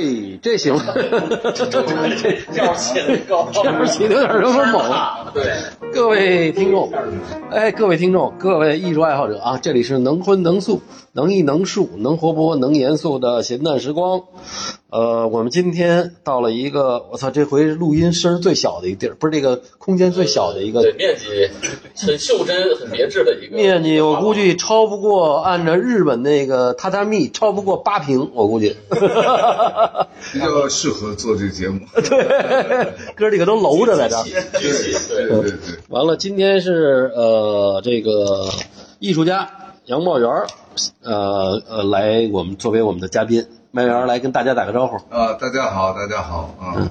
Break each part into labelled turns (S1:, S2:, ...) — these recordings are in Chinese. S1: 你这行， 这
S2: 调起来高，
S1: 这样起的有点儿他妈猛。
S2: 啊，对，
S1: 各位听众，哎，各位听众，各位艺术爱好者啊，这里是能荤能素、能艺能术、能活泼能严肃的闲淡时光。呃，我们今天到了一个，我操，这回录音声最小的一个地儿，不是这个空间最小的一个
S2: 对面积很袖珍、很别致的一个
S1: 面积，我估计超不过按照日本那个榻榻米，超不过八平，我估计。
S3: 比较适合做这个节目。
S1: 哥几个都楼着在这儿。
S2: 举起，对，
S3: 对对对，
S1: 完了，今天是呃这个艺术家杨茂元儿，呃呃来我们作为我们的嘉宾，麦元儿来跟大家打个招呼。
S3: 啊，大家好，大家好
S1: 嗯
S3: 啊，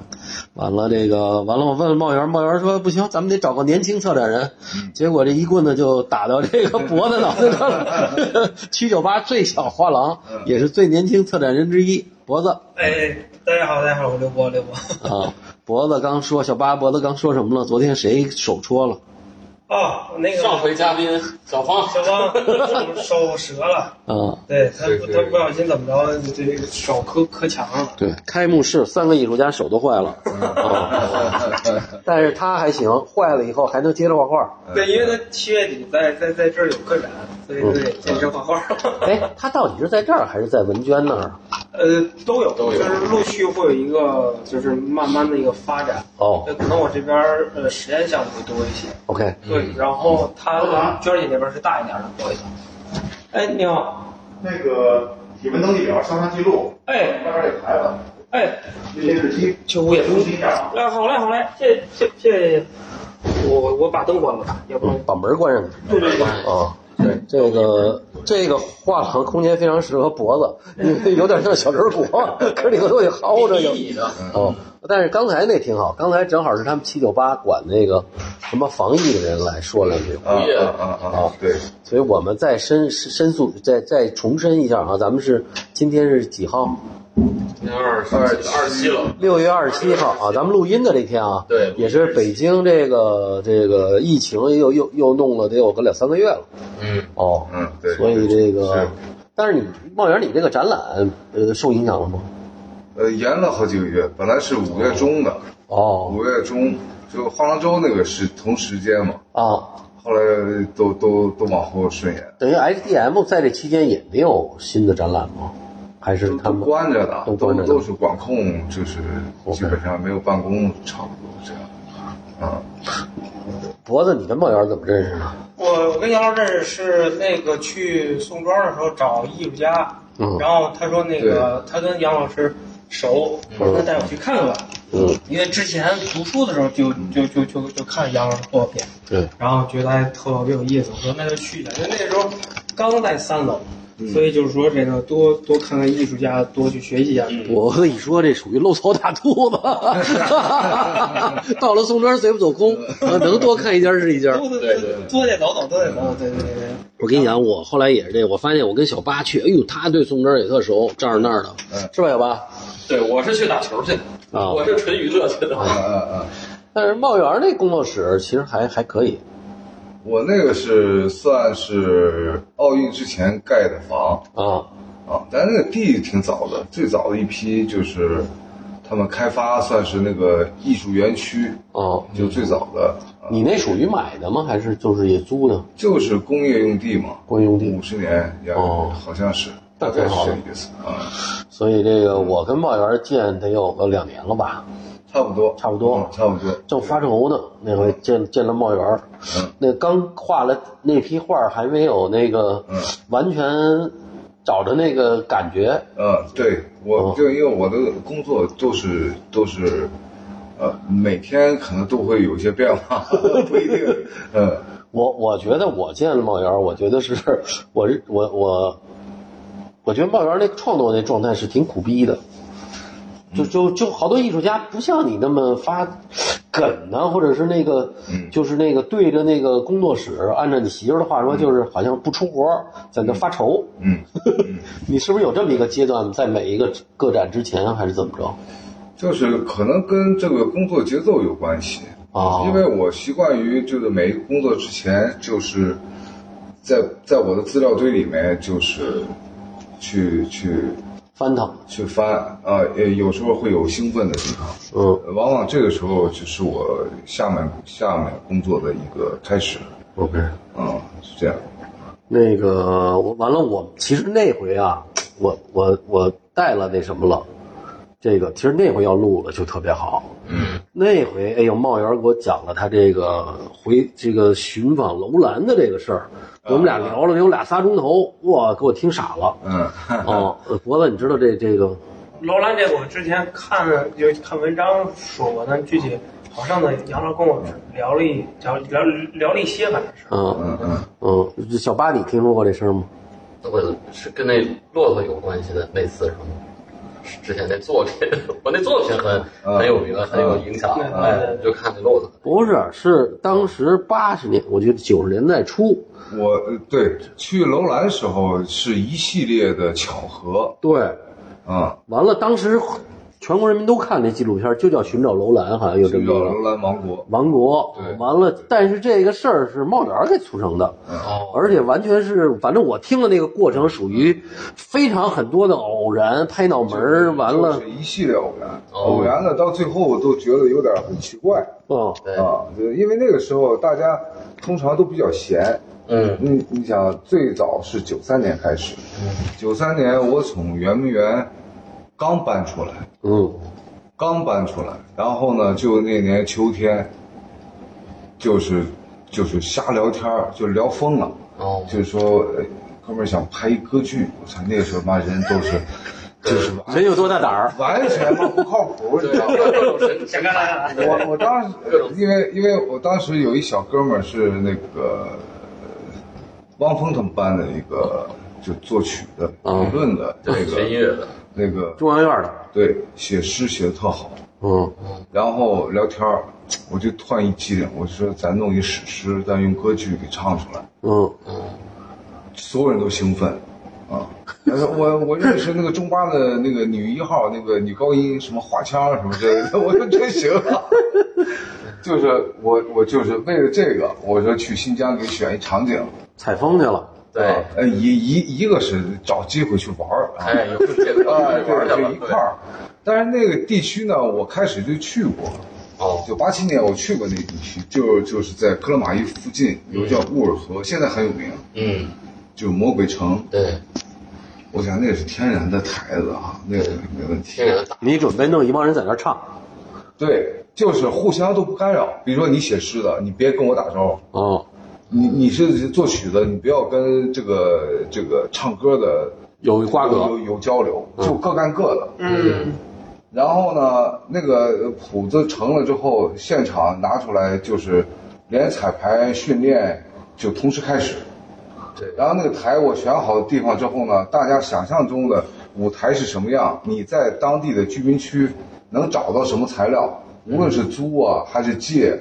S1: 完了这个完了，我问茂元儿，茂元儿说不行，咱们得找个年轻策展人。结果这一棍子就打到这个脖子脑袋上了。七九八最小画廊也是最年轻策展人之一，脖子
S4: 哎，大家好，大家好，我刘波，刘波。
S1: 啊，脖子刚说小八脖子刚说什么了？昨天谁手戳了？
S4: 哦，那个
S2: 上回嘉宾小芳，
S4: 小汪手手折 了，
S1: 啊，
S4: 对他
S3: 对对
S4: 他不小心怎么着，这个手磕磕墙上了。
S1: 对，嗯开幕式三个艺术家手都坏了，哦但是他还行，坏了以后还能接着画画。
S3: 嗯
S4: 对，因为他七月底在在在这儿有个展，所以对健身画画，
S1: 哎，他到底是在这儿还是在文娟那儿？
S4: 呃，都有，
S2: 都有
S4: 就是陆续会有一个，就是慢慢的一个发展。
S1: 哦嗯
S4: 对，可能我这边儿呃实验项目会多一些，
S1: ，OK，
S4: 对，然后他娟儿姐那边儿是大一点儿的多一些。哎，你好，
S5: 那个体温登记表、烧伤记录，
S4: 哎
S5: 那边有牌子，
S4: 哎，
S5: 那些日期，
S4: 九五也不
S5: 更新一下啊。
S4: 啊，好嘞，好嘞，这这这，我我把灯关了吧，要不然
S1: 嗯把门关上。
S4: 对对对，
S6: 哦
S1: 啊，对，这个这个画廊空间非常适合脖子，因为有点像小人啊国，可里头都得薅着有。
S2: 你呢？
S1: 哦，但是刚才那挺好，刚才正好是他们七九八管那个什么防疫的人来说两句话。
S3: 啊啊啊啊，对，
S1: 所以我们再申申诉，再再重申一下啊，咱们是今天是几号？
S2: 二二二七了，
S1: 六月二十七号啊，咱们录音的这天啊，
S2: 对
S1: 也是北京这个这个疫情又又又弄了得有个两三个月了
S2: 嗯，
S1: 哦，
S3: 嗯对，
S1: 所以这个
S3: 是，
S1: 但是你茂源，你这个展览呃受影响了吗？
S3: 呃，延了好几个月，本来是五月中的，
S1: 哦
S3: 五月中就画廊周那个是同时间嘛，
S1: 啊，
S3: 后来都都都往后顺延，
S1: 等于 HDM 在这期间也没有新的展览吗？还是他
S3: 都
S1: 们
S3: 关着的
S1: 都，
S3: 都
S1: 关着呢
S3: 都是管控，就是基本上没有办公，差不多这样，啊，
S1: 脖子？你跟茂源怎么认识啊的？
S4: 我我跟杨老师认识是那个去宋庄的时候找艺术家，
S1: 嗯
S4: 然后他说那个他跟杨老师熟，我说那带我去看看吧，
S1: 嗯，
S4: 因为之前读书的时候就就就就就看杨老师作品，
S1: 对，
S4: 然后觉得还特别有意思，我说那就去一下，因为那时候刚在三楼，所以就是说这个多多看看艺术家，多去学习一下。
S1: 我和你说，这属于漏草打兔子。到了宋庄贼不走空，呃能多看一家是一家。
S4: 多得多得走走，多得走走，对对对对。
S1: 我跟你讲，我后来也是这，我发现我跟小八去，哎呦，他对宋庄也特熟，这儿那儿的，是吧，小八？
S2: 对，我是去打球去，
S1: 啊
S2: 我是纯娱乐去的，
S3: 啊啊啊。
S1: 但是茂源那工作室其实还还可以
S3: 我那个是算是奥运之前盖的房
S1: 啊，
S3: 啊，但那个地挺早的，最早的一批就是他们开发算是那个艺术园区，
S1: 哦，
S3: 就最早的，啊
S1: 你那属于买的吗？还是就是也租的？
S3: 就是工业用地嘛，
S1: 公用地
S3: 五十年也
S1: 哦
S3: 好像是，
S1: 那
S3: 大概
S1: 挺好
S3: 是
S1: 的
S3: 这个意思啊，
S1: 所以这个我跟茂源见得有个两年了吧，
S3: 差不多，
S1: 差不多
S3: 嗯差不多，
S1: 正发愁呢。那回见见了茂源儿
S3: 嗯，
S1: 那刚画了那批画儿还没有那个
S3: 嗯
S1: 完全找着那个感觉。
S3: 嗯，对，我
S1: 哦
S3: 就因为我的工作都是都是，呃，每天可能都会有一些变化， 不一定，嗯。
S1: 我我觉得我见了茂源儿，我觉得是 我是我我，我觉得茂源儿那创作那状态是挺苦逼的。就
S3: 嗯
S1: 就就好多艺术家不像你那么发梗呢、或者是那个，
S3: 嗯
S1: 就是那个对着那个工作室，按照你媳妇儿的话说，就是好像不出活儿，在那发愁。
S3: 嗯，
S1: 你是不是有这么一个阶段，在每一个个展之前还是怎么着？
S3: 就是可能跟这个工作节奏有关系
S1: 哦
S3: 因为我习惯于就是每一个工作之前，就是在在我的资料堆里面就是去去
S1: 翻腾，
S3: 去翻啊，呃，有时候会有兴奋的地方，
S1: 嗯
S3: 呃往往这个时候就是我下面下面工作的一个开始，
S1: ，OK，
S3: 嗯，是这样，
S1: 那个我完了，我其实那回啊，我我我带了那什么了，这个其实那回要录了就特别好。
S3: 嗯，
S1: 那回哎呦，茂源给我讲了他这个回这个寻访楼兰的这个事儿，我们俩聊了得有俩仨钟头，哇，给我听傻了。
S3: 嗯，
S1: 哦，呃脖子，你知道这这个
S4: 楼兰这我之前看有看文章说过，但具体好像呢，杨老跟我聊了一聊聊聊了一些，反正是。
S1: 嗯
S3: 嗯嗯，
S1: 嗯，这小八，你听说过这事儿吗？
S6: 我是跟那骆驼有关系的那次是吗？是之前那作品，我那作品很很有名，很有影响。
S4: 嗯
S6: 哎，就看那骆驼，
S1: 不是，是当时八十年，我觉得九十年代初，
S3: 我呃对去楼兰时候是一系列的巧合，
S1: 对，
S3: 啊，
S1: 完了，当时全国人民都看这纪录片，就叫《寻找楼兰》，好像有这
S3: 去
S1: 么
S3: 到
S1: 一
S3: 楼
S1: 个
S3: 兰王国，
S1: 王国
S3: 对。
S1: 完了，但是这个事儿是茂源给促成的，
S6: 哦，
S1: 而且完全是，反正我听的那个过程属于非常很多的偶然，拍脑门儿，完了
S3: 就，是一系列偶然，
S6: 哦
S3: 偶然呢，到最后我都觉得有点很奇怪
S1: 嗯，
S6: 对，
S3: 啊，就因为那个时候大家通常都比较闲，
S6: 嗯
S3: 你你想最早是九三年开始，九三年我从圆明园刚搬出来，
S1: 嗯，
S3: 刚搬出来，然后呢，就那年秋天，就是就是瞎聊天儿就聊疯了。
S6: 哦，
S3: 就是说，呃哥们儿想拍一歌剧，我操，那个时候妈人都是，就是
S1: 人有多大胆儿？
S3: 完全妈不靠谱，你
S6: 对
S3: 知道吗？，
S6: 各种神想干啥？
S3: 我我当时
S6: 各种，
S3: 因为因为我当时有一小哥们儿是那个呃汪峰他们班的一个就作曲的、
S1: 嗯
S3: 理论的那
S6: 对，学音
S3: 个
S6: 乐的，
S3: 那个
S1: 中央院的，
S3: 对写诗写的特好，
S1: 嗯
S3: 然后聊天儿，我就突然一激灵，我就说咱弄一史诗，咱用歌剧给唱出来。
S1: 嗯，
S6: 嗯，
S3: 所有人都兴奋啊！但是我 我认识那个中巴的那个女一号，那个女高音什么花腔啊什么之类的，我 说真行啊！ 就是我我就是为了这个，我说去新疆给选一场景，
S1: 采风去了，
S6: 对，
S3: 啊呃一一一个是找机会去玩儿啊，
S6: 哎，有这个
S3: 啊，
S6: 玩
S3: 对，
S6: 去
S3: 就
S6: 了，
S3: 一块儿。但是那个地区呢，我开始就去过，
S6: 哦，
S3: 就八七年我去过那地区，就就是在克勒玛依附近有个叫乌尔河，现在很有名，
S6: 嗯，
S3: 就是魔鬼城。
S6: 对，
S3: 我想那也是天然的台子啊，那个没问题
S6: 听。人打，
S1: 你准备弄一帮人在那儿唱，
S3: 对，就是互相都不干扰。比如说你写诗的，你别跟我打招呼；
S1: 嗯，
S3: 你你是作曲的，你不要跟这个这个唱歌的
S1: 有瓜
S3: 有
S1: 葛，
S3: 有交流，就各干各的。
S4: 嗯，
S3: 然后呢，那个谱子成了之后，现场拿出来就是连彩排训练就同时开始。
S6: 对，
S3: 然后那个台我选好的地方之后呢，大家想象中的舞台是什么样？你在当地的居民区能找到什么材料？无论是租啊还是借，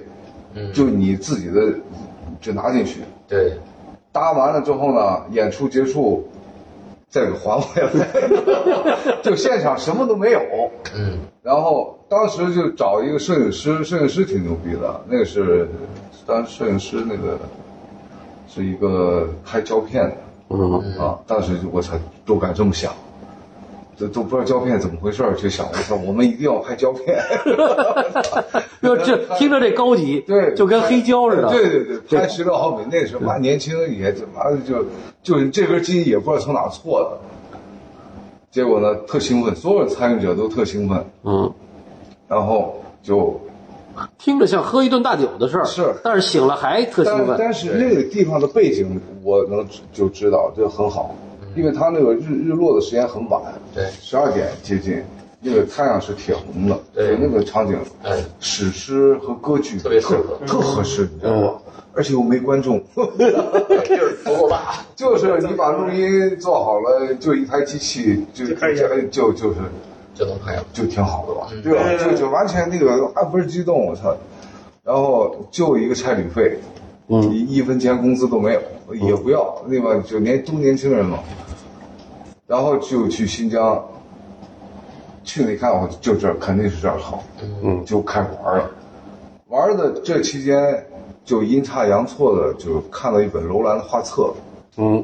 S6: 嗯，
S3: 就你自己的就拿进去。
S6: 对，
S3: 搭完了之后呢，演出结束再给还回来，就现场什么都没有。
S6: 嗯，
S3: 然后当时就找一个摄影师，摄影师挺牛逼的，那个是当时摄影师那个是一个拍胶片的。
S1: 嗯，
S3: 啊，当时就我操，都敢这么想，这都不知道胶片怎么回事儿，就想我操，我们一定要拍胶片，
S1: 哟，这 听着这高级，
S3: 对，
S1: 就跟黑胶似的，
S3: 对对对，拍十六毫米那时候妈年轻也他妈的就就是这根筋也不知道从哪儿错的，结果呢特兴奋，所有参与者都特兴奋，
S1: 嗯。
S3: 然后就
S1: 听着像喝一顿大酒的事儿，
S3: 是
S1: 但是醒了还特兴
S3: 但
S1: 奋。
S3: 但是那个地方的背景我能知就知道，这很好，
S1: 嗯
S3: 因为它那个日日落的时间很晚，
S6: 对
S3: 十二点接近，那个太阳是铁红的，
S6: 对
S3: 所以那个场景，
S6: 哎，
S3: 史诗和歌剧
S6: 特别适合
S3: 特合适，你知道
S1: 哦
S3: 吗？而且又没观 众，
S6: 地儿足够大，
S3: 就是你把录音做好了，就一台机器就
S4: 就可以了
S3: 就就是
S6: 就能拍了，
S3: 就挺好的吧，嗯对吧？就就完全那个啊倍儿激动，我操！然后就一个差旅费，
S1: 嗯，
S3: 一一分钱工资都没有，也不要，对吧？就年都年轻人嘛，然后就去新疆，去那一看我就这儿肯定是这儿好，
S1: 嗯
S3: 就开始玩了，玩的这期间就阴差阳错的就看到一本楼兰的画册，
S1: 嗯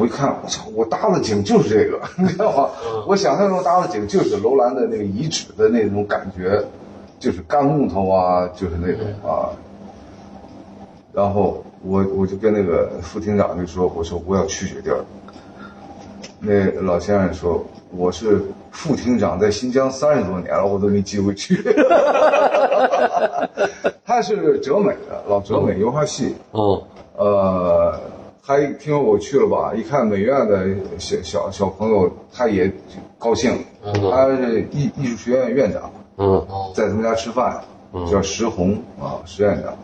S3: 我一看，我操，我搭的景就是这个，你知道吗？我想象中搭的景就是楼兰的那个遗址的那种感觉，就是干木头啊，就是那种啊。然后我我就跟那个副厅长就说，我说我要去这个地儿。那老先生说我是副厅长，在新疆三十多年了，我都没机会去。 他是哲美的，老哲美油画系，
S1: 嗯
S3: 呃，他一听说我去了吧，一看美院的小小小朋友，他也高兴，他是艺艺术学院院长，
S1: 嗯
S6: 哦，
S3: 在他们家吃饭，叫石红啊，石院长。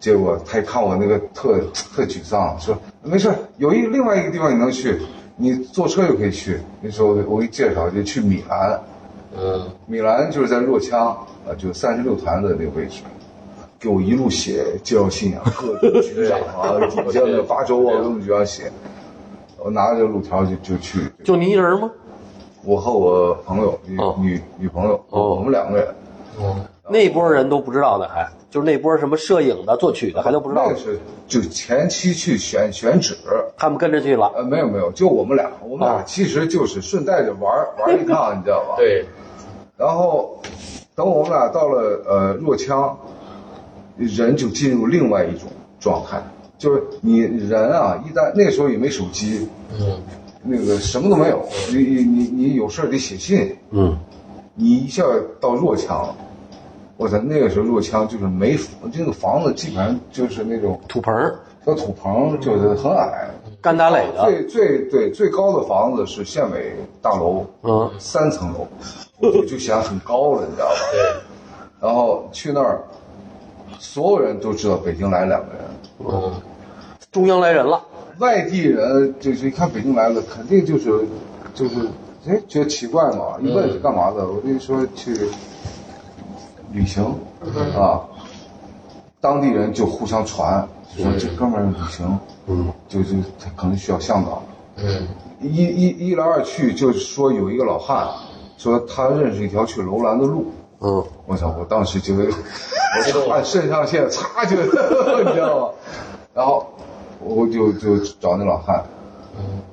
S3: 结果他一看我那个特特沮丧，说没事儿，有一另外一个地方你能去，你坐车就可以去。那时候我给你介绍，就去米兰，
S6: 嗯，
S3: 米兰就是在若羌啊，就三十六团的那个位置，啊给我一路写介绍信啊，各种局长啊，底下的八州啊，各种局长写。我拿着路条就就去，
S1: 就你一人吗？
S3: 我和我朋友女、
S1: 哦
S3: 女女朋友，
S1: 哦
S3: 我们两个人，
S6: 哦，
S1: 那波人都不知道的还，就是那波什么摄影的、作曲的还都不知道
S3: 那个，是就前期去选选址，
S1: 他们跟着去了。
S3: 呃，没有没有，就我们俩，我们俩
S1: 啊
S3: 其实就是顺带着玩儿、玩一 趟，你知道吧？。
S6: 对，
S3: 然后等我们俩到了呃若羌，人就进入另外一种状态，就是你人啊，一旦那时候也没手机，
S6: 嗯，
S3: 那个什么都没有，你你你你有事儿得写信，
S1: 嗯
S3: 你一下到若羌了。我操，那个时候若羌就是没这个房子，基本上就是那种
S1: 土棚儿
S3: 小土棚，就是很矮。
S1: 甘达垒的，
S3: 最最对最高的房子是县委大楼，
S1: 嗯
S3: 三层楼，我就想很高了，你知道吧？
S6: 对，
S3: 然后去那儿，所有人都知道北京来两个人，
S6: 嗯，
S1: 中央来人了，
S3: 外地人就是一看北京来了，肯定就是就是哎觉得奇怪嘛，一问是干嘛的，我就说去旅行啊，当地人就互相传，就说这哥们儿旅行，
S1: 嗯，
S3: 就就他可能需要向导。
S6: 嗯，
S3: 一一一来二去，就是说有一个老汉说他认识一条去楼兰的路，
S1: 嗯
S3: 我操！我当时觉得，我按肾上腺擦就， 你知道吗？然后我就就找那老汉，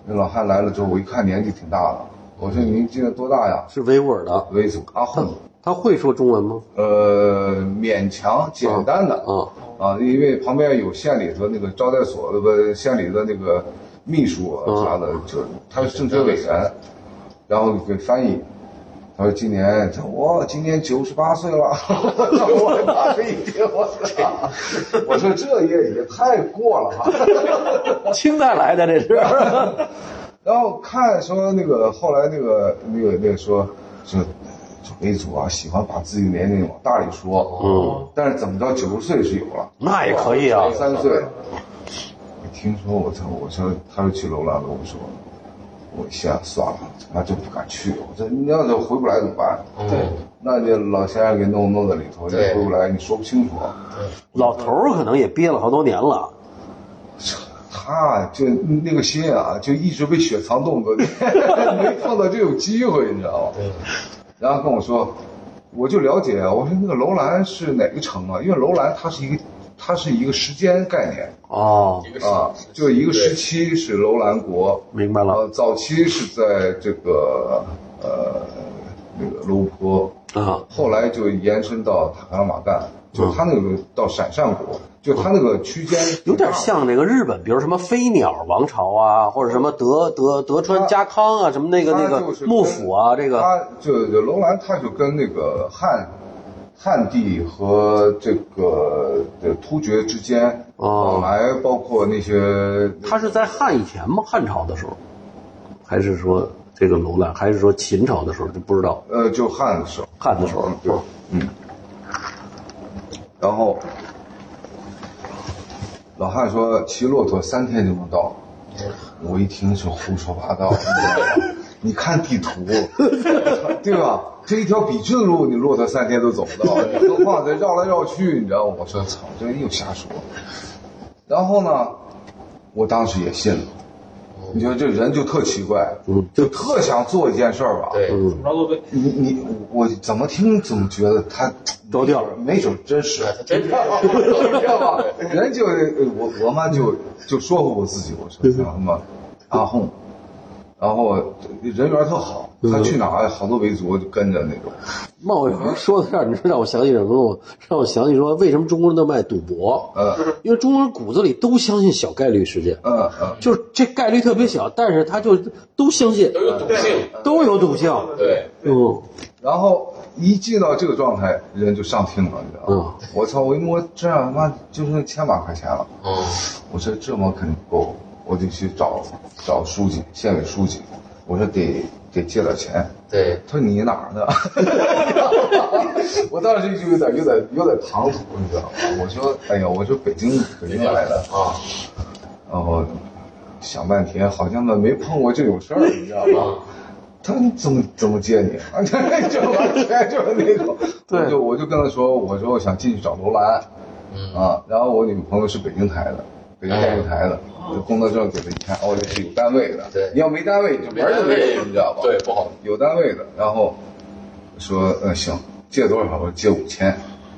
S3: 那老汉来了之后，我一看年纪挺大的，我说您今年多大呀？
S1: 是维吾尔的，
S3: 维族阿訇，
S1: 他会说中文吗？
S3: 呃，勉强简单的
S1: 啊
S3: 啊，因为旁边有县里头那个招待所，呃不，县里的那个秘书啊
S1: 嗯
S3: 啥的，就他是政协委员，然后给翻译。他说：“今年，他说我今年九十八岁了。” 我当时一听，我操！我说这也也太过了吧。
S1: 清代来的这
S3: 嗯
S1: 是，
S3: 然后看说那个后来那个那个那个说说说 A 组啊，喜欢把自己年龄往大里说，
S1: 嗯，
S3: 但是怎么着九十岁是有了，
S1: 那也可以啊，
S3: 三岁。我听说我操，我说他说去楼兰了，我说我一下算了，那就不敢去。我说你要是回不来怎么办？
S6: 嗯，
S3: 那这老先生给弄弄在里头，你
S6: 对
S3: 回不来你说不清楚。
S1: 老头儿可能也憋了好多年了，
S3: 他就那个心啊，就一直被雪藏冻着， 没碰到这种机会，你知道吗？
S6: 对，
S3: 然后跟我说，我就了解啊，我说那个楼兰是哪个城啊？因为楼兰它是一个，它是一个时间概念
S1: 哦，
S6: 一个
S3: 啊，
S6: 时
S3: 就一个时，期是楼兰国，
S1: 明白了
S3: 呃，早期是在这个呃那个楼坡，
S1: 啊，
S3: 后来就延伸到塔克拉玛干，就它那个到陕上国，就它那个区间
S1: 有点像那个日本，比如什么飞鸟王朝啊，或者什么德德德川家康啊，什么那个那
S3: 它嗯就是
S1: 个
S3: 跟
S1: 幕府啊，这个
S3: 它就就楼兰，它就跟那个汉汉地和这个的突厥之间
S1: 哦
S3: 往来，包括那些
S1: 他是在汉以前吗？汉朝的时候，还是说这个楼兰，还是说秦朝的时候就不知道
S3: 呃，就汉的时候，
S1: 汉的时候
S3: 嗯，对，嗯。然后老汉说骑骆驼三天就能到，我一听是胡说八道，你知道吗你看地图，对吧？这一条笔直的路，你骆驼三天都走不到，何况再绕来绕去，你知道吗？我说操，这又瞎说。然后呢，我当时也信了。你说这人就特奇怪，
S1: 嗯
S3: 就特想做一件事儿吧，
S6: 对，
S4: 怎么着都对，
S3: 你你我怎么听怎么觉得他
S1: 着调了
S3: 没准儿真是，
S6: 他真是
S3: 哎知道吧？人就呃我我妈就就说服我自己，我说他妈阿訇，然后人缘特好，他去哪儿好多维族就跟着那种。
S1: 冒友说到这儿，你知道让我想起什么吗？让我想起说，为什么中国人那么爱赌博？
S3: 嗯
S1: 因为中国人骨子里都相信小概率事件，
S3: 嗯嗯，
S1: 就是这概率特别小，但是他就都相信
S2: 都，有赌性。
S1: 都有赌性。
S2: 对，
S1: 嗯，
S3: 然后一进到这个状态，人就上听了，你知道吗？我操！我一摸这样，妈就剩千把块钱了。
S6: 嗯，
S3: 我说这么肯定不够，我得去找找书记，县委书记。我说得得借点钱。
S6: 对，
S3: 他说你哪儿的？ 我当时就有点有点有点唐突，你知道吗？我说哎呀，我说北京北京来的，
S6: 啊，
S3: 然后想半天，好像呢没碰过这种事儿，你知道吧？他说你怎么怎么接你？啊 就完全就是那种，我就我就跟他说，我说我想进去找楼兰，
S6: 嗯
S3: 啊，然后我女朋友是北京台的，北京电视台的，这工作证给她一看，哦，这是有单位的，
S6: 哎对
S3: 你要没单位你就
S6: 没
S3: 门儿都
S6: 单
S3: 没
S6: 位
S3: 有，你知道吧？
S6: 对，不好。
S3: 有单位的，然后说，嗯，行，借多少？我说借五千，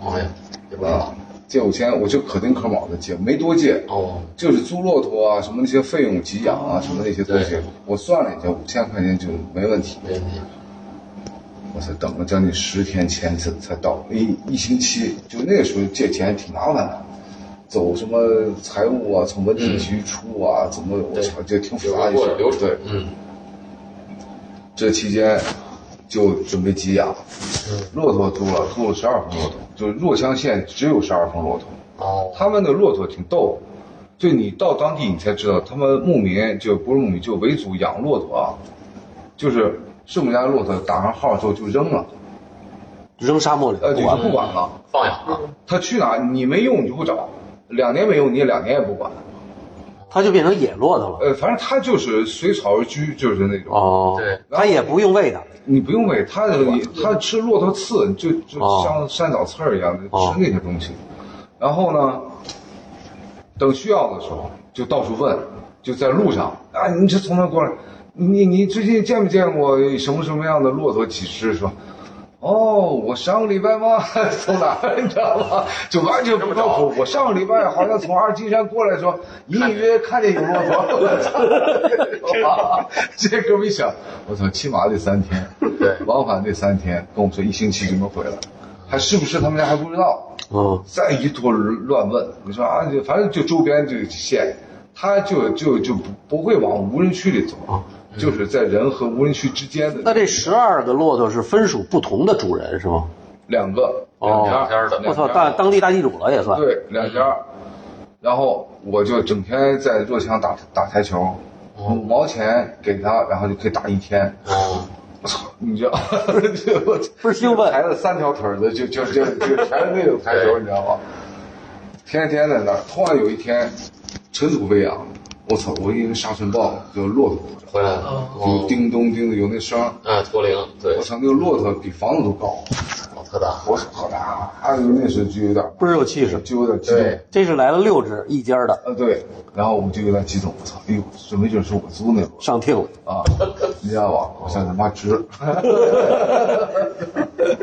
S6: 哎呀，也不
S3: 啊
S6: 好。，
S3: 借五千，我就可丁可卯的借，没多借，
S6: 哦，
S3: 就是租骆驼啊，什么那些费用、给养啊，什么那些东西
S6: 对，
S3: 我算了一下，五千块钱就没问题。
S6: 没问题。
S3: 我才等了将近十天钱才才到，一一星期，就那个时候借钱挺麻烦的，走什么财务啊，从文体局出啊，怎么我操，就挺复杂一
S6: 流
S3: 事
S6: 水
S3: 儿。
S6: 流水
S3: 对，
S6: 嗯，
S3: 这期间就准备给养，骆驼秃了，秃了十二峰骆驼，就是若羌县只有十二峰骆驼。
S6: 哦，
S3: 他们的骆驼挺逗，就你到当地你才知道，他们牧民就不是牧民，就维族养骆驼啊，就是是我们家骆驼打上号之后就扔了，
S1: 扔沙漠里
S3: 呃，
S1: 不
S3: 就是
S1: 管了。
S3: 不管了。
S6: 放啊养了，
S3: 他去哪你没用你就不找，两年没用你也两年也不管，
S1: 他就变成野骆驼了。
S3: 呃，反正他就是随草而居，就是那种，
S1: 哦，
S6: 对，
S1: 他也不用喂它，
S3: 你不用喂他，他吃骆驼刺，就就
S1: 哦
S3: 像山枣刺儿一样的
S1: 哦
S3: 吃那些东西，然后呢，等需要的时候就到处问，就在路上啊，你这从哪过来？你你最近见没见过什么什么样的骆驼几只？说，哦，我上个礼拜吗？ 从哪儿你知道吗？就完全不靠谱。我上个礼拜好像从阿尔金山过来的时候，隐隐约约看见有骆驼。我操！这哥们一想，我操，骑马得三天，
S6: 对
S3: 往返得三天，跟我们说一星期就能回来，还是不是他们家还不知道。
S1: 嗯，
S3: 再一通乱问，你说啊，就反正就周边这个县，他就就就不不会往无人区里走，就是在人和无人区之间的
S1: 那这十二个骆驼是分属不同的主人是吗？
S3: 两个
S1: 哦
S3: 两
S6: 两
S3: 家
S6: 家的
S1: 我
S3: 两
S1: 操，
S3: 家
S1: 大当地大地主了也算。
S3: 对两家，
S1: 嗯
S3: 然后我就整天在若羌打打台
S1: 哦
S3: 球，五毛钱给他，然后就可以打一天，
S6: 哦，
S3: 我操，你知道， 就
S1: 不是兴奋
S3: 抬了三条腿儿的，就就就就全是那种台球，你知道吗？天天在那儿。突然有一天，尘土飞扬，我操！我以为沙尘暴就骆驼
S6: 回来了，
S3: 就
S6: 哦，
S3: 叮咚叮的有那声儿，
S6: 啊，驼铃，对
S3: 我，操！那个骆驼比房子都高，
S6: 老特大，
S3: 我操！好大，啊，那时候就有点
S1: 倍儿有气势。
S3: 就有点激动
S6: 对。
S1: 这是来了六只一家的
S3: 呃，对，然后我就有点激动，我操！哎呦，准备就是我租那骆驼
S1: 上听了，
S3: 啊，你知道吧？我想他妈值。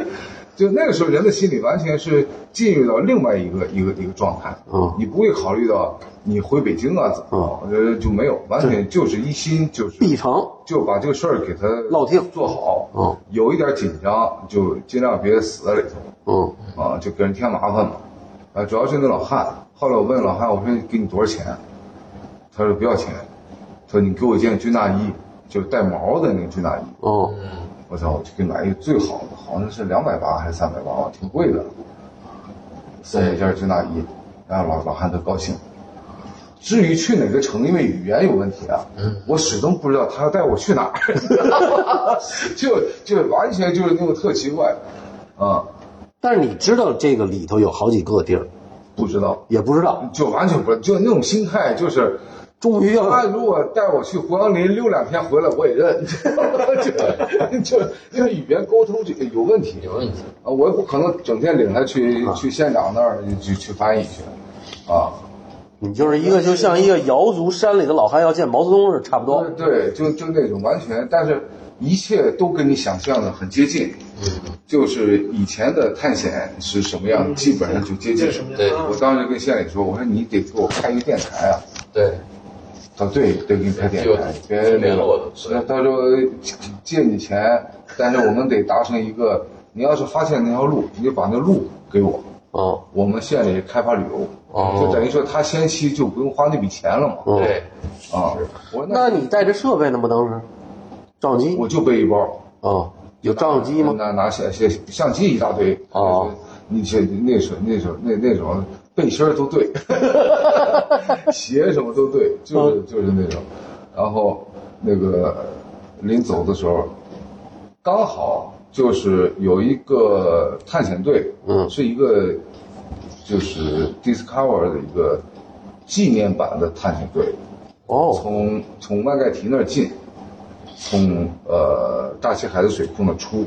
S3: 就那个时候，人的心理完全是进入到另外一个一个一个状态。
S1: 嗯
S3: 你不会考虑到你回北京啊怎么，呃、就没有，完全就是一心就是
S1: 必成。
S3: 就把这个事儿给他
S1: 落定
S3: 做好。
S1: 嗯，
S3: 有一点紧张就尽量别死在里头。
S1: 嗯，
S3: 啊，就给人添麻烦嘛。啊，主要是那老汉，后来我问老汉，我说给你多少钱？他说不要钱，他说你给我一件军大衣，就是带毛的那个军大衣。
S1: 哦，
S3: 我操，我就给你买一个最好的，好像是两百八还是三百八，挺贵的。送了一件军大衣，然后老老汉特高兴。至于去哪个城，因为语言有问题啊，我始终不知道他要带我去哪儿， 就就完全就是那种特奇怪，啊、
S1: 但是你知道这个里头有好几个地儿，
S3: 不知道。
S1: 也不知道，
S3: 就完全不就那种心态，就是
S1: 终于
S3: 他
S1: 要
S3: 如果啊带我去胡杨林溜两天回来，我也 认，就就因为语言沟通这有问题
S6: 有问题，
S3: 啊，我也不可能整天领他去
S4: 啊
S3: 去县长那儿去去翻译去啊，
S1: 你就是一
S3: 嗯
S1: 个就像一个瑶族山里的老汉要见毛泽东是差不多。
S3: 对，就就那种完全，但是一切都跟你想象的很接近，就是以前的探险是什么样，基本 上就接
S6: 嗯
S3: 近
S4: 嗯这是什么。
S6: 对
S4: 样？啊
S3: 我当时跟县里说，我说你得给我开一个电台啊。
S6: 对，
S3: 啊，对，得给你开点
S6: 就
S3: 开，别那
S6: 联络
S3: 个
S6: 的，对
S3: 那到时候借你钱，但是我们得达成一个，你要是发现那条路，你就把那路给我，
S1: 哦
S3: 我们县里开发旅游，
S6: 哦
S3: 就等于说他先期就不用花那笔钱了嘛，
S1: 哦，
S6: 对，
S3: 啊，我
S1: 那你带着设备呢吗？当时，照相机
S3: 我就背一包，
S1: 哦，有照相机吗？
S3: 拿拿相相相机一大堆，
S1: 哦，
S3: 你这那时候那时候那那种背心儿都对， 鞋什么都对，
S1: 哦
S3: 就是就是那种，然后那个临走的时候，刚好就是有一个探险队，
S1: 嗯
S3: 是一个就是 Discover 的一个纪念版的探险队，
S1: 哦
S3: 从从万盖提那儿进，从呃大西海的水库那儿出，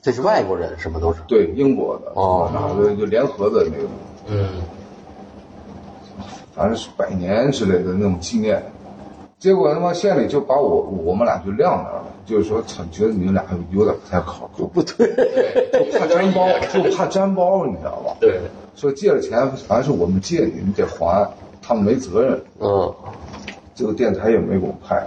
S1: 这是外国人，什么都是。
S3: 对英国的
S1: 哦
S3: 哪个就联合的那个，
S6: 嗯，
S3: 反正是百年之类的那种纪念。结果他妈县里就把我我们俩就晾那儿了，就是说，操，觉得你们俩有点不太靠谱，不对，
S6: 对
S3: 怕粘包，就怕粘包，你知道吧？
S6: 对，
S3: 说借了钱，反正是我们借你，你得还，他们没责任。
S1: 嗯，
S3: 这个电台也没给我拍，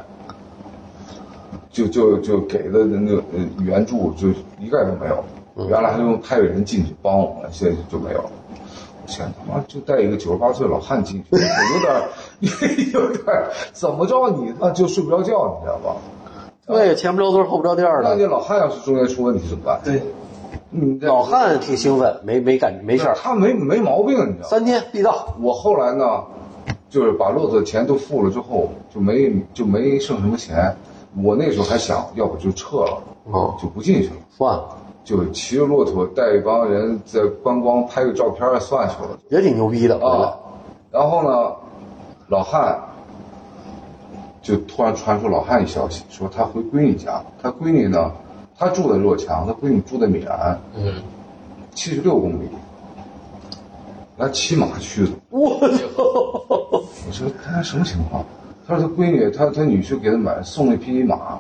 S3: 就就就给的那个呃援助就一概都没有。原来还用派个人进去帮我们，现在就没有了。我想他妈就带一个九十八岁老汉进去，我有点儿 有点儿怎么着你那就睡不着觉，你知道吧？
S1: 对，前不着村后不着店
S3: 那
S1: 的
S3: 你。老汉要是中间出问题怎么办？
S4: 对，
S3: 你这
S1: 老汉挺兴奋，没没感没事儿，
S3: 他没没毛病，你知道吗？
S1: 三天必到。
S3: 我后来呢，就是把骆驼钱都付了之后，就没就没剩什么钱。我那时候还想要不就撤了，
S1: 哦，
S3: 就不进去了，
S1: 算了，
S3: 就骑着骆驼带一帮人在观光拍个照片儿啊算去了
S1: 也挺牛逼的。回
S3: 啊
S1: 来。
S3: 然后呢，老汉就突然传出老汉一消息，说他回闺女家，他闺女呢，他住在若强，他闺女住在米兰，
S6: 嗯，
S3: 七十六公里，他骑马去的。
S1: 我
S3: 我说他什么情况？他说他闺女，他他女婿给他买送了一匹马，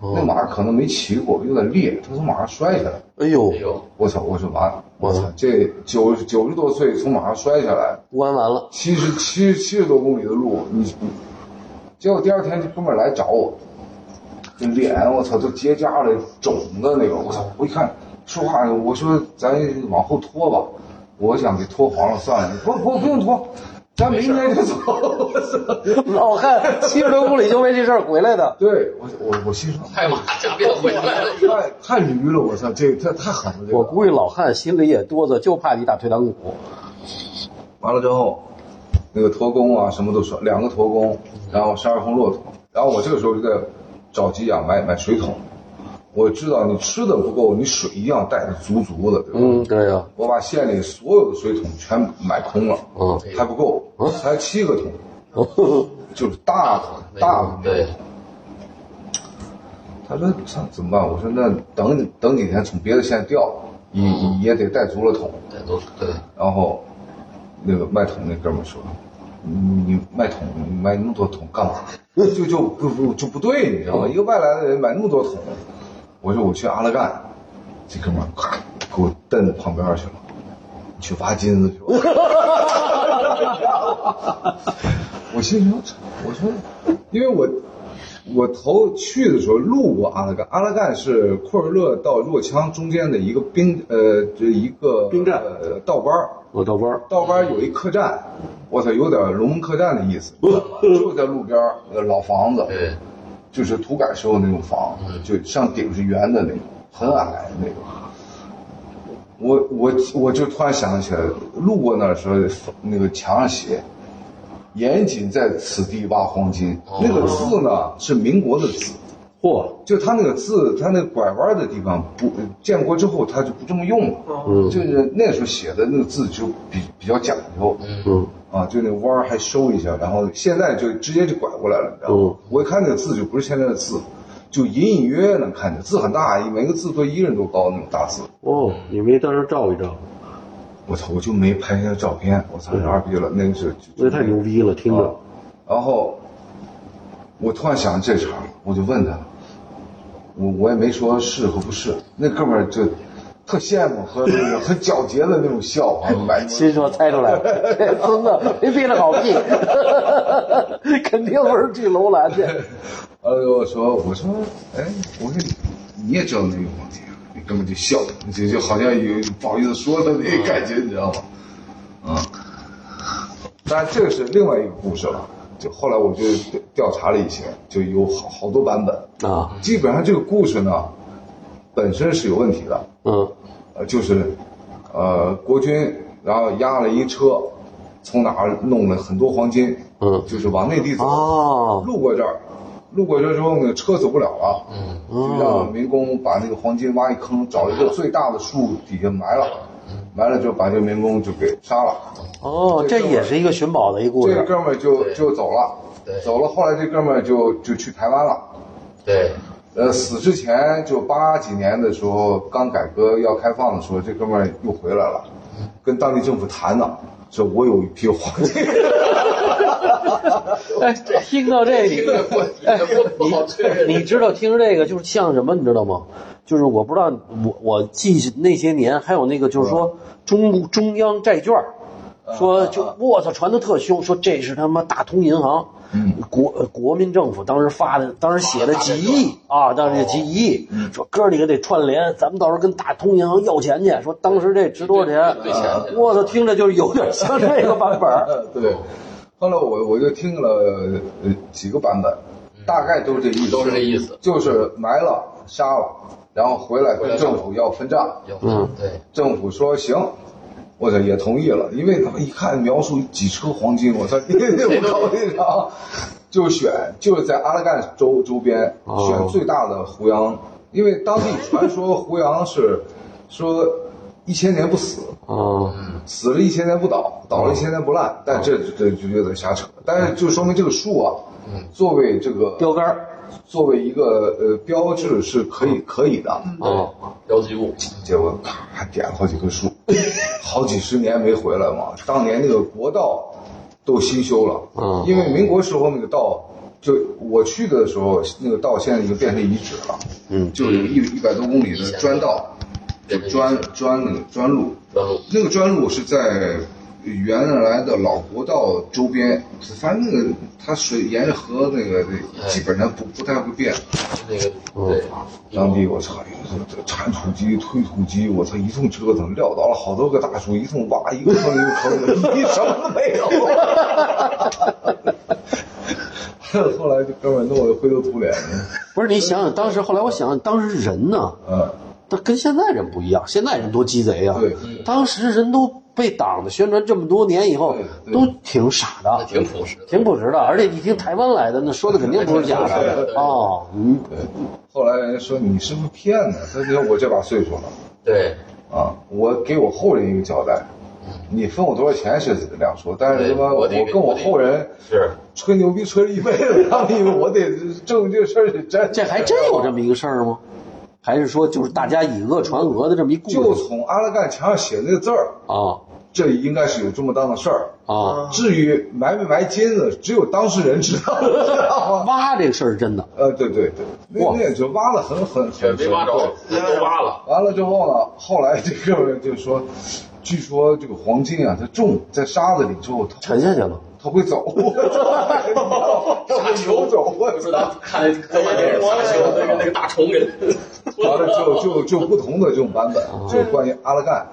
S3: 那马可能没骑过，有点裂，他从马上摔下来。
S1: 操！哎呦
S6: 哎，呦，
S3: 我操！我说完了，我操！这九九十多岁从马上摔下来，
S1: 弯完了。
S3: 七十七七十多公里的路，你，结果第二天这哥们儿来找我，这脸我操都结痂了，肿的那个，我操！我一看说话，我说咱往后拖吧，我想给拖黄了算了，不不不用拖，咱明天就走。我操！
S1: 老汉七十多公里就为这事儿回来的。
S3: 对我我我心说，
S6: 拍马加鞭回来了，
S3: 太太驴了，我操，这个太太狠了，这
S1: 我
S3: 个。
S1: 估计老汉心里也哆嗦，就怕你打退堂鼓。
S3: 完了之后，那个驼工啊，什么都说，两个驼工，然后十二峰骆驼，然后我这个时候就在找急眼买买水桶，我知道你吃的不够，你水一定要带的足足的，对吧？
S1: 嗯，对呀、
S3: 我把县里所有的水桶全买空了，
S1: 嗯
S3: 还不够，才七个桶，就是大
S6: 哎
S3: 的大的，
S6: 对，
S3: 他说操怎么办？我说那等等几天从别的县调，也也得带足了桶。
S6: 对都对，
S3: 然后那个卖桶那哥们儿说：“你卖桶，你买那么多桶干嘛？ 就就不不就不对，你知道吗？一个外来的人买那么多桶。”我说：“我去阿勒干。”这哥们儿咔给我蹬旁边去了，你去挖金子去吧。 我心说：“我说，因为我。”我头去的时候路过阿勒干，阿勒干是库尔勒到若羌中间的一个兵呃，这一个
S1: 兵站
S3: 呃道班儿，
S1: 我倒班儿。
S3: 道边有一客栈，我操，有点龙门客栈的意思，你知道吧就在路边儿，呃老房子，
S6: 对，
S3: 就是土改时候那种房，就上顶是圆的那种，很矮那种。我我我就突然想起来，路过那儿的时候，那个墙上写“严谨在此地挖黄金”，那个字呢是民国的字，
S1: 嚯，
S3: 就他那个字，他那个拐弯的地方不，建国之后他就不这么用了，
S4: 嗯
S3: 就是那时候写的那个字就比比较讲究，
S1: 嗯
S3: 啊，就那弯儿还收一下，然后现在就直接就拐过来了，你知道吗
S1: 嗯？
S3: 我一看那个字就不是现在的字，就隐隐约约能看见，字很大，每个字都一人多高那种大字。
S1: 哦，你没当时照一照，
S3: 我操，我就没拍下照片，我操，二逼了，那是
S1: 那太牛逼了，听着。
S3: 然后我突然想这茬儿，我就问他，我我也没说是和不是。那哥们儿就特羡慕和那个很皎洁的那种笑啊，满
S1: 心说猜出来了， 这孙子没憋着好 屁，肯定不是去楼兰去。
S3: 呃，我说我说，哎，我说你也知道那个问题啊，你根本就笑，就就好像有不好意思说的那个感觉，你知道吗？啊、当然这个是另外一个故事了。就后来我就调查了一些，就有好好多版本，
S1: 啊，
S3: 基本上这个故事呢，本身是有问题的，
S1: 嗯
S3: 呃，就是，呃，国军然后押了一车，从哪儿弄了很多黄金，
S1: 嗯，
S3: 就是往内地走，
S1: 哦，
S3: 路过这儿，路过这儿之后呢，车走不了了，
S6: 嗯，
S3: 就让民工把那个黄金挖一坑，找一个最大的树底下埋了，
S6: 嗯
S3: 埋了之后把这民工就给杀了，
S1: 哦，这也是一个寻宝的一故
S3: 这个
S1: 事。
S3: 哥们儿就
S6: 对
S3: 就走了
S6: 对，
S3: 走了，后来这哥们儿就就去台湾了。
S6: 对，
S3: 呃，死之前就八几年的时候，刚改革要开放的时候，这哥们儿又回来了，跟当地政府谈呢，说我有一批黄金，
S1: 哎，听到这哎里，
S6: 我不好确认。
S1: 你知道听这个就是像什么，你知道吗？就是我不知道，我我记那些年还有那个就是说中中央债券儿，
S6: 啊
S1: 说就我操传的特凶，说这是他妈大通银行，
S6: 嗯
S1: 国呃国民政府当时发的，当时写的几亿啊，当时几亿，
S6: 哦
S1: 说哥儿几个得串联，咱们到时候跟大通银行要钱去，说当时这值多少钱
S6: 对对对？对
S1: 我操，听着就是有点像这个版本儿，
S3: 对。后来我我就听了呃几个版本，大概都是这意思，
S6: 都是这意思，
S3: 就是埋了杀了，然后回来跟政府要分账，
S6: 有
S1: 嗯
S6: 对，
S3: 政府说行，我这也同意了，因为他们一看描述几车黄金，我操，你我考虑上就选就是在阿拉干州周边
S1: 哦
S3: 选最大的胡杨，因为当地传说胡杨是 说一千年不死，
S1: 啊
S3: 死了一千年不倒，倒了一千年不烂，但这这就有点瞎扯，但是就说明这个树啊，作为这个
S1: 标杆儿
S3: 作为一个呃标志是可以可以的，
S1: 啊
S6: 标记物，
S3: 结果咔还点了好几棵树， 好几十年没回来嘛。当年那个国道都新修了，
S1: 嗯
S3: 因为民国时候那个道，就我去的时候，那个道现在已经变成遗址了，
S1: 嗯
S3: 就有一一百多公里的砖道，就砖砖那个砖路，
S6: 然后
S3: 那个砖路是在原来的老国道周边，反正那个它水沿着河那个那基本上不不太会变。
S6: 那个对，
S3: 当地我操，这铲土机、推土机，我操，一通折腾，撂倒了好多个大树，一通挖，一个坑一个坑的，一什么都没有。后来这哥们儿弄得灰头土脸的，
S1: 不是你想想，当时后来我想想，当时人呢，
S3: 嗯，
S1: 他跟现在人不一样，现在人多鸡贼啊！
S3: 对，
S1: 当时人都被党的宣传这么多年以后
S3: 对，对
S1: 都挺傻
S6: 那
S1: 的，
S6: 挺朴实的，
S1: 挺朴实的。而且一听台湾来的，那说的肯定不是假
S6: 对
S1: 的
S6: 对
S1: 哦。嗯，
S3: 后来人说你是不是骗呢？他说我这把岁数了
S6: 对，
S3: 啊，我给我后人一个交代，你分我多少钱是两说，但是他妈
S6: 对
S3: 我
S6: 我得
S3: 跟我后人
S6: 是
S3: 吹牛逼吹了一辈子，他们以为我得证明这事儿是真的，
S1: 这还真有这么一个事儿吗？还是说就是大家以讹传讹的这么一故
S3: 就
S1: 事
S3: 从阿拉干墙上写的那个字儿，
S1: 啊
S3: 这应该是有这么当的事儿。
S1: 啊！
S3: 至于埋没埋金子，只有当事人知道，知道吗？
S1: 挖这个事儿是真的，
S3: 呃，对对对，那
S1: 哇
S3: 那也就挖的很很很
S6: 没挖着，都挖了，
S3: 完了之后呢，后来这个就说，据说这个黄金啊，它重在沙子里之后，它
S1: 沉下去了。
S3: 它会走，它会游 走，我
S6: 就是
S3: 操
S6: 咱看那科幻电影《沙丘》那个那个大虫给
S3: 完了就就就不同的这种版本，就是关于阿拉干，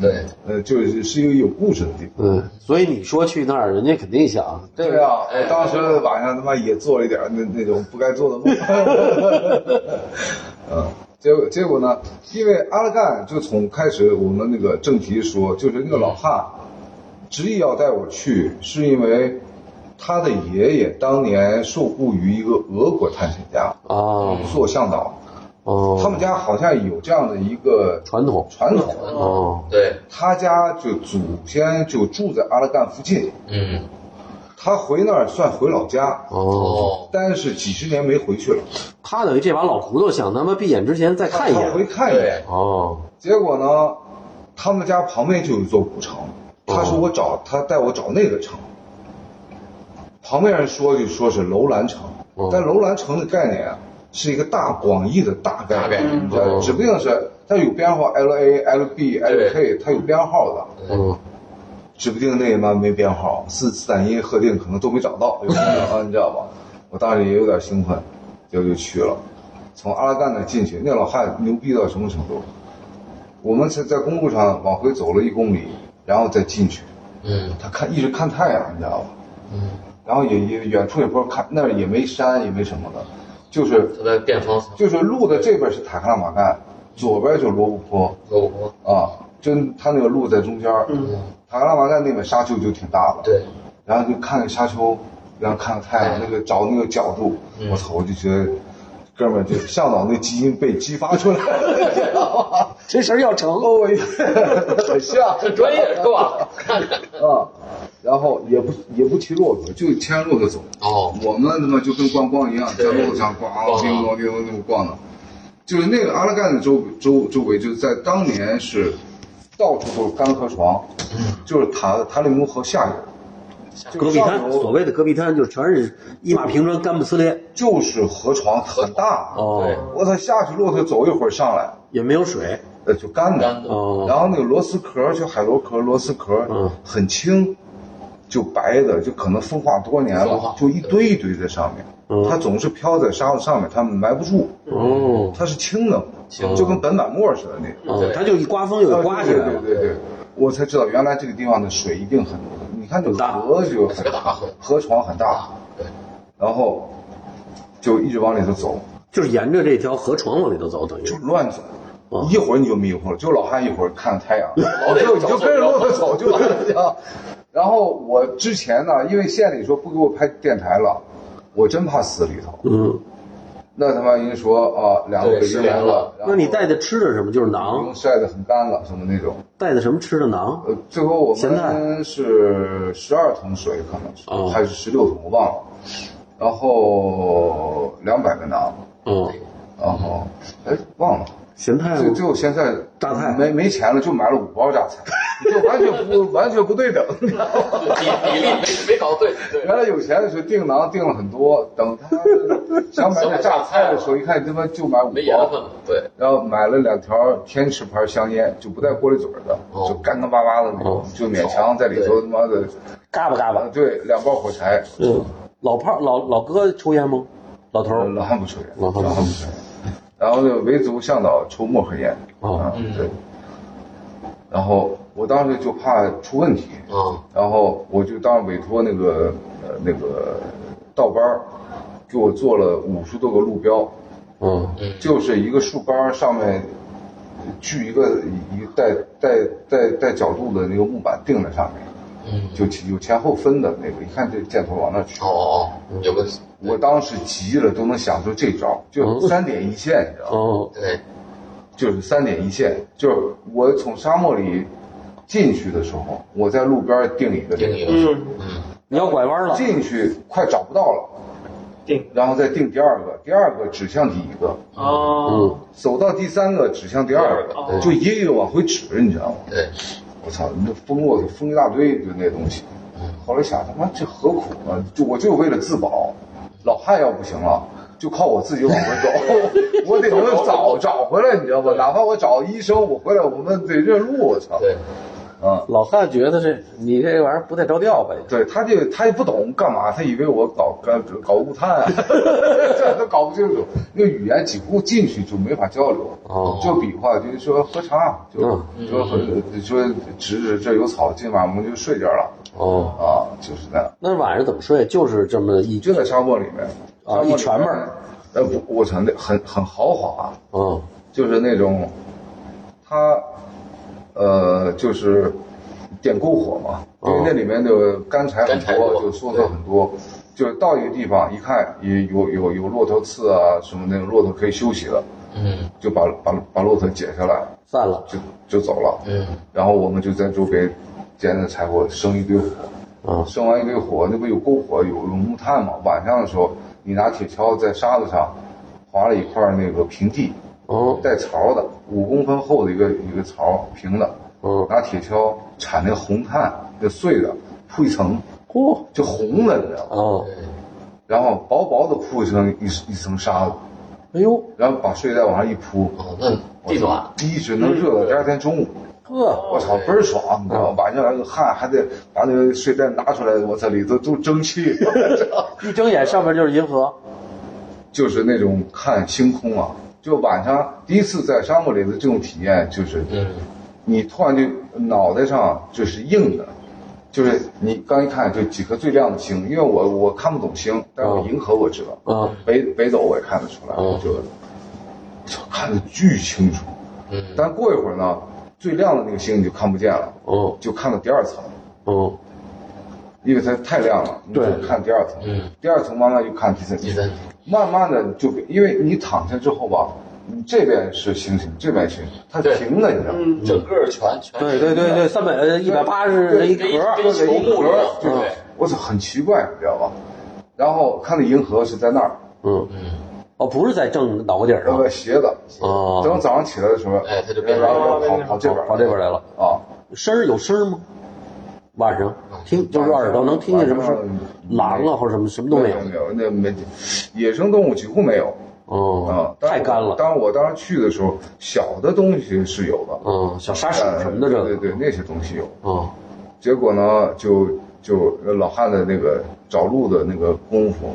S6: 对，
S3: 呃，就是是一个有故事的地方。
S1: 嗯，所以你说去那儿，人家肯定想这
S3: 对
S1: 个
S3: 啊，我当时晚上他妈也做了一点儿那那种不该做的梦。 嗯，结果结果呢，因为阿拉干就从开始我们那个正题说，就是那个老汉执意要带我去，是因为他的爷爷当年受雇于一个俄国探险家
S1: 啊
S3: 做向导，他
S1: 哦
S3: 们家好像有这样的一个
S1: 传统
S3: 传统，
S1: 哦
S6: 对，
S3: 他家就祖先就住在阿拉干附近，
S6: 嗯，
S3: 他回那儿算回老家。
S1: 哦。
S6: 哦，
S3: 但是几十年没回去了，
S1: 他等于这把老骨头想他妈闭眼之前再看一
S3: 他回
S1: 眼。
S3: 看一眼。
S6: 对，
S1: 哦，
S3: 结果呢，他们家旁边就有一座古城，
S1: 哦
S3: 他说我找他带我找那个城，旁边人说就说是楼兰城
S1: 哦，
S3: 但楼兰城的概念啊是一个大广义的大概
S6: 大概
S1: 哦
S3: 念，你知道只不定是它有编号 L A L B L K，它有编号的，
S1: 嗯，
S3: 指不定那他妈没编号，四四胆一核定可能都没找到，有可能啊，你知道吧？我当时也有点兴奋，就就去了，从阿拉干那进去，那老汉牛逼到什么程度？我们在在公路上往回走了一公里，然后再进去，
S6: 嗯
S3: 他看一直看太阳，你知道吧？
S6: 嗯，
S3: 然后也也远处也不是看那儿也没山也没什么的，就是
S6: 他在变方向，
S3: 就是路的这边是塔克拉玛干，左边就是罗布泊
S6: 我我
S3: 啊，就他那个路在中间儿，
S6: 嗯
S3: 塔克拉玛干那边沙丘就挺大的，
S6: 对，
S3: 然后就看沙丘，然后看太阳
S6: 嗯
S3: 那个找那个角度，
S6: 嗯
S3: 我操，我就觉得哥们儿就向导那基因被激发出来了，你知道吗？
S1: 这事儿要成，
S3: 哦，我很像，
S6: 很专业是吧？
S3: 啊，然后也不也不骑骆驼，就牵着骆驼走。
S6: 哦，
S3: 我们他妈就跟逛逛一样，在
S6: 对
S3: 路上逛，哦
S6: 逛啊
S3: 叮咚叮咚那么逛的，就是那个阿拉干的周周周围，就是在当年是到处都是干河床，就是塔塔里木河下游，就
S1: 戈
S3: 是
S1: 壁
S3: 上
S1: 滩，所
S3: 游
S1: 谓的戈壁滩就是全是一马平川，干不呲咧，
S3: 就是河床很大，
S1: 哦，
S3: 我操，下去骆驼走一会儿上来，
S1: 也没有水，
S3: 呃，就干的，
S6: 干的
S1: 哦，
S3: 然后那个螺丝壳儿，就海螺壳、螺丝壳儿，
S1: 嗯
S3: 很轻，就白的，就可能风化多年
S6: 风化
S3: 了，就一堆一堆在上面。
S1: 嗯
S3: 它总是飘在沙子上面，它埋不住，
S1: 哦，
S3: 它是轻的，
S6: 轻
S3: 就跟本板沫似的那种。
S1: 哦，它就一刮风就刮起来了，
S3: 对对对，我才知道原来这个地方的水一定很多。你看这
S1: 很大
S3: 河就很
S6: 是个大河
S3: 河床很大，
S6: 对，
S3: 然后就一直往里头走，
S1: 就是沿着这条河床往里头走，等于
S3: 就乱走
S1: 哦。
S3: 一会儿你就迷糊了，就老汉一会儿看太阳，
S6: 啊老得
S3: 就你就跟着骆驼 走就完了。然后我之前呢，因为县里说不给我拍电台了，我真怕死里头。
S1: 嗯，那
S3: 那他妈人家说啊，两个
S6: 对
S3: 礼
S6: 失
S3: 拜
S6: 联了，
S3: 然
S1: 那
S3: 后
S1: 你带的吃的什么？就是
S3: 不用
S1: 馕，
S3: 晒得很干了什么那种。
S1: 带的什么吃的馕？
S3: 呃，最后我
S1: 咸
S3: 们
S1: 菜
S3: 是十二桶水，可能是、
S1: 哦
S3: 还是十六桶，我忘了。然后两百个馕，
S1: 哦，
S3: 然后哎忘了。
S1: 咸菜
S3: 最
S1: 吗
S3: 最后咸菜
S1: 榨菜
S3: 没没钱了，就买了五包榨菜，就完全不完全不对等。
S6: 比比例没没搞对，对，
S3: 原来有钱的时候订馕订了很多，等他妈的想买点榨菜的时候，一看他妈就买五
S6: 没盐分
S3: 包，
S6: 了，对，
S3: 然后买了两条天池牌香烟，就不带过滤嘴儿的，
S6: 哦
S3: 就干干巴巴的那种
S1: 哦，
S3: 就勉强在里头他妈的，
S1: 嘎巴嘎
S3: 啊
S1: 巴。
S3: 对，两包火柴，
S1: 嗯，老炮老老哥抽烟吗？老头
S3: 呃
S1: 儿
S3: 老汉不抽烟，
S1: 哦老汉不抽烟
S3: 抽烟，然后就维族向导抽漠河烟，
S1: 哦
S3: 啊对，然后我当时就怕出问题，
S6: 啊，
S3: 然后我就当委托那个呃那个道班儿，给我做了五十多个路标，
S1: 嗯，
S3: 就是一个树杆儿上面锯一个一带带带带角度的那个木板钉在上面，
S6: 嗯，
S3: 就起有前后分的那个，一看这箭头往那去。
S6: 哦哦哦，有个
S3: 我当时急了，都能想出这招，就
S1: 嗯
S3: 三点一线，你知道吗？
S1: 哦，
S6: 对，
S3: 就是三点一线，就是我从沙漠里进去的时候，我在路边儿定一个
S6: 定一个，
S4: 嗯，
S6: 嗯，
S1: 你要拐弯了，
S3: 进去快找不到了，
S4: 定
S3: 然后再定第二个，第二个指向第一个，
S1: 嗯
S4: 哦，
S3: 走到第三个指向第二
S4: 第二
S3: 个，
S4: 个
S3: 就一个一个往回指，你知道吗？
S6: 对，
S3: 我操，那疯骆驼疯一大堆，就那东西。后来想，他妈这何苦呢？就我就为了自保，老汉要不行了。就靠我自己往回走， 我得能找找回来，你知道吗？哪怕我找医生，我回来我们得认路，我操！
S6: 对，
S3: 啊，
S1: 老汉觉得这你这玩意儿不太着调呗。
S3: 对他这个他也不懂干嘛，他以为我搞搞搞物探啊， 这都搞不清楚。那语言几乎进去就没法交流，
S1: 哦
S3: 就比划，就是说喝茶，就、
S1: 嗯
S3: 就很就说指指这有草，今晚我们就睡这儿了
S1: 哦，
S3: 啊，就是那样，
S1: 那晚上怎么睡？就是这么一
S3: 就在沙漠里面
S1: 啊
S3: 沙漠里面
S1: 一船味儿
S3: 呃，不，我操，那很很豪华，啊
S1: 哦，
S3: 就是那种，它，呃，就是点篝火嘛，因为那里面的干柴
S6: 哦
S3: 很
S6: 干柴
S3: 多，
S6: 多
S3: 就蔬菜很多，就是到一个地方一看，也有有有骆驼刺啊什么那种骆驼可以休息的，
S6: 嗯
S3: 就把把把骆驼解下来，
S1: 散了。
S3: 就就走了。
S6: 嗯，
S3: 然后我们就在周边捡着柴火生一堆火，
S1: 嗯
S3: 生完一堆火，那不有篝火有有木炭嘛？晚上的时候，你拿铁锹在沙子上划了一块那个平地，
S1: 哦，
S3: 带槽的，五公分厚的一个一个槽，平的，
S1: 嗯
S3: 拿铁锹铲那红炭，那碎的，铺一层，
S1: 嚯，
S3: 就
S6: 嗯
S3: 红了，你知道吗？
S1: 哦，
S6: 对，
S3: 然后薄薄的铺一层一一层沙子，
S1: 哎哎呦，
S3: 然后把睡袋往上一铺，
S6: 哦，那地暖，
S3: 一直能热到第二天中午。
S1: 嗯呵，
S3: 我操，倍儿爽，你知道吗？晚上来个汗，还得把那个睡袋拿出来，我操，里头都蒸汽，
S1: 一睁眼上面就是银河，
S3: 就是那种看星空啊。就晚上第一次在沙漠里的这种体验，就是
S6: 嗯，
S3: 你突然就脑袋上就是硬的，就是你刚一看就几颗最亮的星，因为我我看不懂星，但是我银河我知道，
S6: 哦
S1: 嗯，
S3: 北北斗我也看得出来，
S1: 嗯
S3: 就就看得巨清楚。
S6: 嗯，
S3: 但过一会儿呢，最亮的那个星你就看不见了，
S1: 嗯
S3: 就看到第二层，
S1: 嗯，
S3: 因为它太亮了，你就
S1: 对
S3: 看第二层，
S6: 嗯，
S3: 第二层慢慢就看第三层
S6: 第，三
S3: 慢慢的就因为你躺下之后吧，你这边是星星，这边星星，它
S6: 对
S3: 平的，你知道吗？
S6: 天，嗯整个全全
S1: 对对对对，三百呃一百八十一
S6: 跟一
S1: 格，
S6: 跟球幕一样，
S3: 对
S6: 对，
S3: 我操，很奇怪，你知道吧？然后看到银河是在那儿，
S1: 嗯，
S6: 嗯，
S1: 哦，不是在正脑瓜顶
S3: 那
S1: 上
S3: 个斜的。
S1: 啊，
S3: 等早上起来的时候，
S6: 哎它就变成
S3: 然后跑跑这边，
S1: 跑这边来了，
S3: 啊，
S1: 声儿有声儿吗？晚上听就是耳朵能听见什么声儿
S3: 晚上？
S1: 狼啊或者什么什么都没有
S3: 有，没有，那没野生动物几乎没有
S1: 哦
S3: 啊，。当然
S1: 太干了，
S3: 当然我当时去的时候，小的东西是有的，
S1: 嗯，小沙
S3: 但
S1: 鼠什么的这
S3: 对
S1: 个，
S3: 对，那些东西有。
S1: 嗯
S3: 结果呢，就就呃老汉的那个找路的那个功夫，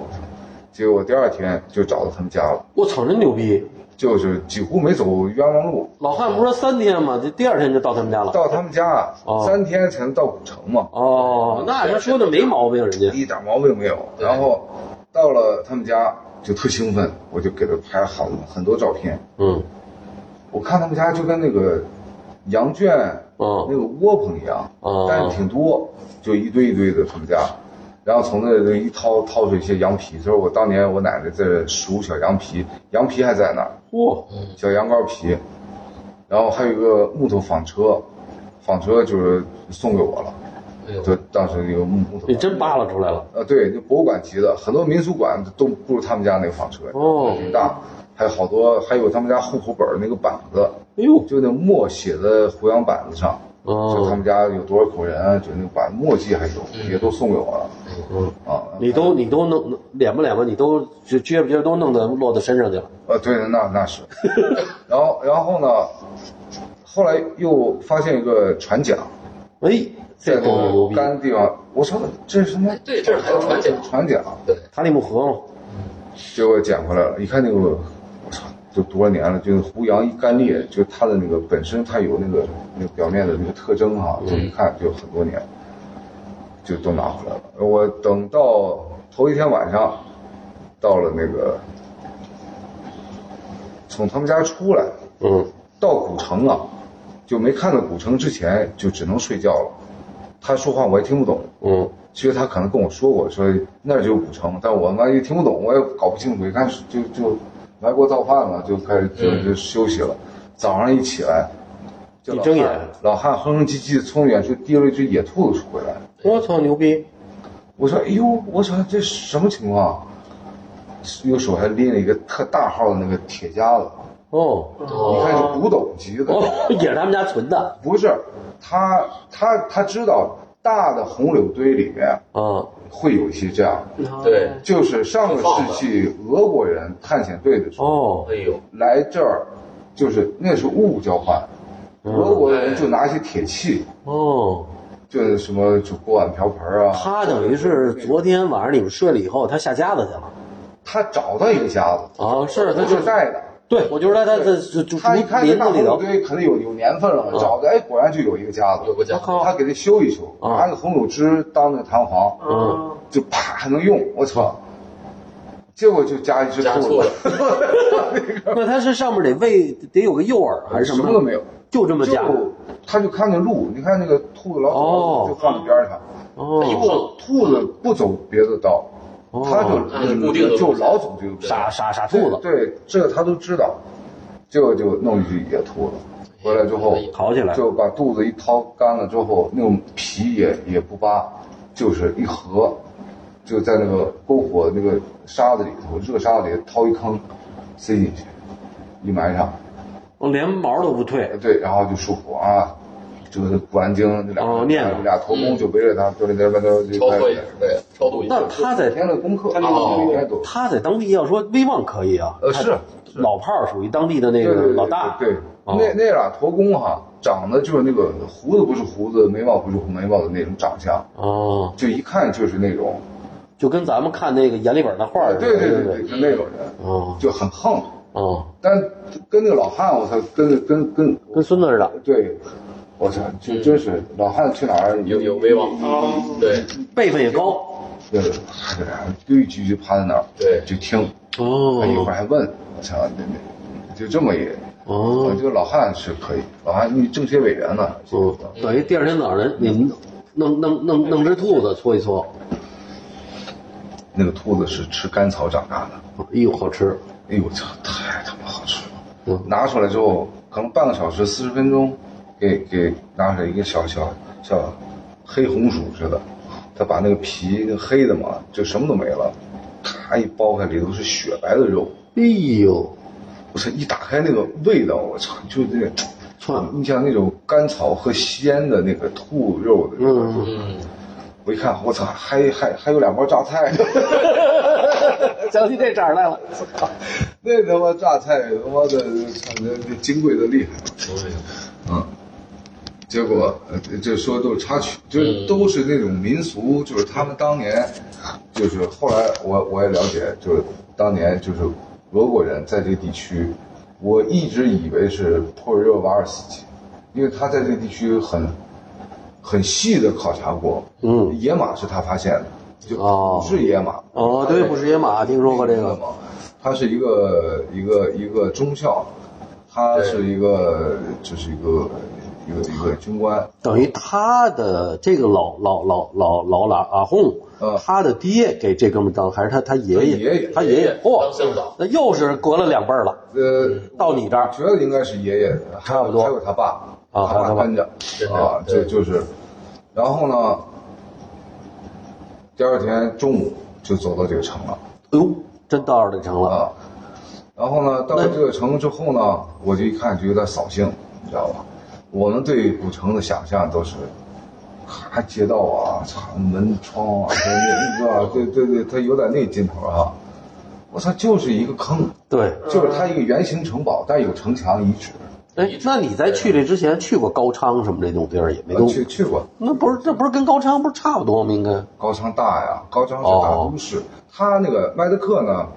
S3: 结果第二天就找到他们家了，
S1: 我操，真牛逼！
S3: 就是几乎没走冤枉路。
S1: 老汉不是说三天吗？这第二天就到他们家了。
S3: 到他们家啊
S1: 哦，
S3: 三天才能到古城嘛，
S1: 哦，那他说的没毛病，人家
S3: 一点毛病没有。
S6: 对
S3: 然后到了他们家就特兴奋，我就给他拍了很很多照片。
S1: 嗯
S3: 我看他们家就跟那个羊圈那
S1: 嗯
S3: 个窝棚一样，
S1: 哦
S3: 但是挺多，就一堆一堆的他们家。然后从那那一掏掏出一些羊皮，就是我当年我奶奶在这数小羊皮，羊皮还在那儿，
S1: 嚯，
S3: 小羊羔皮，然后还有一个木头纺车，纺车就是送给我了。
S6: 哎呦，
S3: 就当时那个木木头
S1: 你
S3: 板，
S1: 真扒拉出来了
S3: 呃，对，就博物馆级的，很多民俗馆都不如他们家那个纺车，
S1: 哦！
S3: 挺大，还有好多，还有他们家户口本儿那个板子，
S1: 哎呦，
S3: 就那墨写在胡杨板子上，就他
S1: 哦，
S3: 们家有多少口人啊，就那个板墨迹还有，也都送给我了，
S1: 嗯，
S3: 啊，
S1: 你都你都弄脸不脸吧？你都撅撅吧撅吧都弄到落到身上去了。
S3: 呃，对，那那是， 然后然后呢，后来又发现一个船桨。
S1: 哎，
S3: 在
S1: 这
S3: 那
S1: 东西牛
S3: 个
S1: 逼！
S3: 干地方，我说这是什么？
S6: 对这儿还有船桨
S3: 船桨，
S1: 塔里木河嘛，
S3: 结果捡回来了，一看那个，我操，就多少年了，就是胡杨一干裂，就它的那个本身它有那个那个表面的那个特征哈、就一看就很多年，就都拿回来了。我等到头一天晚上，到了那个从他们家出来
S1: 嗯，
S3: 到古城啊，就没看到古城之前就只能睡觉了。他说话我也听不懂，
S1: 嗯，
S3: 其实他可能跟我说过，说那儿就有古城，但我妈也听不懂，我也搞不清楚，一看就就来锅造饭了，就开始就就休息了。早上一起来，就
S1: 一
S3: 老
S1: 睁眼
S3: 汉老汉哼哼唧唧地从远处提了一只野兔子回来。
S1: 我操，牛逼！
S3: 我说：“哎呦，我说这什么情况？”右手还拎了一个特大号的那个铁夹子，
S1: 哦，
S3: 一看
S6: 哦，
S3: 是古董级的，
S1: 哦， 也是他们家存的
S3: 不是他他他知道大的红柳堆里面
S1: 啊。
S3: 会有一些这样的。
S6: 对，
S3: 就是上个世纪俄国人探险队的时候、
S1: 哦
S6: 哎，呦，
S3: 来这儿，就是那是物物交换，
S1: 嗯
S3: 俄国人就拿一些铁器，
S1: 哦，
S3: 就是什么就锅碗瓢盆啊。
S1: 他等于是昨天晚上你们睡了以后，他下家子去了
S3: 他找到一个夹子，
S1: 啊？是，他
S3: 他
S1: 就
S3: 就带的。
S1: 对，我就是在他的就就
S3: 他一看这
S1: 林
S3: 大
S1: 子里
S3: 红
S1: 头，嗯
S3: 堆可能有有年份了，找的哎果然就有一个夹子
S6: 有，个家
S1: 我靠
S3: 他给他修一修，
S1: 啊
S3: 拿个红柳枝当那个弹簧，
S1: 嗯，
S3: 就啪还能用，我操！结果就加一只
S6: 加
S3: 兔
S6: 错
S3: 子
S6: 了，，
S1: 那他是上面得喂得有个诱饵还是
S3: 什
S1: 什么？
S3: 么都没有。
S1: 就这么加。
S3: 就他就看那路，你看那个兔子老
S1: 哦
S3: 走就放在边上，
S1: 哦，
S3: 兔兔子不走别的道，
S1: 哦
S3: 它
S6: 它
S3: 就是
S6: 固定的路线
S3: 就老走这个路
S1: 傻傻傻兔子
S3: 对，这他都知道，结果就弄一只野兔子，回来之后
S1: 烤起来，
S3: 就把肚子一掏干了之后，那种皮也也不扒，就是一合，就在那个篝火那个沙子里头，热沙子里掏一坑，塞进去，一埋上，
S1: 哦我连毛都不退
S3: 呃，对，然后就束缚啊，就是《古兰经》这俩
S1: 哦念了
S3: 俩头目就围着他，就是在外头就
S6: 超脱
S3: 对
S6: 也是对，超度也
S1: 那
S6: 是。
S1: 他在
S3: 每天的功课，
S4: 他那个
S3: 哦应该都
S1: 他在当地要说威望可以啊，
S3: 呃
S1: 他
S3: 是
S1: 老炮儿属于当地的那
S3: 对
S1: 个
S3: 对对
S1: 老大，
S3: 对，
S1: 哦
S3: 那那俩驼公哈，长得就是那个胡子不是胡子，眉毛不是眉毛的那种长相，
S1: 哦，
S3: 就一看就是那种，
S1: 就跟咱们看那个阎立本那画儿似的，
S3: 对对
S1: 对
S3: 对对，，就那种人，
S1: 哦
S3: 就很横，
S1: 哦，
S3: 但跟那个老汉，我操，跟跟跟，
S1: 跟孙子似的，
S3: 对，我操，
S1: 嗯
S3: 就真是老汉去哪儿
S6: 有有威望，对
S1: 辈分也高，
S3: 对，这俩人规矩就趴在那儿，
S6: 对
S3: 就听，
S1: 哦
S3: 他一会儿还问，我操，那那就这么一，我
S1: 哦，
S3: 觉得老汉是可以，老汉你政协委员呢，这个
S1: 嗯，等于第二天早上你们弄弄弄弄只兔子搓一搓，
S3: 那个兔子是吃甘草长大的，
S1: 哎呦好吃，
S3: 哎呦我操，太他妈好吃了！
S1: 嗯
S3: 拿出来之后，可能半个小时、四十分钟，给给拿出来一个小小小黑红薯似的，他把那个皮那黑的嘛，就什么都没了，咔一剥开，里头是雪白的肉，
S1: 哎呦，
S3: 我操！一打开那个味道，我操，就那个。
S1: 窜
S3: 你像那种甘草和鲜的那个兔肉的，
S1: 嗯，
S6: 嗯，
S3: 我一看，我操，还还还有两包榨菜，
S1: 想起这茬儿来了，
S3: 那他妈榨菜他妈的，操，那那金贵的厉害。
S6: 哎呦
S3: 嗯，结果呃，这说都是插曲，
S1: 嗯
S3: 就是都是那种民俗，就是他们当年，就是后来我我也了解，就是当年就是俄国人在这个地区，我一直以为是波尔热瓦尔斯基，因为他在这个地区很很细的考察过，
S1: 嗯，
S3: 野马是他发现的，就
S1: 哦
S3: 不是野马，
S1: 哦，对，不是野马，听说过这个，
S3: 吗？他是一个一个一个中校，他是一个就是一个一个一个军官，
S1: 等于他的这个老老老老老老阿訇
S3: 嗯，
S1: 他的爹给这哥们儿当，还是他他爷
S3: 他爷爷
S1: 他爷爷，
S6: 当
S1: 嚯，
S6: 向导，
S1: 那又是隔了两辈儿了，
S3: 呃，
S1: 到你这儿，哎
S3: 觉得应该是爷爷，还有
S1: 差不多
S3: 还有他爸，
S1: 啊还有
S3: 他
S1: 他爸
S3: 跟着
S6: 跟着
S3: 啊，就
S6: 对
S3: 就是，然后呢，第二天中午就走到这个城了
S1: 哎呦，真到这城了，
S3: 啊，然后呢，到了这个城之后呢，我就一看就有点扫兴，你知道吧？我们对古城的想象都是咔，街道啊，操，门窗啊，这个，对对对，它有点那劲头啊。我操，就是一个坑，
S1: 对，
S3: 就是它一个圆形城堡，但有城墙遗址。
S1: 哎，那你在去这之前去过高昌什么这种地儿也没
S3: 我
S1: 都，
S3: 去去过
S1: 那不是这不是跟高昌不是差不多吗？应该，
S3: 高昌大呀，高昌是大
S1: 哦
S3: 都市。它那个麦德克呢，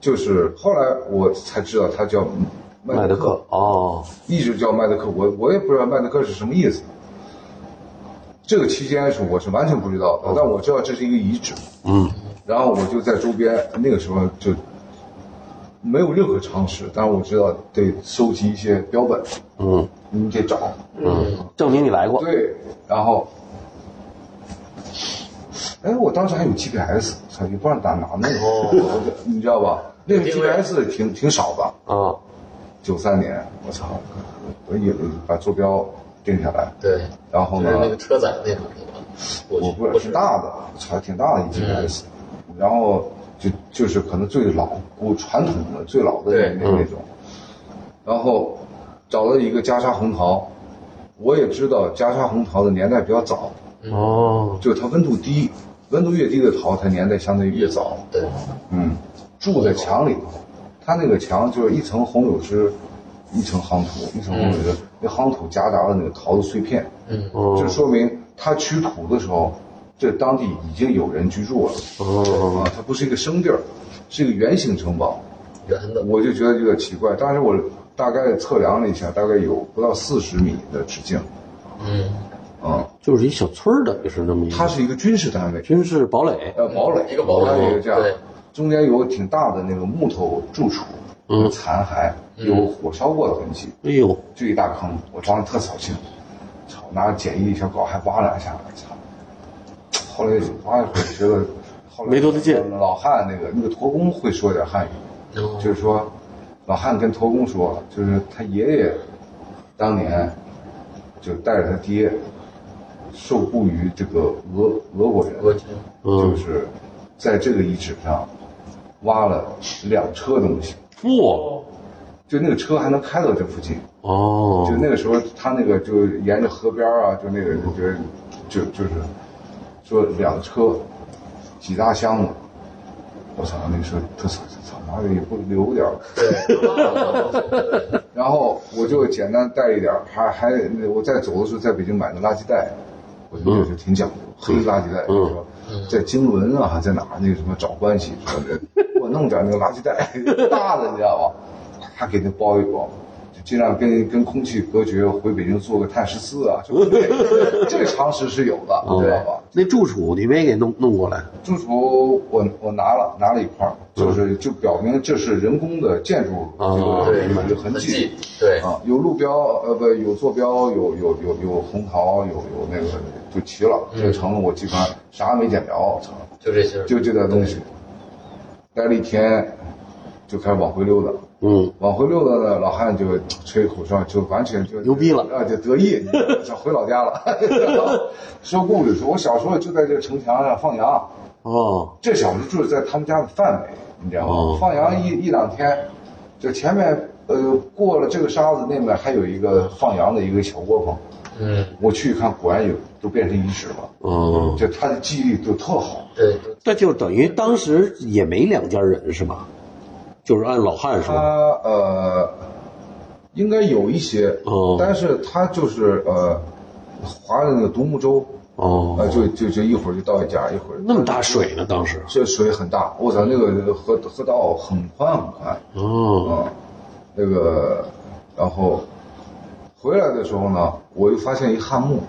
S3: 就是后来我才知道它叫
S1: 麦德克，哦，
S3: 一直叫麦德克，我我也不知道麦德克是什么意思。这个期间是我是完全不知道的，但我知道这是一个遗址。
S1: 嗯，
S3: 然后我就在周边，那个时候就没有任何常识，但是我知道得收集一些标本，
S1: 嗯
S3: 你得找。
S1: 嗯，证明你来过，
S3: 对，然后，哎，我当时还有 GPS，操，也不知道打哪弄，哦、你知道吧？那个 GPS 挺挺少的，
S1: 啊，
S3: 九三年，我操，我也把坐标定下来，
S6: 对，
S3: 然后
S6: 就
S3: 呢
S6: 是，那个车载那种是吧？
S3: 嗯我
S6: 我
S3: 不是挺大的，我操，挺大的一
S6: 嗯
S3: GPS，、然后就就是可能最老古传统的最老的
S6: 对
S3: 那那种，然后找到一个袈裟红桃，我也知道袈裟红桃的年代比较早，
S1: 哦，
S3: 就是它温度低，温度越低的桃，它年代相对越早。
S6: 对，
S3: 嗯，住在墙里头，它那个墙就是一层红柳枝，一层夯土，一层红柳枝，那夯土夹杂了那个桃子碎片，
S6: 嗯，
S1: 哦
S3: 就说明它取土的时候，这当地已经有人居住了。
S1: 哦，
S3: 啊，它不是一个生地儿，是一个圆形城堡。
S6: 圆的，
S3: 我就觉得有点奇怪，当时我大概测量了一下，大概有不到四十米的直径。
S6: 嗯，
S3: 啊，
S1: 就是一小村儿，等于是那么一
S3: 它
S1: 个
S3: 是一个军事单位，
S1: 军事堡垒，
S3: 呃，堡垒，
S6: 一个堡垒
S3: 它有一个这样
S6: 对，
S3: 中间有挺大的那个木头住处，有残骸，有火烧过的痕迹，
S1: 哎呦，
S3: 就一大坑，我当时特扫兴，操，拿简易小镐还挖了两下，操，后来挖了会儿觉得，后来
S1: 没多大劲
S3: 老汉那个那个驼工会说点汉语，
S6: 然后
S3: 就是说，老汉跟驼工说，就是他爷爷当年就带着他爹受雇于这个俄俄国人，
S6: 我去，
S3: 就是在这个遗址上挖了两车东西，
S1: 嚯，
S3: 就那个车还能开到这附近。
S1: 哦
S3: 就那个时候，他那个就沿着河边啊，就那个就是就就是说两车几大箱子，我操，那个时候特操操妈的也不留点儿。
S6: 啊 对，
S3: 然后我就简单带一点儿，还还我在走的时候在北京买的垃圾袋，我觉得也是挺讲究，黑垃圾袋，就是说在经纶啊，在哪儿那个什么找关系，说给我弄点那个垃圾袋大的，你知道吧？他给那包一包。就尽量跟跟空气隔绝，回北京做个碳十四啊，就 这个常识是有的，你知道吧？
S1: 哦那住处你没给弄弄过来？
S3: 住处我我拿了拿了一块儿，就是就表明这是人工的建筑这
S1: 哦
S3: 个
S6: 对
S3: 这个啊痕迹，
S6: 对，
S3: 啊，有路标，呃，不，有坐标，有有有有红桃，有有那个就齐了。这个城我基本上啥没捡着，操，
S6: 就这些，
S3: 就这点东西。待了一天，就开始往回溜达。
S1: 嗯，
S3: 往回溜达呢，老汉就吹口哨，就完全就
S1: 牛逼了
S3: 啊，就得意，想回老家了。 说故事说，我小时候就在这城墙上放羊，
S1: 哦，
S3: 这小时候住在他们家的范围，你知道吗？
S1: 哦
S3: 放羊一一两天，就前面呃过了这个沙子，那边还有一个放羊的一个小窝棚。
S6: 嗯，
S3: 我去一看，果然有，都变成遗址了。
S1: 哦，
S3: 就他的记忆力都特好，
S6: 对，
S1: 这就等于当时也没两家人是吧？就是按老汉
S3: 他
S1: 说，
S3: 呃应该有一些，
S1: 哦
S3: 但是他就是呃划了那个独木舟，呃
S1: 哦，
S3: 就就就一会儿就到一家，一会儿
S1: 那么大水呢，当时，
S3: 这水很大，我操，那个河河道很宽很宽。
S1: 哦，
S3: 啊，那个，然后回来的时候呢，我又发现一汉墓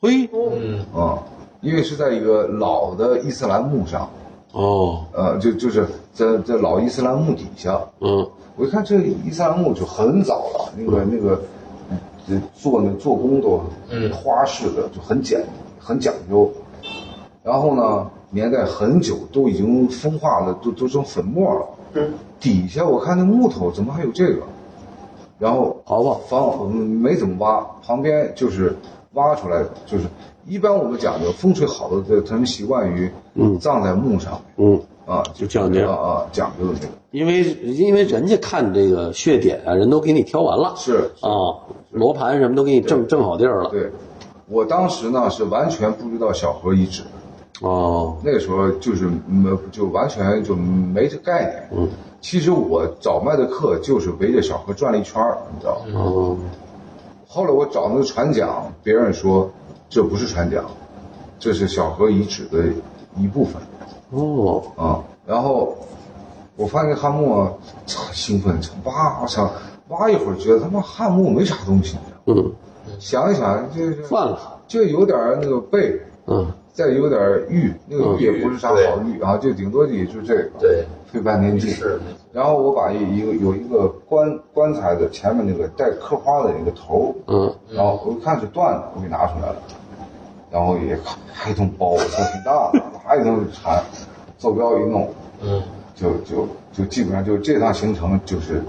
S1: 嘿，
S6: 嗯，
S3: 啊，因为是在一个老的伊斯兰墓上，
S1: 哦，
S3: 呃，就就是在在老伊斯兰墓底下，
S1: 嗯，
S3: 我一看这伊斯兰墓就很早了，那个那个，呃做那做工都
S6: 嗯
S3: 花式的，就很简很讲究。然后呢，年代很久，都已经风化了，都都成粉末了。
S4: 嗯，
S3: 底下我看那木头怎么还有这个？然后
S1: 好吧
S3: 房没怎么挖，旁边就是挖出来的，就是一般我们讲究风水好的，他他们习惯于
S1: 嗯
S3: 葬在墓上面
S1: 嗯，
S3: 啊，
S1: 就讲究
S3: 啊啊讲究这个
S1: 因为因为人家看这个血点啊，人都给你挑完了，
S3: 是
S1: 啊，罗盘什么都给你正正好地儿了，
S3: 对，我当时呢是完全不知道小河遗址，
S1: 哦，
S3: 那个时候就是没就完全就没这概念。
S1: 嗯，
S3: 其实我早卖的课就是围着小河转了一圈儿，你知道吗？
S1: 哦，
S3: 后来我找那个船桨，别人说这不是船桨，这是小河遗址的一部分
S1: 哦，
S3: 啊。然后我发现汉墓啊，操兴奋，挖我操，挖一会儿觉得他妈汉墓没啥东西，
S1: 嗯，
S3: 想一想就
S1: 算了，
S3: 就有点儿那个背。
S1: 嗯，
S3: 再有点玉，那个玉也不是啥好玉啊，就顶多也就这个，
S6: 对，
S3: 费半天劲。
S6: 是，
S3: 然后我把一一个有一个棺棺材的前面那个带刻花的那个头，
S1: 嗯，
S3: 然后我一看是断的，我给拿出来了，然后也咔一通包，我操，挺大的，咔一通缠，坐标一弄，
S6: 嗯，
S3: 就就就基本上就是这趟行程就是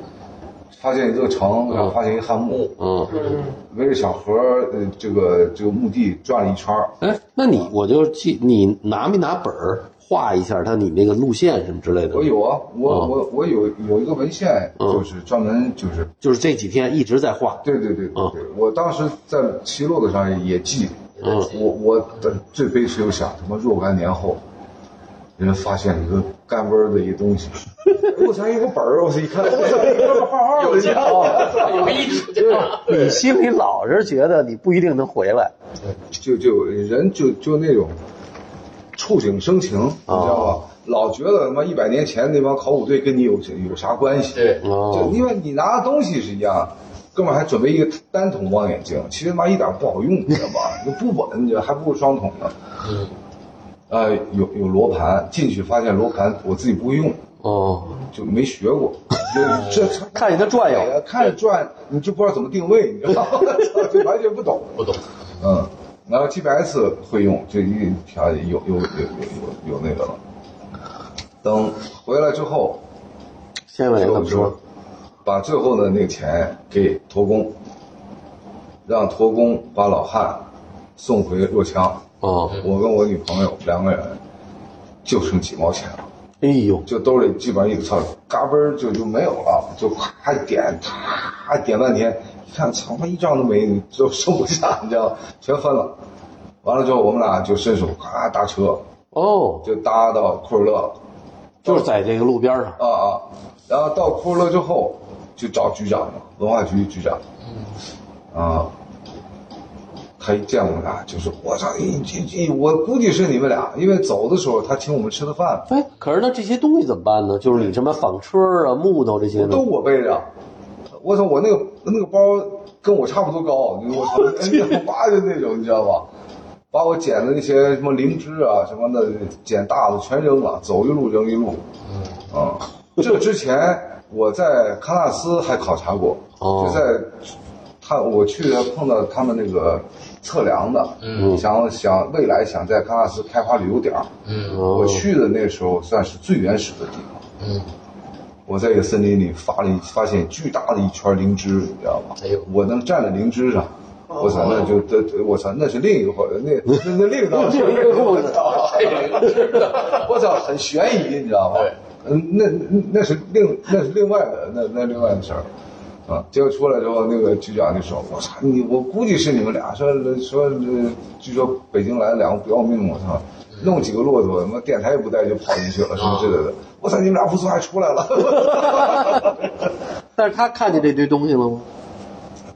S3: 发现一座城，然后发现一汉墓，
S1: 嗯。
S3: 围着小河呃这个这个墓地转了一圈儿
S1: 哎，那你我就记，你拿没拿本儿画一下他你那个路线什么之类的？
S3: 我，有啊，我、
S1: 哦
S3: 我我有有一个文献，
S1: 嗯
S3: 就是专门就是，
S1: 就是这几天一直在画。
S3: 对对对对
S1: 嗯
S3: 对，我当时在骑骆驼上也记，
S1: 嗯
S3: 我我的最悲催，我想他妈若干年后，人家发现一个干温的一 东西，我操，一个本儿，我操一看，我操，一个画画的，
S1: 啊
S6: 有一直这样，
S1: 你心里老是觉得你不一定能回来。
S3: 就就人就就那种触景生情，你知道
S1: 哦
S3: 吧？老觉得他妈一百年前那帮考古队跟你有有啥关系？
S6: 对，
S1: 哦
S3: 就，因为你拿的东西是一样的，哥们儿还准备一个单筒望远镜，其实妈一点不好用，你知道吧？就不稳，你知道还不如双筒呢。
S6: 嗯，
S3: 呃，有有罗盘，进去发现罗盘我自己不会用，
S1: 哦，
S3: 就没学过，就这这
S1: 看见它转悠
S3: 哎呀看着转你就不知道怎么定位，你知道吗？ 就完全不懂。
S6: 不懂，
S3: 嗯，然后 GPS 会用，就一条有有有有有有那个了。等回来之后，
S1: 县委怎么
S3: 就是
S1: 说？
S3: 把最后的那个钱给驼工，让驼工把老汉送回若羌。
S1: 哦，
S3: 我跟我女朋友两个人就剩几毛钱了，
S1: 哎呦，
S3: 就兜里基本上一个钞票，嘎嘣儿就就没有了，就咔一点，咔点半天，一看，操，他妈一张都没，就收不下，你知道吗？全翻了。完了之后，我们俩就伸手咔搭车，
S1: 哦，
S3: 就搭到库尔勒，
S1: 就是在这个路边上，
S3: 啊啊，然后到库尔勒之后，就找局长嘛，文化局局长，啊，他一见我们俩就说：“我操，你这这，我估计是你们俩，因为走的时候他请我们吃的饭
S1: 哎，可是那这些东西怎么办呢？就是你什么纺车啊、木头这些呢
S3: 都？我背着，我操，我那个那个包跟我差不多高，我操，哎八的那种，你知道吧？把我捡的那些什么灵芝啊什么的，捡大的全扔了，走一路扔一路，啊、这之前我在喀纳斯还考察过，
S1: 哦
S3: 就在他我去碰到他们那个测量的，
S6: 嗯
S3: 想想未来想在喀纳斯开发旅游点儿
S6: 嗯
S1: 哦
S3: 我去的那时候算是最原始的地方。
S6: 嗯，
S3: 我在一个森林里发了一发现巨大的一圈灵芝，你知道吗？
S6: 哎呦
S3: 我能站在灵芝上，我操，那就这这我操，那是另一个话，那那那另一个故事，我操，我操，很悬疑，你知道吗？
S6: 对
S3: 嗯，那那那是另那是另外的那那另外的事儿。啊，结果出来之后，那个局长就说：“我操，你我估计是你们俩说说，呃据说北京来了两个不要命，我操，弄几个骆驼，什么电台也不带就跑进去了，什么之类的。我操，你们俩不错还出来了。
S1: 但是他看见这堆东西了吗？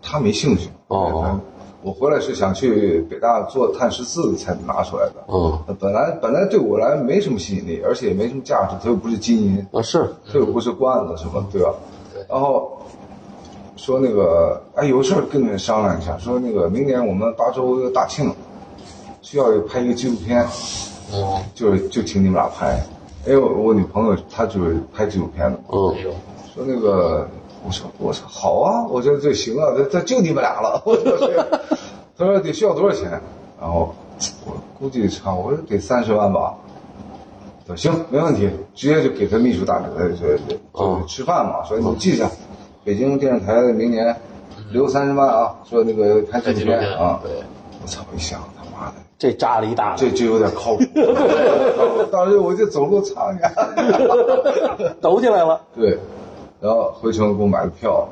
S3: 他没兴趣。
S1: 哦，
S3: 我回来是想去北大做碳十四才拿出来的。
S1: 嗯，
S3: 本来本来对我来没什么吸引力，而且也没什么价值，它又不是金银，
S1: 啊是，
S3: 它又不是罐子什么，对吧？
S6: 对
S3: 然后说那个，哎，有个事儿跟你们商量一下，说那个明年我们巴州有大庆，需要拍一个纪录片，
S6: 哦，
S3: 就是就请你们俩拍。哎，我我女朋友她就是拍纪录片的，
S1: 嗯
S6: 哎，呦，
S3: 说那个，我说我说好啊，我说这行啊，这这就你们俩了。 我说这，他说得需要多少钱？然后我估计差，我说得三十万吧。他说行，没问题，直接就给他秘书打给他，就就
S1: 哦
S3: 就吃饭嘛，说你记下，北京电视台明年留三十万啊，说那个拍纪
S6: 在
S3: 录
S6: 纪录
S3: 片
S6: 片
S3: 啊。
S6: 对，
S3: 我操！一想他妈的，
S1: 这扎了一大
S3: 这
S1: 的，
S3: 这有点靠谱。 当时我就走路啊苍蝇。
S1: 抖起来了。
S3: 对，然后回程给我买的票，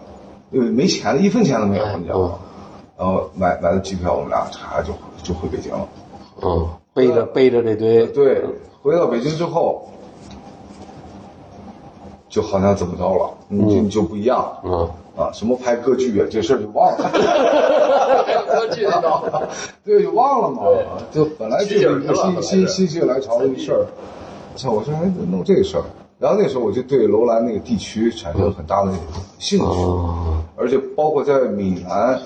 S3: 因为没钱了，一分钱都没有，你知道吗？然后买买的机票，我们俩查就就回北京了。
S1: 嗯，背着背着这堆，
S3: 对，回到北京之后，就好像怎么着了，你就你就不一样了
S1: 嗯，
S3: 啊，什么拍歌剧啊，这事儿就忘了，
S6: 还有歌剧那种，
S3: 对，就忘了嘛， 就本来就是一个心心心血来潮的一事儿。操，我说哎，怎么弄这事儿？然后那时候我就对楼兰那个地区产生很大的兴趣。
S1: 哦，
S3: 而且包括在米兰，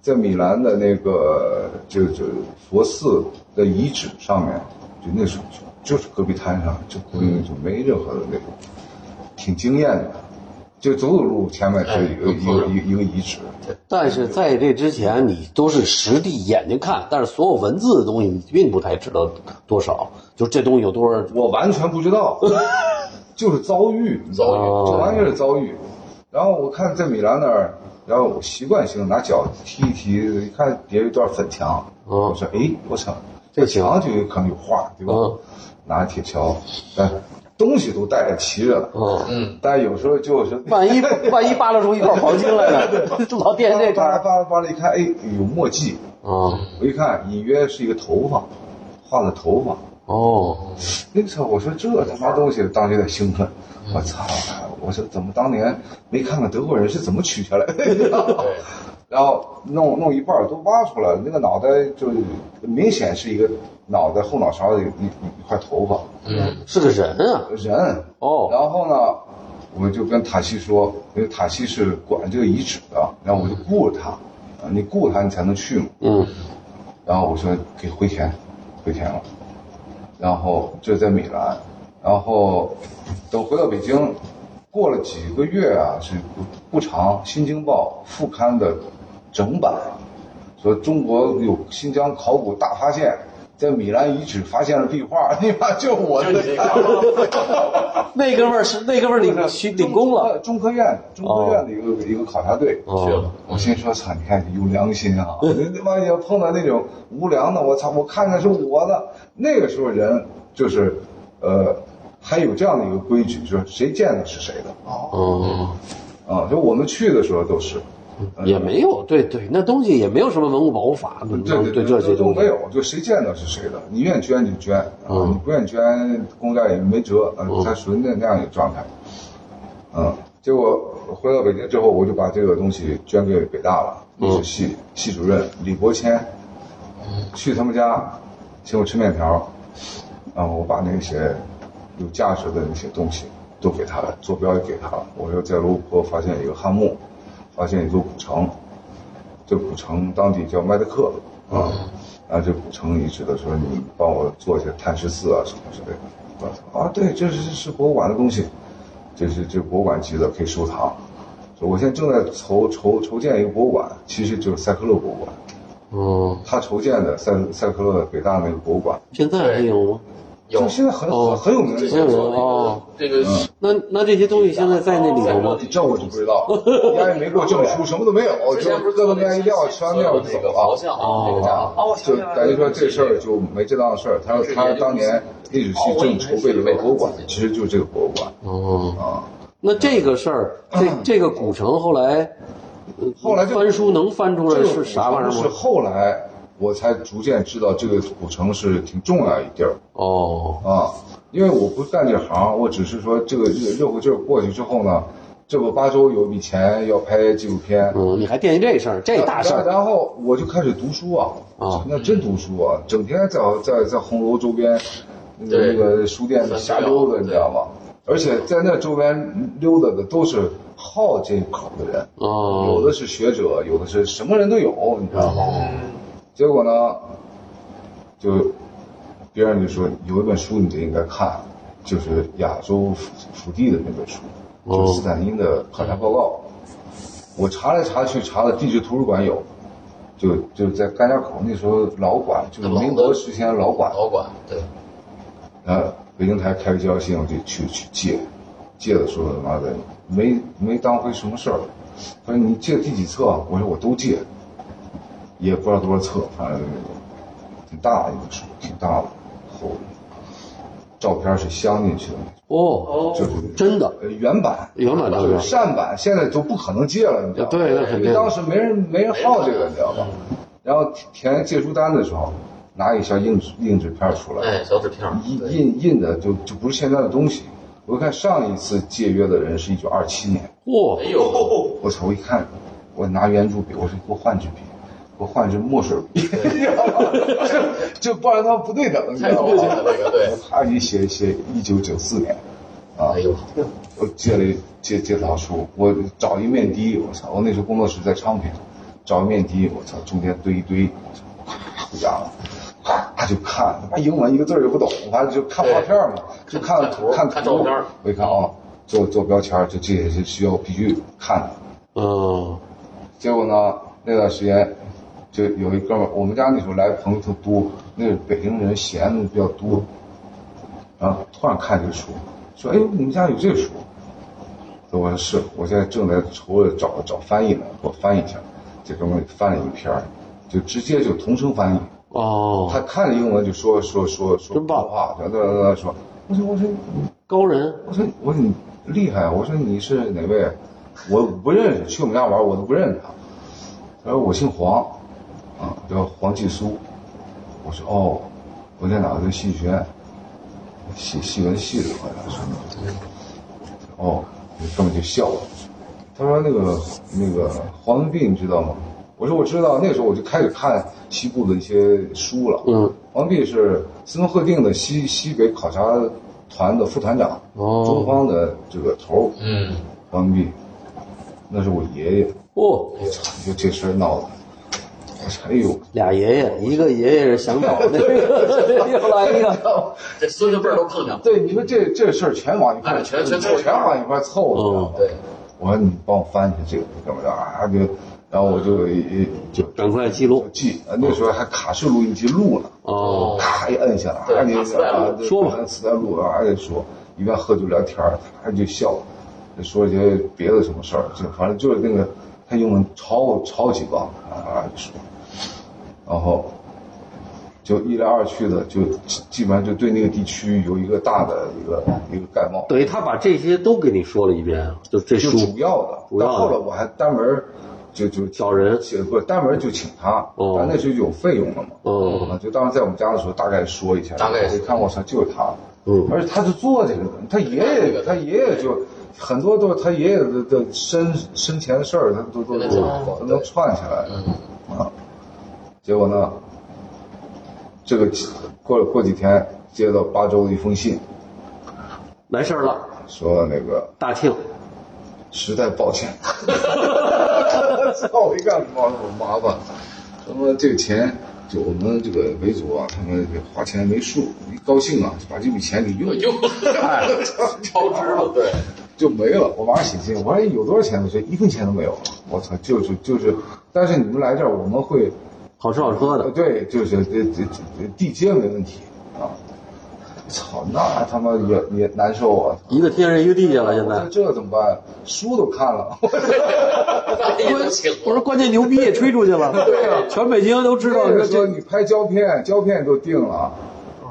S3: 在米兰的那个就就佛寺的遗址上面，就那时候就就是戈壁滩上，就嗯就没任何的那种，挺惊艳的。就走走路，前面就有一个一个一个遗址，
S1: 但是在这之前，你都是实地眼睛看，但是所有文字的东西，你并不太知道多少，就这东西有多少。
S3: 我完全不 知道，就是遭遇，
S6: 遭
S1: 遇
S3: 这完全是遭遇。然后我看在米兰那儿，然后我习惯性拿脚踢一踢，一看叠一段粉墙，
S1: 嗯
S3: 我说哎，我操，
S1: 这行
S3: 墙就有可能有画，对吧？
S1: 嗯
S3: 拿铁锹，但东西都带着齐着了，
S1: 嗯，
S6: 嗯，
S3: 但有时候就是
S1: 万一万一扒拉出一块黄金来呢？老惦记这
S3: 扒拉
S1: 茬。
S3: 扒拉扒拉一看，哎，有墨迹，
S1: 啊，
S3: 我一看隐约是一个头发，画的头发。
S1: 哦，
S3: 那个时候我说这他妈东西，当时有点兴奋。我操！我说怎么当年没看看德国人是怎么取下来的？
S6: 对，
S3: 然后弄弄一半儿都挖出来了，那个脑袋就明显是一个脑袋后脑勺有一一一块头发。
S6: 嗯，
S1: 是个人啊。
S3: 人
S1: 哦
S3: 然后呢，我就跟塔西说，因为塔西是管这个遗址的，然后我就雇了他，啊，你雇他你才能去嘛。
S1: 嗯，
S3: 然后我说给回填，回填了，然后这是在米兰，然后等回到北京，过了几个月啊，是不不长，《新京报》副刊的整版说中国有新疆考古大发现。在米兰遗址发现了壁画， 你妈就我
S2: 就你这
S3: 个。
S1: 那哥们儿是那哥们儿领去领功了。
S3: 呃，中科院，中科院的一个、一个考察队。
S6: 去了，
S3: 我心说：“操，你看有良心啊！你他妈要碰到那种无良的，我操，我看看是我的。那个时候人就是，呃，还有这样的一个规矩，就是谁见的是谁的
S1: 哦，
S3: 啊。就我们去的时候都是，
S1: 也没有，对对，那东西也没有什么文物保护法，怎么
S3: 对
S1: 能
S3: 对
S1: 这些
S3: 都
S1: 东西
S3: 没有，就谁见到是谁的，你愿意捐就捐，啊，
S1: 嗯
S3: 你不愿意捐，公家也没辙，啊，
S1: 嗯
S3: 它属于那那样一个状态，嗯，结果回到北京之后，我就把这个东西捐给北大了，
S1: 嗯
S3: 历史系系主任李伯谦，去他们家请我吃面条，然后我把那些有价值的那些东西都给他了，坐标也给他了，我又在罗布泊发现一个汉墓，发现一座古城。这古城当地叫麦德克
S6: 嗯
S3: 啊，然后这古城遗址的时候，你帮我做一些碳十四啊什么之类的。啊啊，对，这是是博物馆的东西，这是这博物馆级的可以收藏。所以我现在正在筹筹筹建一个博物馆，其实就是塞克勒博物馆，
S1: 哦，
S3: 他筹建的塞塞克勒北大那个博物馆，
S1: 现在还有吗？
S6: 有
S3: 就现在很
S1: 哦
S3: 很很有名
S6: 之
S3: 的。
S6: 前做
S1: 哦
S6: 那个这
S3: 嗯
S6: 个
S1: 那那这些东西现在在那里头吗？
S3: 这我就不 知道，人家也没给我证书，什么都没有，我
S6: 之
S3: 就
S6: 前不是
S3: 各
S6: 做
S3: 种各
S6: 那
S3: 样一撂，吃完
S6: 那
S3: 面我
S6: 个
S3: 就走啊
S6: 佛
S3: 了。
S6: 像
S1: 哦
S6: 那个家
S4: 哦，我
S3: 就
S4: 想起来
S3: 等于说
S4: 了，
S3: 这事儿就没这档事儿。他说他当年历史
S4: 哦
S3: 系正筹备了个博物馆，其实就是这个博物馆
S1: 哦，
S3: 啊。
S1: 那这个事儿，这这个古城后来，呃
S3: 嗯后来就
S1: 翻书能翻出来
S3: 这个
S1: 是啥玩意儿
S3: 是
S1: 吗？
S3: 后来我才逐渐知道这个古城是挺重要一地儿
S1: 哦，
S3: 啊，因为我不干这行，我只是说这个热热乎劲儿过去之后呢，这不八周有笔钱要拍纪录片，
S1: 嗯，你还惦记这事儿，这大事
S3: 然
S1: 儿，
S3: 然后我就开始读书啊，
S1: 啊
S3: 那真读书啊，整天在在在红楼周边那个
S6: 对
S3: 那个书店里瞎溜达，
S6: 对
S3: 你知道吗？而且在那周边溜达的都是好这口的人，有
S1: 哦，
S3: 的是学者，有的是什么人都有，你知道吗？
S6: 嗯
S3: 嗯结果呢，就别人就说有一本书你就应该看，就是亚洲腹腹地的那本书，就
S1: 哦
S3: 是斯坦因的考察报告。我查来查去，查了地质图书馆有，就就在甘家口那时候老馆，就是
S6: 老的
S3: 民国时期的老馆，
S6: 老馆，对，
S3: 然后北京台开个交信，我就去去借，借的时候妈的没没当回什么事儿。他说你借第几册啊？我说我都借，也不知道多少册，反正挺大的一本书，挺大的，厚的。照片是镶进去的，
S1: 哦，
S3: 就是
S1: 真的，
S3: 呃原版，
S1: 原版照片
S3: 就是善版，现在都不可能借了，你知道吗？
S1: 对那肯定
S3: 因为当时没人没人好这个，你知道吧？然后填借书单的时候，拿一小硬纸硬纸片儿出来，
S6: 哎，小纸片儿，
S3: 印
S6: 对
S3: 印印的就就不是现在的东西。我看上一次借约的人是一九二七年，
S1: 嚯，
S6: 哎
S5: 哦
S6: 呦，
S3: 我操！我一看，我拿圆珠笔，我说给我换支笔，给我换支墨水笔， 就不然他不对等，你知
S6: 太
S3: 道
S6: 高级了
S3: 吗？
S6: 那个，对，
S3: 他一写写一九九四年，啊
S6: 哎，呦，
S3: 我借了一借借套书，我找一面的，我操！我那时候工作室在昌平，找一面的，我操，中间堆一堆，咔回家了，咔就看，他妈英文一个字儿也不懂，反正就看画片嘛，就看
S6: 看图
S3: 看
S6: 看照片儿
S3: 我一看啊，做做标签儿，就这些是需要必须看的。
S1: 嗯，
S3: 结果呢，那段时间就有一哥们儿，我们家那时候来朋友特多，那个北京人闲的比较多，然后突然看这个书，说：“哎，你们家有这个书？”我说：“是，我现在正在愁着找找翻译呢，给我翻译一下。”这哥们儿翻了一篇儿，就直接就同声翻译，
S1: 哦，
S3: 他看着英文就说说说说
S1: 真棒
S3: 普通话，然后说：“我说我说
S1: 高人，
S3: 我说我说你厉害，啊我说你是哪位？我不认识，去我们家玩我都不认识他。他说我姓黄，啊，叫黄继苏。我说哦，我在哪个戏剧学院，戏戏文系的好像是。哦，哥们就笑了。他说那个那个黄文斌你知道吗？我说我知道，那个时候我就开始看西部的一些书了。
S1: 嗯，
S3: 王弼是斯诺赫定的西西北考察团的副团长，
S1: 哦
S3: 中方的这个头儿
S6: 嗯，
S3: 王弼，那是我爷爷。
S1: 嚯，
S3: 我操，你说这事儿闹的，我操，哎呦，
S1: 俩爷爷，一个爷爷是想搞那个， 又来一个，
S6: 这孙子辈儿都碰上，
S3: 对，你说这这事儿全往一块儿，
S6: 哎全全凑一块
S3: 全
S6: 儿
S3: 往一块儿凑，
S1: 哦
S3: 你知道吗？
S6: 对，
S3: 我说你帮我翻一下这个，怎么着啊？就，然后我就一就
S1: 赶快记
S3: 就
S1: 录，
S3: 记，啊那时候还卡式录音机录呢。
S1: 哦，
S3: 咔一摁下来，
S6: 对
S3: 啊你
S6: 拿磁带录
S3: 啊
S1: 说吧
S3: 拿磁带录，啊就说，一边喝酒聊天儿，他就笑，就说一些别的什么事儿，就反正就是那个他英文超超级棒啊，就说，然后就一来二去的，就基基本上就对那个地区有一个大的一个一个概貌，
S1: 等于他把这些都给你说了一遍，啊就这
S3: 就
S1: 书
S3: 主要的。
S1: 主要
S3: 但
S1: 的
S3: 后来我还单门儿就就
S1: 找人，
S3: 请不是单门儿就请他，
S1: 哦
S3: 但那时候有费用了嘛，
S1: 哦
S3: 啊，就当时在我们家的时候大概说一下，
S6: 大概
S3: 我一看我操就是他，
S1: 嗯
S3: 而且他是做这个的，他爷爷他爷爷就很多都是他爷爷的的生生前的事儿，他都都
S6: 给
S3: 都
S6: 他讲过
S3: 都能串起来，
S6: 嗯，
S3: 啊，结果呢，这个过了过几天接到巴州的一封信，
S1: 完事儿了，
S3: 说那个
S1: 大庆，
S3: 实在抱歉， 操！一看妈我麻烦，他妈这个钱就我们这个维族啊，他们这个花钱没数，一高兴啊，就把这笔钱给用用，哎
S6: 超支了，对，
S3: 就没了。我马上写信，我说有多少钱？我说一分钱都没有。我操，就是就是，但是你们来这儿，我们会
S1: 好吃好喝
S3: 呃，
S1: 的，
S3: 对，就是这这这地接没问题啊。操，那他妈也也难受啊！
S1: 一个天上一个地下了，现
S3: 我说
S1: 在。
S3: 这怎么办？书都看了，
S6: 那也能哎请
S1: 我说关键牛逼也吹出去了， 对啊呀，全北京都知道
S3: 这
S1: 这这
S3: 说你拍胶片，胶片都定了，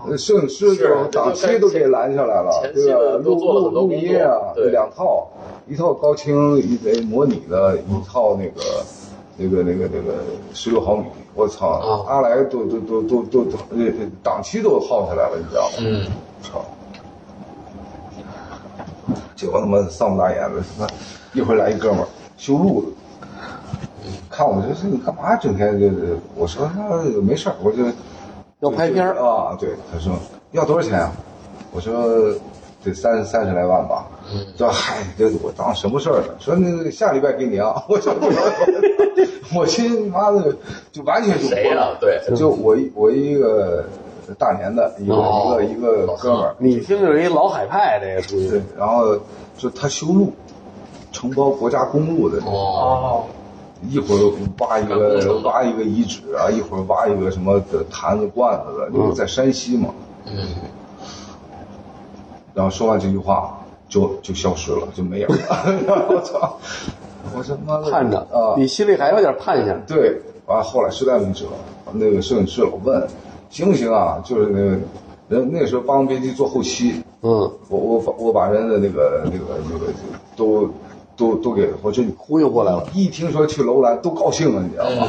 S3: 呃摄影师
S6: 啊是
S3: 都档期都给拦下来了，
S6: 前期
S3: 对吧
S6: 的？都
S3: 录
S6: 做了
S3: 录
S6: 很多
S3: 录
S6: 工作
S3: 音啊，
S6: 对
S3: 两套，一套高清一呃模拟的，一套那个。那个、那个、那个十六毫米，我操！
S6: 啊
S3: 阿莱都都都都都都，呃档期都耗下来了，你知道吗？
S6: 嗯，
S3: 操！结果他妈丧不打眼的，他妈一会儿来一哥们儿修路的，看我说是你干嘛整天就是？我说那没事儿，我就
S1: 要拍片儿，
S3: 啊。对，他说要多少钱啊？我说得三三十来万吧。嗯，说嗨，这我当什么事儿呢？说那个下礼拜给你啊。 我说不用，我心妈的就完全就
S6: 谁呀？对，
S3: 就我一我一个大连的一个、
S6: 哦
S3: 一个一个哥们儿，
S1: 你听着一老海派这个属于
S3: 对，然后就他修路，承包国家公路的，
S6: 哦，
S4: 哦，
S3: 一会儿挖一个挖一个遗址啊，一会儿挖一个什么的坛子罐子的，因为在山西嘛。
S6: 嗯，
S3: 然后说完这句话就就消失了，就没影了。 然后我操！我他妈的
S1: 盼着
S3: 啊，，
S1: 你心里还有点盼想，
S3: 对，完了后来实在没辙，那个摄影师老问行不行啊？就是那个人那时候帮编辑做后期，
S1: 嗯，
S3: 我我把我把人的那个那个那个都都都给我说你
S1: 忽悠过来了，
S3: 一听说去楼兰都高兴了，你知道
S6: 嗯
S3: 吗？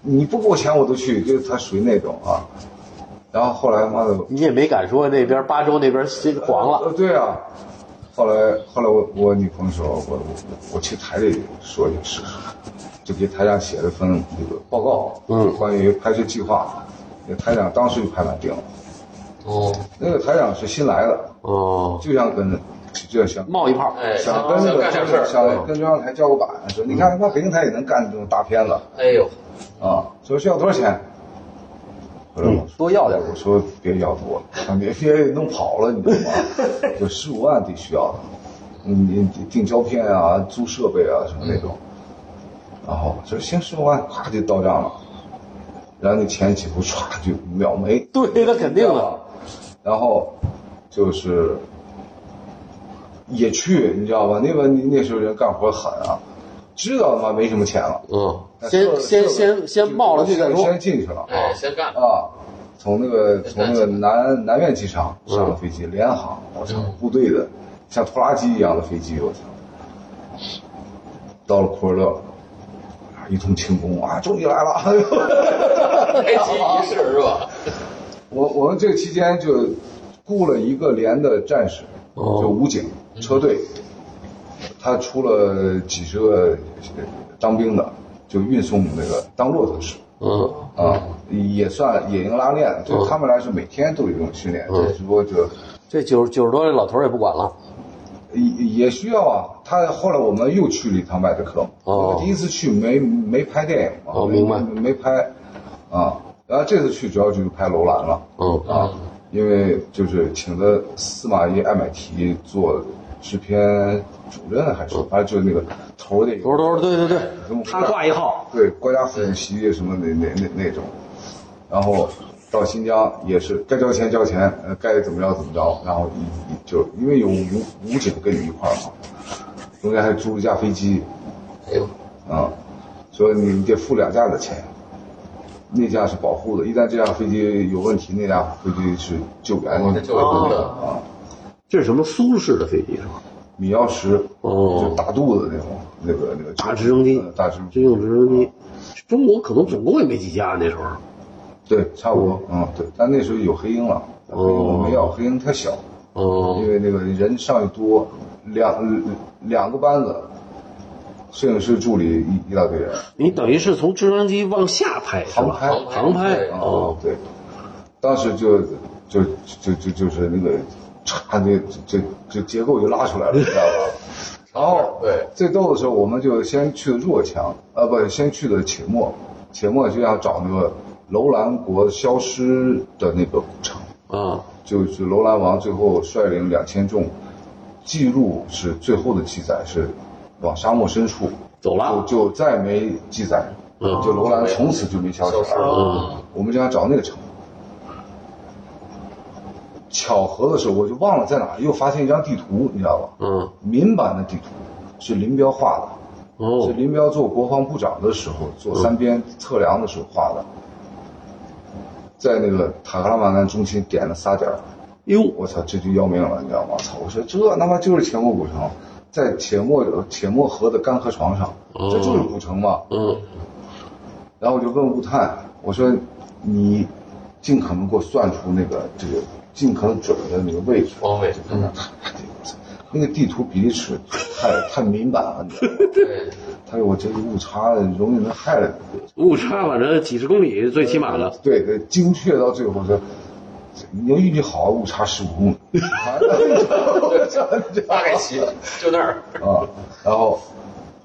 S3: 你不给我钱我都去，就是他属于那种啊。然后后来妈的
S1: 你也没敢说那边巴州那边心黄了，
S3: 呃，对啊。后来后来我我女朋友说，我我我去台里说去试试，就给台长写了份那个报告，
S1: 嗯
S3: 关于拍摄计划，那台长当时就拍板定了。
S6: 哦，
S3: 那个台长是新来的，
S1: 哦，
S3: 就想跟就就想
S1: 冒一泡，
S6: 哎，
S3: 想跟那
S6: 想
S3: 个
S6: 干点事儿，
S3: 想跟中央台叫个板，说你看
S1: 嗯
S3: 他妈北京台也能干这种大片子
S6: 哎呦，
S3: 啊，说需要多少钱？后来我说
S1: 多要点儿
S3: 我说别要多 了，啊别别弄跑了，你知道吗？就十五万得需要的，你你订胶片啊、租设备啊什么那种。然后我说行，十五万，咵就到账了，然后那钱几乎唰就秒没。
S1: 对，那肯定啊了，
S3: 然后就是也去，你知道吧？那个那时候人干活狠啊，知道他妈没什么钱了，
S1: 嗯，
S3: 但是
S1: 先先先先冒了去再说，
S3: 先进去了
S6: 哎，先干，
S3: 啊。从那个从那个南南苑机场
S1: 嗯
S3: 上了飞机，联航，我操，部队的像拖拉机一样的飞机，我操，到了库尔勒，啊一通庆功啊，终于来了，
S6: 开机仪式是吧？
S3: 我我们这个期间就雇了一个连的战士，
S1: 哦
S3: 就武警车队，他出了几十个呃当兵的，就运送那个当骆驼使
S1: 嗯，
S3: 啊，也算野营拉练，对
S1: 嗯
S3: 他们来说每天都有一种训练，只不过就
S1: 这九九十多岁老头儿也不管了，
S3: 也也需要啊。他后来我们又去了一趟麦德克嘛，
S1: 哦
S3: 我第一次去没没拍电影嘛，
S1: 哦明白
S3: 没没拍啊，然后这次去主要就是拍楼兰了。
S1: 嗯，
S3: 啊，因为就是请的司马懿艾买提做制片主任还是反正就是那个头儿的一
S1: 嗯
S3: 个
S1: 头头，对对对，
S3: 跟我们
S1: 他挂一号，
S3: 对国家副主席什么那那那那种，然后到新疆也是该交钱交钱，呃该怎么着怎么着，然后一一就因为有武武警跟你一块儿嘛，中间还租了架飞机
S6: 哎呦，
S3: 啊，说你得付两架的钱，那架是保护的，一旦这架飞机有问题，那架飞机是救
S1: 哦
S3: 援
S6: 那
S3: 的。
S6: 就是真的，
S3: 啊，
S1: 这是什么苏式的飞机是啊吧？
S3: 米幺十，
S1: 哦
S3: 就大肚子那种，那个那个
S1: 大直升机
S3: 呃大直升机，
S1: 军用直升机，中国可能总共也没几架那时候。
S3: 对，差不多，嗯，对。但那时候有黑鹰了，黑鹰我没要，黑鹰太小，
S1: 哦
S3: 因为那个人上去多，两两个班子，摄影师、助理一一大堆人，
S1: 你等于是从直升机往下拍是
S3: 航
S1: 吧？
S3: 拍，
S1: 航拍
S6: 对
S1: 哦，
S3: 啊对，当时就就就就就是那个差那就就结构就拉出来了，你知道吧？ 然后
S6: 对，
S3: 最逗的时候，我们就先去的若强，呃，不，先去的且末，且末就要找那个楼兰国消失的那个古城，
S1: 啊，
S3: 就是楼兰王最后率领两千众，记录是最后的记载是往沙漠深处
S1: 走
S3: 就
S1: 了，
S3: 就再没记载，
S1: 嗯
S3: 就楼兰从此就没消息
S6: 消失
S3: 了。
S6: 了，
S3: 我们就想找那个城。巧合的时候，我就忘了在哪，又发现一张地图，你知道吧？
S1: 嗯，
S3: 民版的地图是林彪画的。是
S1: 哦，嗯
S3: 林彪做国防部长的时候，做三边测量的时候画的，在那个塔克拉玛干中心点了仨点儿
S1: 哟，
S3: 我操，这就要命了，你知道吗？操！我说这他妈就是且末古城，在且末且末河的干河床上，
S1: 哦
S3: 这就是古城嘛。
S1: 嗯，
S3: 然后我就问吴探，我说你尽可能给我算出那个这个尽可能准的那个位置。
S6: 方位，
S3: 真的，那个地图比例尺太太敏感了，你知道吗？
S6: 对，
S3: 他说我这个误差容易能害了你。
S1: 误差反正几十公里最起码的，
S3: 对对，精确到最后说，你要运气好，啊误差十五公里。
S6: 大概齐，就那儿，
S3: 啊，然后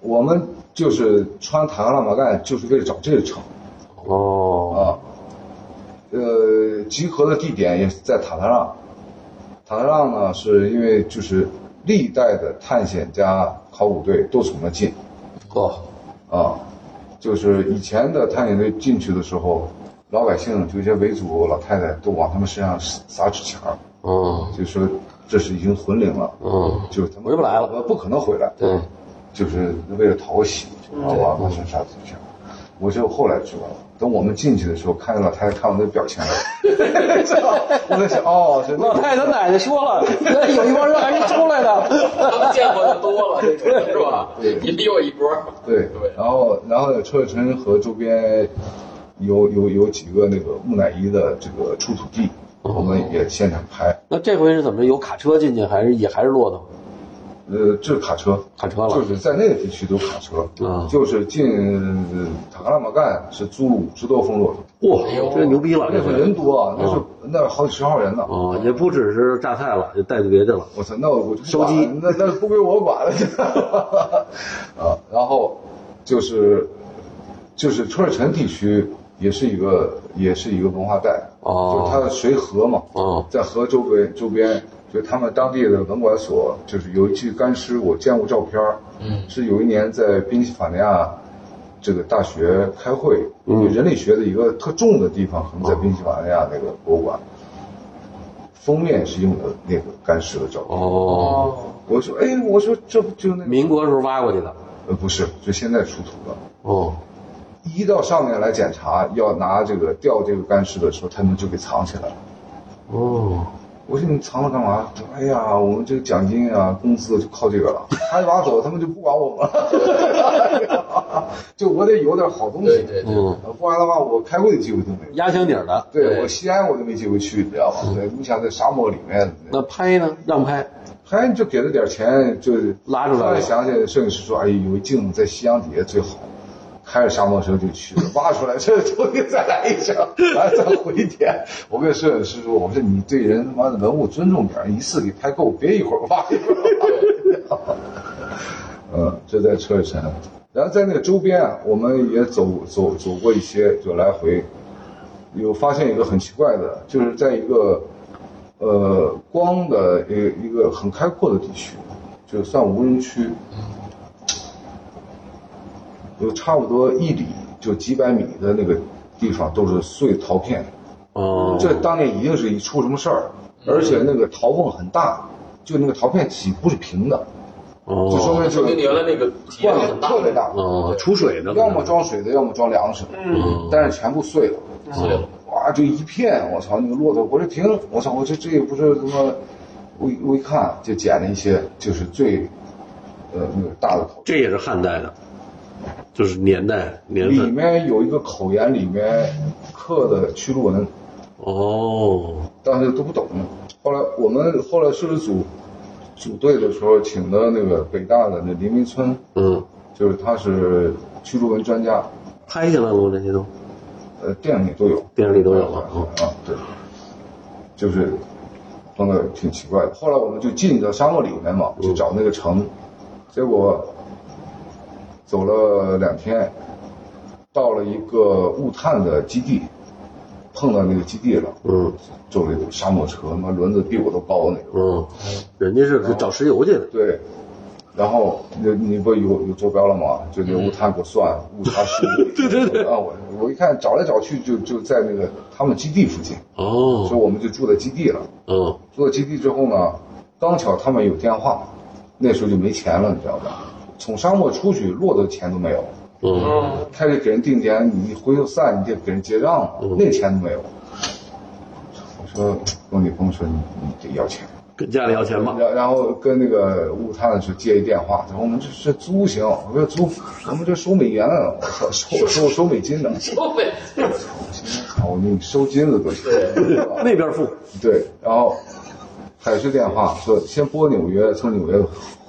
S3: 我们就是穿塔克拉玛干，就是为了找这个城
S1: 哦，
S3: 啊。呃，集合的地点也是在塔塔让。塔塔让呢，是因为就是历代的探险家考古队都从那进
S1: 哦，
S3: 啊，就是以前的探险队进去的时候，老百姓就一些维族老太太都往他们身上撒纸钱儿。
S1: 嗯
S3: 就说这是已经魂灵了，
S1: 嗯，
S3: 就是他们
S1: 回不来了，
S3: 不可能回来，
S1: 对，
S3: 就是为了讨个喜，然后往往上杀死去。我就后来知道了，等我们进去的时候，看见老太太看我那表情了， 我在想，哦，是那
S1: 老太太奶奶说 了，有一帮人还是出来的，
S6: 他们见过的多了，这种是吧？你比我一波，
S3: 对
S6: 对，
S3: 然后然后车臣和周边有有有几个那个木乃伊的这个出土地，
S1: 哦
S3: 我们也现场拍，
S1: 那这回是怎么着？有卡车进去还是也还是骆驼？
S3: 呃，这是卡车，
S1: 卡车了
S3: 就是在那个地区都卡车，
S1: 嗯
S3: 就是进呃塔克拉玛干是租了五十多封骆驼，
S1: 哇，这牛逼了，这
S3: 那时候
S1: 回
S3: 人多啊，那时候那好几十号人呢。
S1: 哦，也不只是榨菜了，就带着别的了。
S3: 我操，那我就
S1: 收机
S3: 那那不归我管了，真的 啊。然后就是就是车尔臣地区也是一个也是一个文化带，
S1: 哦
S3: 就它随河嘛，
S1: 哦
S3: 在河周围周边，就他们当地的文管所，就是有一具干尸，我见过照片儿
S6: 嗯
S3: 是有一年在宾夕法尼亚这个大学开会，
S1: 嗯
S3: 因为人类学的一个特重的地方，可能在宾夕法尼亚那个博物馆，封面是用的那个干尸的照片。
S1: 哦，
S4: 哦，
S3: 我说，哎，我说这不就那个
S1: 民国时候挖过去的。
S3: 呃不是，就现在出土的。
S1: 哦，
S3: 一到上面来检查，要拿这个调这个干尸的时候，他们就给藏起来了。
S1: 哦，
S3: 我说你藏了干嘛？他说哎呀，我们这个奖金啊，工资就靠这个了。他一挖走，他们就不管我们 了。 就我得有点好东
S6: 对
S3: 西，
S6: 对对，
S1: 嗯，
S3: 呃不然的话，我开会的机会都没有。
S1: 压箱底儿的。
S3: 对
S6: 对
S3: 我西安我都没机会去，你知道吧？对，你想在沙漠里面，
S1: 那拍呢？让拍。
S3: 还就给了点钱，就
S1: 拉出来了
S3: 后想起来，摄影师说：“哎，有一镜子在夕阳底下最好。”开着沙漠车就去了， 挖出来这重新再来一张，完了再回点。我跟摄影师说：“我说你对人他妈的文物尊重点儿，一次给拍够，别一会儿挖一 会儿挖。”嗯，这在车臣，然后在那个周边啊，我们也走走走过一些，就来回有发现一个很奇怪的，就是在一个呃光的一个一个很开阔的地区，就算无人区，有差不多一里就几百米的那个地方都是碎陶片，
S1: 哦，
S3: 嗯这当年一定是一
S1: 嗯
S3: 出什么事儿，而且那个陶瓮很大，就那个陶片起不是平的，
S1: 哦
S3: 就说明就
S6: 说明你原来那个体
S3: 罐
S6: 量
S3: 子
S6: 很大，
S3: 特别大，
S1: 哦，出水的，
S3: 要么装水的，要么装粮食的，
S1: 嗯，
S3: 但是全部碎了。
S6: 碎了。
S3: 哇，就一片，我操，那个骆驼，我这停，我操，我这这也不是他妈，我一我一看就捡了一些，就是最，呃，那个大的口，
S1: 这也是汉代的，就是年代年
S3: 里
S1: 份
S3: 面有一个口沿，里面刻的驱逐文，
S1: 哦，
S3: 当时都不懂。后来我们后来摄制组组队的时候，请的那个北大的那林明村，
S1: 嗯，
S3: 就是他是驱逐文专家，
S1: 拍下来了吗？这些都
S3: 呃，电影里都有，
S1: 电影里都有了嗯
S3: 啊，对，就是弄得挺奇怪的。后来我们就进到沙漠里面嘛，就找那个城，结果走了两天，到了一个雾炭的基地，碰到那个基地了，
S1: 嗯
S3: 坐了一部沙漠车，妈轮子比我都高那种，
S1: 嗯，人家是找石油去的，
S3: 对。然后你你不有有坐标了吗？就那雾炭给我算误差十五。嗯 对对对。啊，我我一看找来找去就就在那个他们基地附近，所以
S1: 哦，
S3: 我们就住在基地了。
S1: 嗯
S3: 住到基地之后呢，刚巧他们有电话，那时候就没钱了，你知道吧？从沙漠出去，骆驼钱都没有，
S1: 嗯
S3: 开始给人定点，你回头散，你得给人结账嘛，那钱都没有。我说，跟我女朋友说，你你得要钱。
S1: 跟家里要钱吧，
S3: 然然后跟那个武探的时候接一电话，他说我们这是租行，我说租，我们这收美元啊，我操，收收收美金的，
S6: 消费，
S3: 我给你收金子都行。
S1: 那边富，
S3: 对，然后海事电话说先拨纽约，从纽约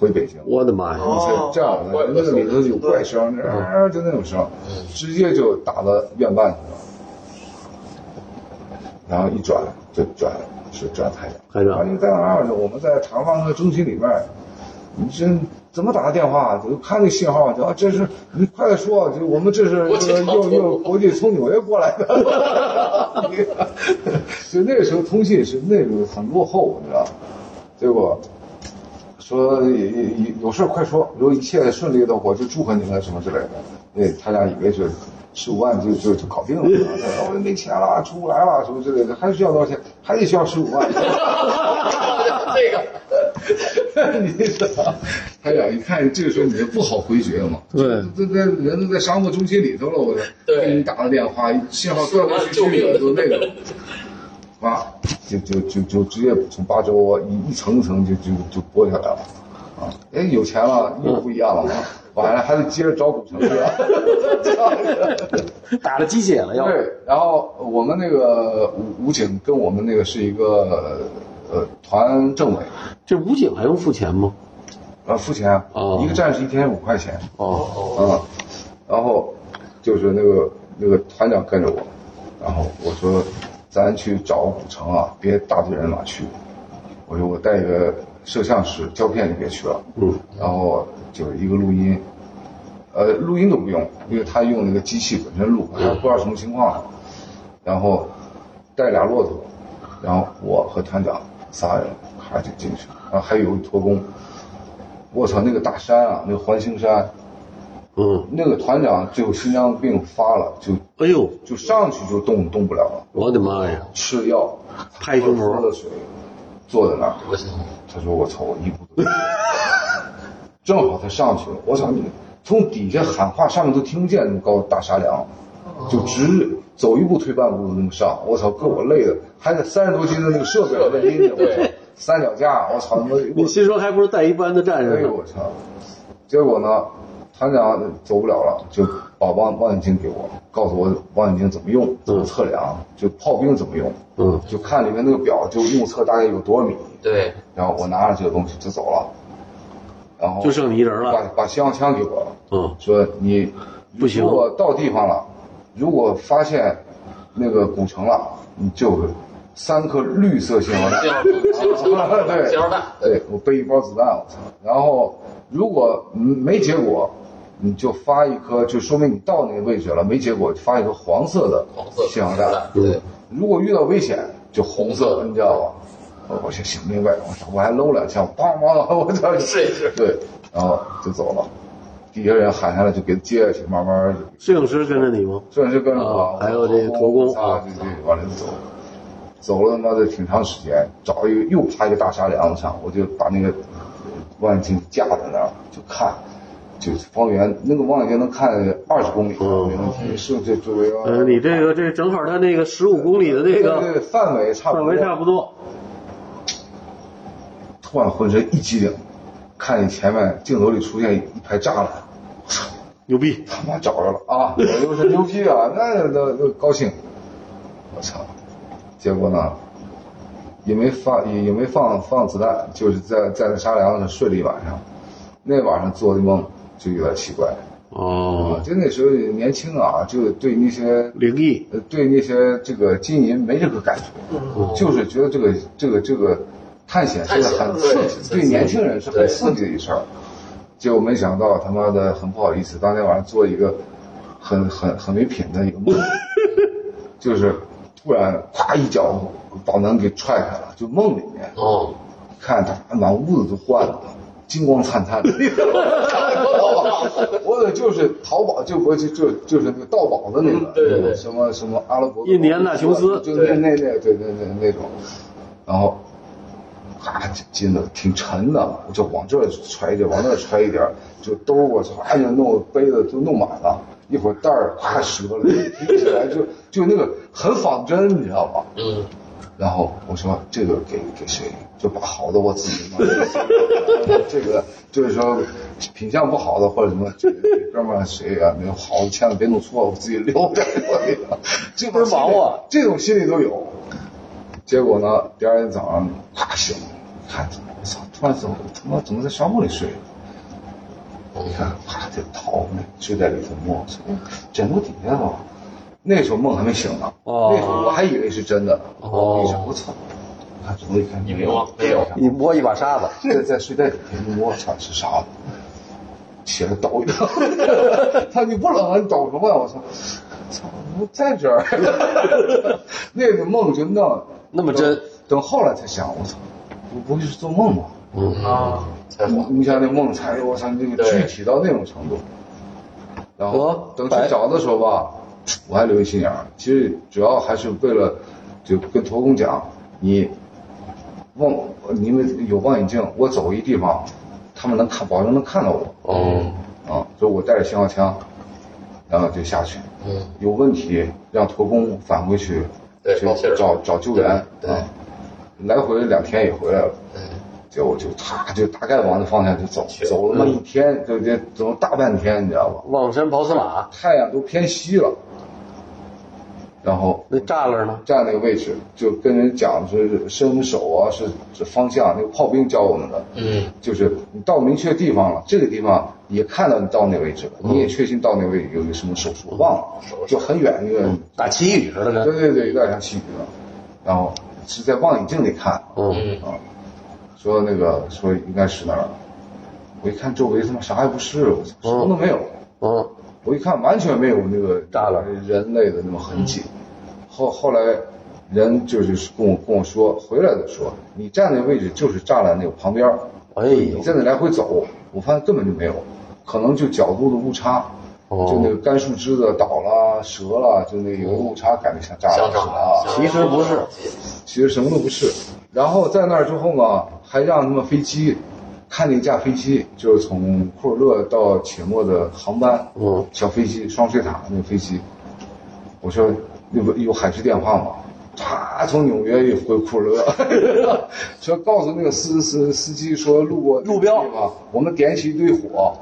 S3: 回北京。
S1: 我的妈呀，
S4: 哦
S3: 这样的，那个里头有怪声，那就那种声，直接就打到院办去了。然后一转就转是转台长，
S1: 台长
S3: 然后你在哪儿？我们在长方和中心里面，你这怎么打的电话？就看那信号，就啊这是你快点说，就我们这是
S6: 国际
S3: 这个
S6: 长途
S3: 又又国际从纽约过来的。 就那个时候通信是那种很落后，你知道吗？结果说也也也有事儿快说，如果一切顺利的话，我就祝贺你们什么之类的。那他俩以为是十五万就就就搞定了，然后我没钱了，出不来了什么之类的，还需要多少钱？还得需要十五 万。
S6: 这个
S3: 你知道，他俩一看这个时候你就不好回绝嘛。
S1: 对
S3: 这这人都在沙漠中心里头了，我
S6: 对
S3: 给你打个电话，信号断断续续的都那个，啊，就就就就直接从巴州啊一一层一层就就就拨下来了，啊，哎有钱了又不一样了 嘛，完了还得接着找古城去 啊。
S1: 打了鸡血了要，
S3: 对，然后我们那个武武警跟我们那个是一个呃团政委，
S1: 这武警还用付钱吗？
S3: 呃付钱啊，
S1: 哦
S3: 一个战士一天五块钱。
S1: 哦，
S3: 啊，然后就是那个那个团长跟着我，然后我说咱去找古城啊，别大队人马去。我说我带一个摄像师，胶片就别去了，
S1: 嗯，
S3: 然后就是一个录音，呃，录音都不用，因为他用那个机器本身录，还不知道什么情况。啊然后带俩骆驼，然后我和团长仨人咔就进去了，然后还有一托工。我操，那个大山啊，那个环形山，
S1: 嗯，
S3: 那个团长最后心脏病发了，就
S1: 哎呦，
S3: 就上去就动动不了了，
S1: 我的妈呀，
S3: 吃药，
S1: 拍胸脯
S3: 喝了水，坐在那儿，
S6: 我想
S3: 他说我操，我一步都没 有正好他上去了，我操你，从底下喊话，上面都听不见，那么高大沙梁，就直走一步退半步的那么上，我操，给我累的，还得三十多斤的那个设备在拎着，我操
S6: 对，
S3: 三脚架，我操，他妈
S1: 你心说还不如带一般的战
S3: 哎
S1: 士
S3: 呦
S1: 呢，
S3: 我操！结果呢，团长走不了了，就把望望远镜给我，告诉我望远镜怎么用，怎么测量，就炮兵怎么用，
S1: 嗯，
S3: 就看里面那个表，就目测大概有多少米。
S6: 对，
S3: 然后我拿着这个东西就走了，然后
S1: 就剩你一人
S3: 把
S1: 了，
S3: 把消防枪给我了，
S1: 嗯，
S3: 说你
S1: 不行
S3: 如果到地方了，如果发现那个古城了，你就三颗绿色信号弹
S6: 信。号弹， 信号弹，
S3: 对我背一包子弹，我操！然后如果嗯没结果，你就发一颗，就说明你到那个位置了，没结果就发一个黄色的
S6: 黄色
S3: 信号弹。
S6: 对，
S3: 如果遇到危险，就红
S6: 红色
S3: 色的，
S6: 的
S3: 你知道吧？哦我我说行，明白了。我操，我还搂两下，梆梆，我操，
S6: 试一试
S3: 对，然后就走了。底下人喊下来就给接下去，慢慢就
S1: 摄影师跟着你吗？
S3: 算是跟着
S1: 啊
S3: 我，
S1: 还有这个驼工
S3: 啊，对对，往里走，走了他妈的挺长时间，找一个又爬一个大沙梁子上，我就把那个望远镜架在那儿就看，就是方圆那个望远镜能看二十公里，没问题，是这周围啊。
S1: 呃，你这个这正好他那个十五公里的那
S3: 对
S1: 个
S3: 对范围差不
S1: 范
S3: 多，
S1: 围差不多，
S3: 突然浑身一激灵，看见前面镜头里出现一排栅栏，
S1: 牛逼！
S3: 他妈找着了啊！我就是牛逼啊，那那那高兴，我操！结果呢，也没放也也没放放子弹，就是在在那沙梁上睡了一晚上。那晚上做的梦就有点奇怪啊
S1: 哦，，
S3: 就那时候年轻啊，就对那些
S1: 灵异，
S3: 呃对那些这个金银没这个感觉，就是觉得这个这个这个探险是很刺
S6: 探
S3: 激
S6: 险，
S3: 对
S6: 对
S3: 年轻人是很
S6: 对
S3: 刺激的一事儿。结果没想到他妈的很不好意思，当天晚上做一个很很很没品的一个 梦，就是突然咵一脚把门给踹开了，就梦里面
S6: 哦，
S3: 看他满屋子都换了，金光灿灿的。 我的就是淘宝，就不就就就是那个盗宝的那个，
S6: 嗯对对对
S3: 什么什么阿拉伯的
S1: 印第安纳琼斯
S3: 就那那那对对那那种，然后。啊，这金子挺沉的，我就往这儿揣一点，往那儿揣一点，就兜儿我操，哎呀，弄杯子都弄满了，一会儿袋儿啪折了，提起来就就那个很仿真，你知道吧？
S6: 嗯，
S3: 然后我说这个给给谁？就把好的我 自己弄了然后这个就是说品相不好的或者什么，这这哥们儿谁啊？那个好的千万别弄错，我自己留着。我这
S1: 不是忙啊活，
S3: 这种心理都有。结果呢，第二天早上啪醒，看我操，突然怎么他妈怎么在沙漠里睡？你看，啪就逃，睡在里头摸，枕头底下吧。那时候梦还没醒呢，
S1: 哦
S3: 那时候我还以为是真的。
S1: 哦
S3: 一想我操，我看我一看
S6: 你没忘哦没有
S1: 你摸一把沙子，
S3: 在在睡袋底下一摸，操是啥？起来抖一 抖，他说你不冷啊？你抖什么呀？我操！操，我在 这儿。那个梦就那
S1: 那么真，
S3: 等后来才想，我操，我不会是做梦吧？
S6: 啊，才
S3: 你
S6: 好，
S3: 你想那梦才，我操，那个具
S6: 对
S3: 体到那种程度。然后
S1: 哦
S3: 等去
S1: 白
S3: 找的时候吧，我还留一心眼儿。其实主要还是为了，就跟头工讲，你望你们有望远镜，我走一地方，他们能看，保证能看到我。
S1: 哦，
S3: 啊，所以我带着信号枪，然后就下去。
S6: 嗯，
S3: 有问题让驼工返回去，
S6: 对
S3: 去
S6: 报信儿
S3: 找找救援
S6: 对对
S3: 啊。来回两天也回来了。
S6: 对，
S3: 结果就他就大概往那方向就走，
S6: 去
S3: 走了那么一天，就得走了大半天，你知道吧？
S1: 望山跑死马，
S3: 太阳都偏西了，然后
S1: 那栅栏呢？
S3: 站那个位置就跟人讲是伸手啊，是是方向，那个炮兵教我们的，
S6: 嗯，
S3: 就是你到明确地方了，这个地方也看到你到那位置了，你也确信到那位有一个什么嗯手术，嗯忘了，就很远那个，
S1: 打旗语似的
S3: 对
S1: 呢。
S3: 对对，有点像气球了，然后是在望远镜里看，
S1: 嗯，
S3: 啊，说那个说应该是那儿。我一看周围他妈啥也不是，我操什么都没有。
S1: 嗯，
S3: 我一看完全没有那个
S1: 栅栏
S3: 人类的那种痕迹。后后来人就是跟我跟我说回来的说，你站那位置就是栅栏那个旁边儿，
S1: 哎
S3: 你
S1: 呦，
S3: 在那来回走，我发现根本就没有，可能就角度的误差。
S1: 哦
S3: 就那个干树枝子倒了、折了，就那有个误差，感觉像栅
S6: 乡
S3: 栏似
S6: 长
S3: 的啊。
S1: 其实不是，
S3: 其实什么都不是。然后在那儿之后呢，还让他们飞机看了一架飞机，就是从库尔勒到且末的航班，
S1: 嗯，
S3: 小飞机双水塔那个飞机。我说有个有海事电话吗？他从纽约又回库尔勒， 说告诉那个司司司机说路过
S1: 路标
S3: 嘛，我们点起一堆火，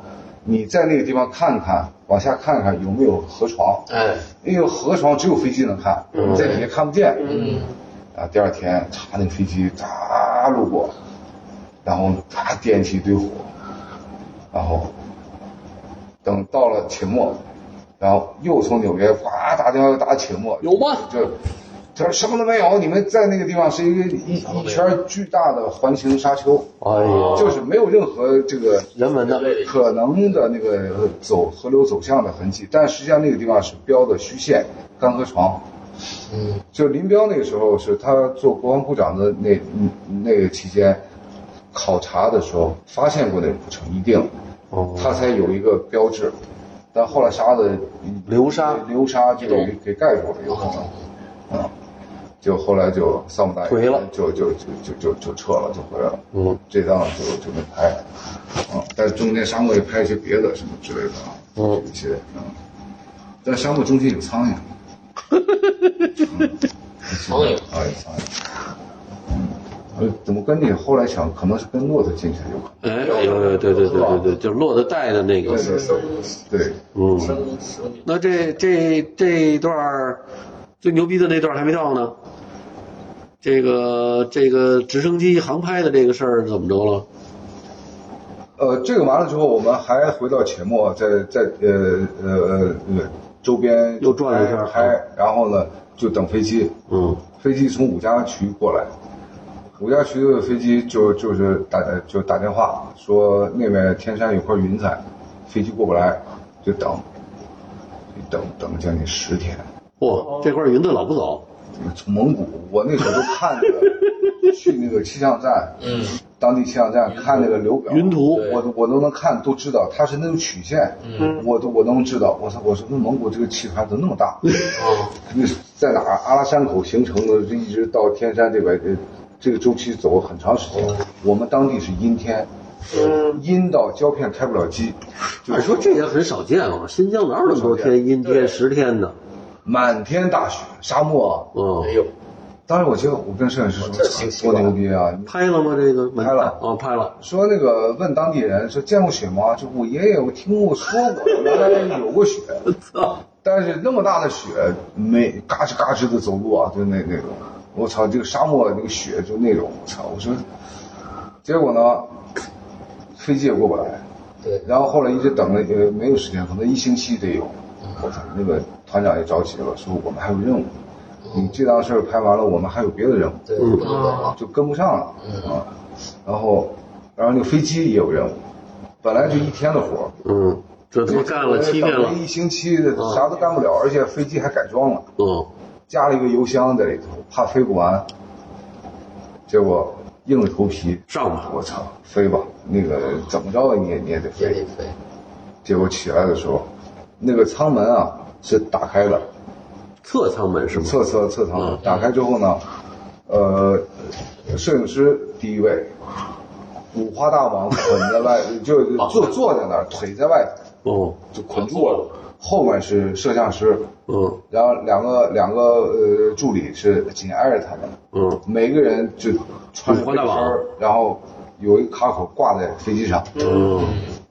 S3: 你在那个地方看看，往下看看有没有河床。
S6: 哎，
S3: 因为河床只有飞机能看，我们在底下看不见。嗯，啊，第二天查那个飞机嚓路过，然后啪点起一堆火，然后等到了秦末，然后又从纽约哗打电话又打秦末，
S1: 有吗？
S3: 就他说什么都没有，你们在那个地方是一个一一圈巨大的环形沙丘，
S1: 哎呦，
S3: 就是没有任何这个
S1: 人文的，
S3: 可能的那个走河流走向的痕迹，但实际上那个地方是标的虚线干河床。
S6: 嗯，
S3: 就林彪那个时候是他做国防部长的那嗯那个期间，考察的时候发现过那个古城一定，
S1: 哦
S3: 他才有一个标志，但后来沙子
S1: 流沙
S3: 流沙就给给盖住了，有可能。嗯，就后来就萨姆大爷
S1: 回了
S3: 就就就就就就撤了，就回来了。
S1: 嗯，
S3: 这档就就没拍了，啊，但是中间沙漠也拍一些别的什么之类的啊，
S1: 嗯
S3: 一些嗯，但沙漠中间有苍蝇
S6: 苍蝇
S3: 啊，有苍蝇。嗯，呃怎么跟你后来想，可能是跟骆驼进去有关。
S1: 哎，有有对对对对对，就骆驼带的那个，
S3: 对，
S1: 嗯，
S6: 生生
S1: 那这这这一段儿最牛逼的那段儿还没到呢，这个这个直升机航拍的这个事儿怎么着了？
S3: 呃，这个完了之后，我们还回到前末，在在呃呃呃呃周边
S1: 又转了一圈
S3: 拍，然后呢就等飞机，
S1: 嗯
S3: 飞机从五家渠过来，五家渠的飞机就就是打就打电话说那边天山有块云彩，飞机过不来，就等，就等等将近十天。
S1: 嚯，这块云子老不走，
S3: 从蒙古，我那时候都看着去那个气象站，
S6: 嗯，
S3: 当地气象站看那个流表
S1: 云图
S3: 我都我都能看都知道它是那种曲线，
S6: 嗯，
S3: 我都我都能知道。我操，我说那蒙古这个气团怎么那么大？
S6: 哦，
S3: 那是在哪儿？阿拉山口形成的，这一直到天山这边，呃，这个周期走了很长时间。
S6: 哦
S3: 我们当地是阴天，
S6: 嗯
S3: 阴到胶片开不了机，
S6: 哎
S3: 就
S1: 按说这也很少见啊，新疆哪有那么多天阴天十天的？
S3: 满天大雪，沙漠啊。
S1: 嗯，
S6: 没有，
S3: 当时我记得我跟摄影师说，
S6: 哦这行奇
S3: 多
S6: 怪
S3: 牛逼啊！你
S1: 拍了吗？这个
S3: 拍了
S1: 啊，拍 了。
S3: 说那个问当地人说见过雪吗？就我爷爷我听我说过，原来有过雪，
S1: 操，
S3: 但是那么大的雪没嘎吱嘎吱的走路啊，就那那种，我操，这个沙漠那个雪就那种，我操，我说，结果呢，飞机也过不来，
S6: 对，
S3: 然后后来一直等了呃没有时间，可能一星期得有，我操，那个团长也着急了，说我们还有任务，你这档事儿拍完了，我们还有别的任务，
S6: 对，不能等了，
S3: 就跟不上了
S1: 嗯
S3: 啊。然后，然后那个飞机也有任务，本来就一天的活儿，
S1: 嗯，这他妈干了七天
S3: 等
S1: 了
S3: 了，一星期的啥都干不了，而且飞机还改装了，
S1: 嗯，
S3: 加了一个油箱在里头，怕飞不完。结果硬着头皮，
S1: 上吧，
S3: 我操，飞吧，那个怎么着你也你也得
S6: 也
S3: 飞
S6: 得。飞，
S3: 结果起来的时候，那个舱门啊是打开的，
S1: 侧舱门是吗？
S3: 侧侧侧舱
S1: 嗯
S3: 门打开之后呢，呃，摄影师第一位，五花大绑捆在外，就就坐坐在那儿，腿在外
S1: 哦，
S3: 就捆住了。后面是摄像师，
S1: 嗯
S3: 然后两个两个呃助理是紧挨着他们，
S1: 嗯，
S3: 每个人就穿着
S1: 五花大
S3: 背心
S1: 绑
S3: 儿，然后有一个卡口挂在飞机上，
S1: 嗯，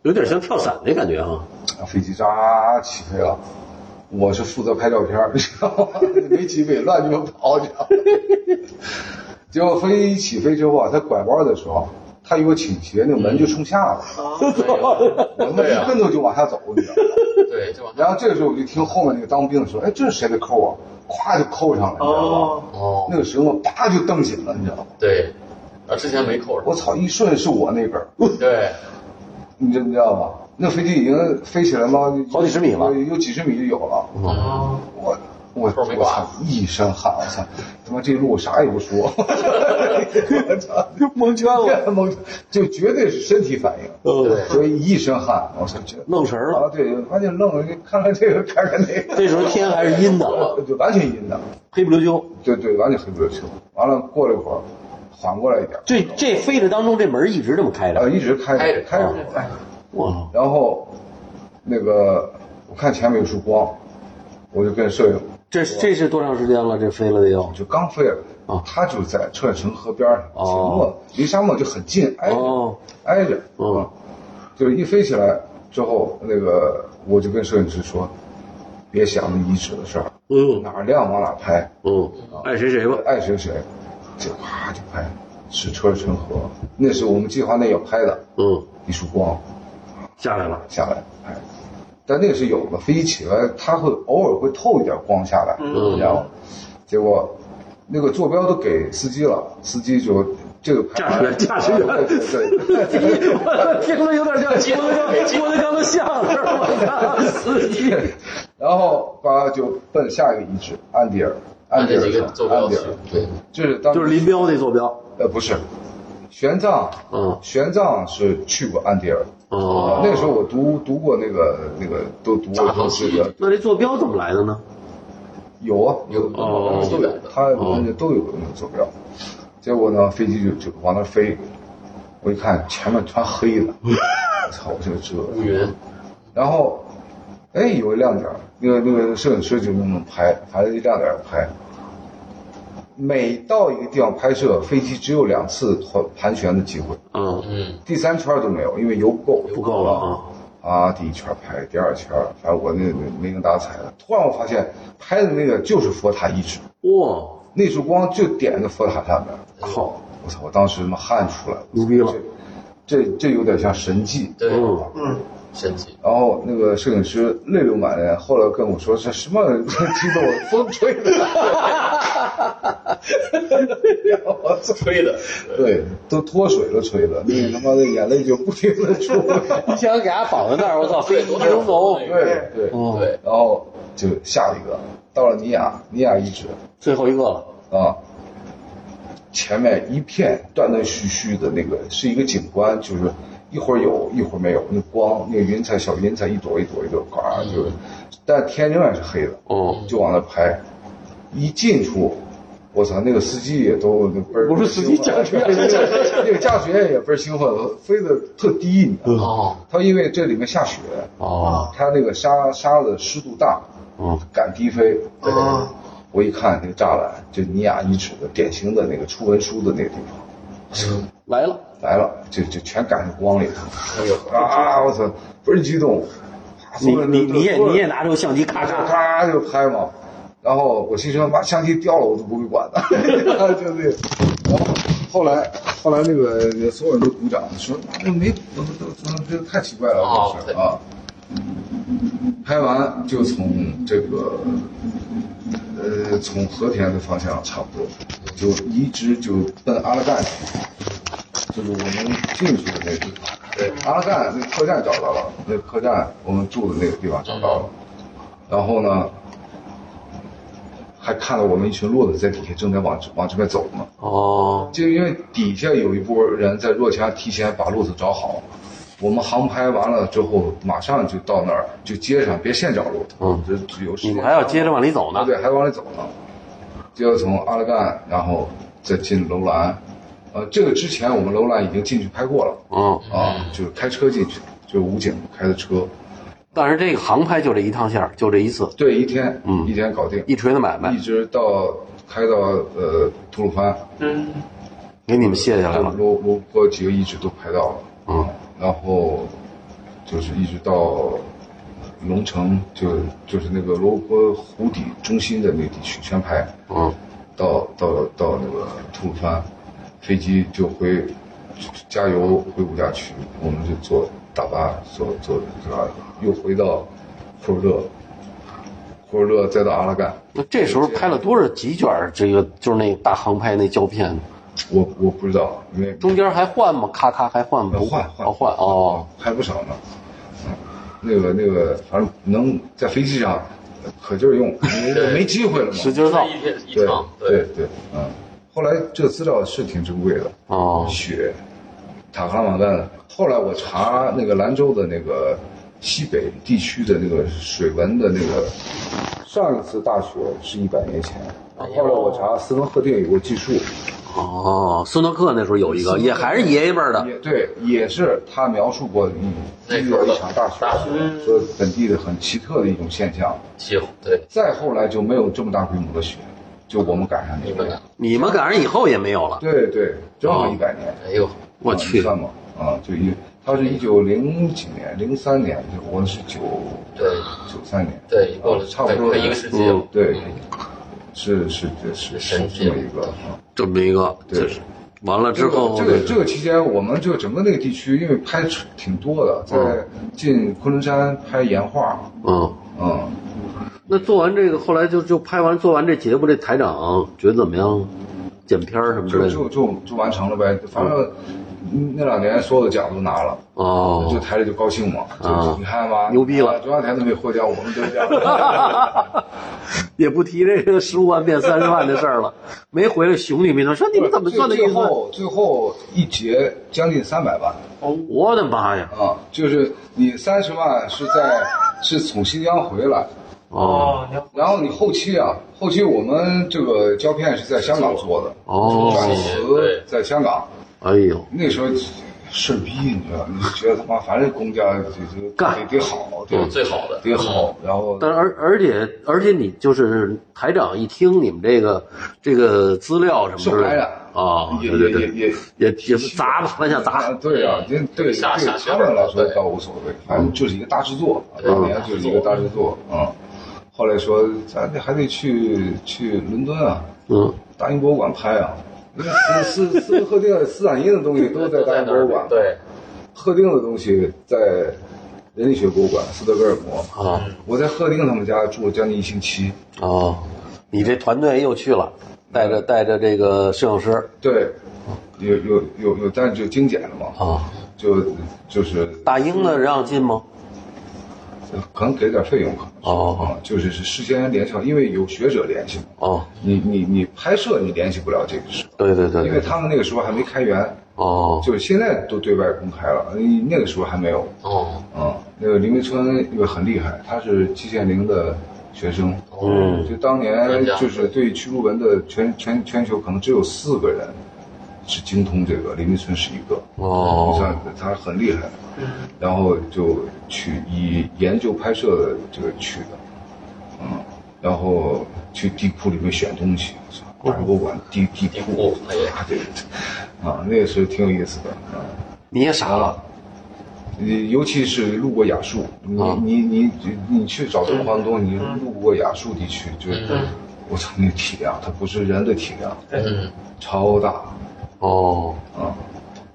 S1: 有点像跳伞那感觉啊。
S3: 飞机喳起飞了。我是负责拍照片儿，你知道吗？ 没起飞，乱鸡巴跑，你知道吗？结果飞机起飞之后啊，它拐弯的时候，它有个倾斜，那个门就冲下了，我
S1: 嗯
S3: 他妈一跟头就往下走，你知道吗？
S6: 对，就往下，
S3: 然后这个时候我就听后面那个当兵的说：“哎，这是谁的扣啊？”咵就扣上了，你知道吗？
S4: 哦，
S6: 哦
S3: 那，个绳子啪就蹬紧了，你知道吗？
S6: 对，啊，之前没扣
S3: 我操！一瞬是我那根儿，
S6: 上，对，
S3: 你知不知道吧？那飞机已经飞起来吗？
S1: 好几十米了嗯
S3: 有有几十米就有了。
S4: 哦，
S3: 我我
S6: 后面
S3: 我
S6: 挂
S3: 操！一身汗，我操！他妈这一路我啥也不说， 我操！
S1: 蒙圈了，
S3: 蒙就绝对是身体反应，
S1: 嗯，
S3: 所以一身汗，我操！觉得
S1: 愣神儿了。
S3: 啊，对，完全愣了，看看这个，看看那个，
S1: 这时候天还是阴的，
S3: 就完全阴的。
S1: 黑不溜秋。
S3: 对对，完全黑不溜秋。完了，过了一会儿，缓过来一点，
S1: 这这飞着当中，这门一直这么开着。
S3: 呃，一直开
S6: 开着
S3: 着开着哎
S6: 啊
S3: 火，
S1: 哇，
S3: 然后那个我看前面有束光，我就跟摄影，
S1: 这这是多长时间了？这飞了得有
S3: 我就刚飞了，
S1: 啊
S3: 他就在车水城河边上，
S1: 哦
S3: 挺落，离沙漠就很近，挨着、
S1: 哦，
S3: 挨着，
S1: 嗯
S3: 啊，就是一飞起来之后，那个我就跟摄影师说，别想那遗址的事儿，
S1: 嗯
S3: 哪儿亮往哪儿拍，
S1: 嗯，爱谁谁吧。
S3: 爱谁谁，就啪就拍，是车水城河，那是我们计划内要拍的
S1: 嗯，
S3: 一束光
S1: 下来了。
S3: 下来，哎，但那个是有的，飞机起来它会偶尔会透一点光下来，
S1: 嗯
S3: 然后结果那个坐标都给司机了，司机就这个
S1: 驾驶员驾驶员
S3: 对对对
S1: 哎
S3: 对。
S1: 我听着有点像郭德纲，郭德纲的相声，我操，司机。
S3: 然后呱就奔下一个遗址安迪尔，安
S6: 按
S3: 迪
S6: 这
S3: 尔
S6: 几个
S3: 山
S6: 坐标
S3: 安迪
S6: 去
S3: 尔，，
S6: 对，
S3: 就是当
S1: 就是林彪那坐标。
S3: 呃不是，玄奘，
S1: 嗯
S3: 玄奘是去过安迪尔，
S1: 哦，
S3: 那时候我读读过那个那个都读过
S6: 藏
S3: 都
S6: 好
S3: 是
S6: 戏
S3: 个
S1: 那这坐标怎么来的呢？
S3: 有啊，有
S1: 哦
S3: 都有，他那都有那个坐标。结果呢，飞机就就往那飞，我一看前面全黑 了，我操，我就这。
S6: 乌云，
S3: 然后，哎，有一亮点儿，那个那个摄影师就那么拍，反正一亮点儿拍。每到一个地方拍摄，飞机只有两次盘盘旋的机会，
S1: 嗯，
S6: 嗯，
S3: 第三圈儿都没有，因为油不够。
S1: 不够了啊。
S3: 啊，第一圈拍，第二圈，反正我那没没能打彩了。突然我发现拍的那个就是佛塔遗址，
S1: 哇，
S3: 那束光就点在佛塔上面。
S1: 靠，
S3: 我操！我当时他妈汗出来了，
S1: 牛逼了！
S3: 这这有点像神迹。
S6: 对，
S1: 嗯，
S6: 神奇，
S3: 然后那个摄影师泪流满面，后来跟我说这什么 激动，风吹的。然后我操！
S2: 吹的，
S3: 对，都脱水了，吹的，那他妈的眼泪就不停的出来。
S1: 你想给他绑在那儿，我操，
S6: 哦
S1: 飞机能走。
S3: 对对，
S1: 哦，
S6: 对，
S3: 然后就下一个到了尼亚，尼亚遗址
S1: 最后一个了。
S3: 啊，前面一片断断续续的那个是一个景观，就是一会儿有一会儿没有，那光那个云彩小云彩一朵一朵一朵，嘎就，但天仍然是黑的，
S1: 哦，
S3: 就往那拍，一进出。我操，那个司机也都那倍儿，
S1: 不是司机驾驶员
S3: 那个驾驶员也倍儿兴奋，飞得特低，你知道吗？
S6: 哦，
S3: 他因为这里面下雪，
S1: 哦，
S3: 他那个沙沙子湿度大，
S1: 嗯，
S3: 敢低飞。
S6: 对，
S3: 我一看那个栅栏，就尼亚遗址的典型的那个出文书的那个地方
S1: 来了。
S3: 来了，就就全赶上光里头。啊！我操，倍儿激动。
S1: 哎你你你也你也拿着相机咔
S3: 咔
S1: 嚓。
S3: 咔就拍嘛。然后我心说，把相机掉了 我都不会管的，就那个。然后后来后来那个所有人都鼓掌，说那没都都都这太奇怪了，
S6: 哦
S3: 这事啊。拍完就从这个呃从和田的方向差不多，就一直就奔阿勒干去，就是我们进去的那个地方。
S6: 对，
S3: 阿拉干那客栈找到了，那客栈我们住的那个地方找到了，
S1: 嗯
S3: 然后呢，还看到我们一群骆驼在底下正在往这往这边走嘛，
S1: 哦，
S3: 就因为底下有一波人在若前提前把骆驼找好，我们航拍完了之后马上就到那儿就接上，别现找骆驼，
S1: 嗯
S3: 这这有时
S1: 你
S3: 间
S1: 们还要接着往里走
S3: 啊，
S1: 呢。
S3: 对，还往里走呢，就要从阿勒干，然后再进楼兰，呃，这个之前我们楼兰已经进去拍过了。
S1: 嗯，
S3: 啊，就是开车进去，就是武警开的车，
S1: 但是这个航拍就这一趟线儿，就这一次，
S3: 对，一天，
S1: 嗯
S3: 一天搞定，
S1: 一锤子买卖
S3: 一直到开到呃吐鲁番，
S1: 给你们卸下来
S3: 罗
S1: 了。
S3: 罗罗波几个遗址都拍到了，
S1: 嗯，
S3: 然后就是一直到呃龙城，就就是那个罗波湖底中心的那个地区全拍，
S1: 嗯，
S3: 到到到那个吐鲁番，飞机就回加油回五家区，我们就坐大巴坐坐这个又回到库尔勒，库尔勒再到阿拉干，
S1: 那这时候拍了多少几卷儿？这个就是那大航拍那胶片，
S3: 我我不知道，因为
S1: 中间还换吗？咔咔还换吗？
S3: 呃换换
S1: 哦换哦，
S3: 啊还不少呢。嗯那个那个，反正能在飞机上可劲儿用，因为没机会了嘛。
S1: 使劲儿造
S6: 一天一
S3: 对
S6: 场，
S3: 对，对，嗯。后来这个资料是挺珍贵的，
S1: 哦，
S3: 雪，塔克拉玛干。后来我查那个兰州的那个西北地区的那个水文的那个，上一次大雪是一百年前。后来我查斯文赫定有个技术，
S1: 哦，斯诺克那时候有一个，也还是爷爷辈儿的。
S3: 也对，也是他描述过嗯，
S6: 啊那时候
S3: 有
S6: 的
S3: 一场大雪，说本地的很奇特的一种现象。
S6: 气候，对，
S3: 再后来就没有这么大规模的雪，就我们赶上那
S6: 你
S3: 个
S6: 们。俩，
S1: 你们赶上以后也没有了。
S3: 对对，正好一百年。
S6: 哎呦，
S1: 我
S3: 啊你
S1: 去，
S3: 算吧，啊，就一，他是一九零几年，零三年，就我是九
S6: 对
S3: 九三年，
S6: 对，过了
S3: 差不多
S6: 快一个世纪了，嗯
S3: 对，是是是是
S6: 神
S3: 这
S6: 奇
S3: 么一个啊。
S1: 这么一个，
S3: 对
S1: 就是完了之后，
S3: 这个这个期间，我们就整个那个地区，因为拍挺多的，在
S1: 哦
S3: 进昆仑山拍岩画，啊
S1: 嗯，
S3: 嗯，
S1: 那做完这个，后来就就拍完做完这节目，这台长觉得怎么样？剪片儿什么之
S3: 就
S1: 类的
S3: 就就就完成了呗。反正那两年所有的奖都拿了。就
S1: 哦，
S3: 台里就高兴嘛，就
S1: 啊
S3: 你看吧，啊
S1: 牛逼了
S3: 中央台都没获奖，我们得奖了。
S1: 也不提这个十五万变三十万的事儿了。没回来熊里面头 说你们怎么算的
S3: 最
S1: 预算？
S3: 后最后一节将近三百万
S1: 我的妈呀！
S3: 啊，就是你三十万是在是从新疆回来，
S1: 哦
S4: 哦，聊
S3: 然后你后期啊，后期我们这个胶片是在香港做的，转
S1: 哦，
S3: 词在香港，
S1: 哎呦，
S3: 那时候事儿逼，你知道，你就觉得他妈反正公家就就
S1: 干
S3: 得得好，对
S6: 嗯对，最好嗯的
S3: 得好，然后
S1: 但而而且而且你就是台长一听你们这个这个资料什么之类
S3: 受
S1: 的
S3: 害了
S1: 啊，
S3: 也
S1: 对对
S3: 也
S1: 对，
S3: 也也
S1: 也也砸吧，往下
S3: 啊
S1: 砸，，
S3: 对啊，这对
S6: 下
S3: 对
S6: 下血
S3: 他
S6: 本
S3: 们来
S6: 了
S3: 说
S6: 对
S3: 倒无所谓，反正就是一个大制作，啊当年就是一个大制作啊。后来说咱得还得去去伦敦啊，
S1: 嗯，
S3: 大英博物馆拍啊。因为斯 斯斯赫定斯坦因的东
S6: 嗯
S3: 西都在大英博物馆，
S6: 对，
S3: 赫定的东西在人类学博物馆，斯德哥尔摩。
S1: 啊
S3: 我在赫定他们家住了将近一星期，
S1: 哦，你这团队又去了，带着带着这个摄影师
S3: 对，有有有有，但是就精简了嘛，
S1: 啊，
S3: 就就是
S1: 大英的让进吗？
S3: 可能给点费用，可能是
S1: 哦
S3: 啊，就是是事先联系好，因为有学者联系嘛。
S1: 哦，
S3: 你你你拍摄你联系不了这个事，
S1: 对对对
S3: 因为
S1: 对，
S3: 他们那个时候还没开源，
S1: 哦，
S3: 就是现在都对外公开了，你那个时候还没有。
S6: 哦，
S3: 啊、那个林明春因为很厉害，他是季羡林的学生，
S1: 嗯
S3: 就当年
S6: 专家
S3: 就是对驱逐文的全全全球可能只有四个人是精通这个，林明春是一个。
S1: 哦
S3: 像他很厉害，然后就去以研究拍摄的这个去的，嗯，然后去地库里面选东西，大博物馆地地
S6: 地
S3: 库
S6: 库哎呀，
S3: 啊，对，啊，那个时候挺有意思的啊。
S1: 你也傻了，
S3: 你尤其是路过雅树，你、
S1: 啊
S3: 你你你去找东方东，你路过雅树地区，就、
S6: 嗯
S3: 我操，那个体量，它不是人的体量，
S6: 嗯，
S3: 超大
S1: 哦，
S3: 啊！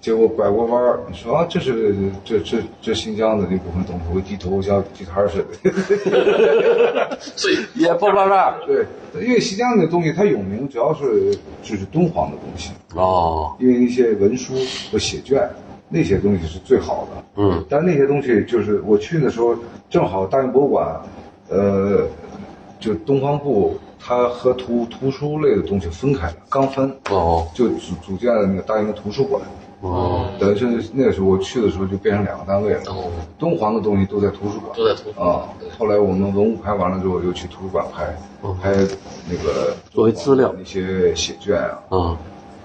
S3: 结果拐过弯儿，你说啊，这是这这这新疆的那部分东西，我一低头像地摊儿似的。
S6: 最
S1: 也不巴这
S3: 对，因为新疆的东西它有名，主要是就是敦煌的东西，
S1: 哦，
S3: 因为一些文书和写卷那些东西是最好的。
S1: 嗯，
S3: 但那些东西就是我去的时候，正好大英博物馆，呃，就东方部它和图图书类的东西分开了，刚分，
S1: 哦
S3: 就组组建了那个大英图书馆。
S1: 哦，
S3: 等于是那个时候我去的时候就变成两个单位了，
S6: 哦，
S3: 敦煌的东西都在图书馆
S6: 都在图书馆
S3: 啊。后来我们文物拍完了之后，又去图书馆拍
S1: 哦
S3: 拍那个
S1: 作为资料
S3: 那些写卷啊，
S1: 嗯，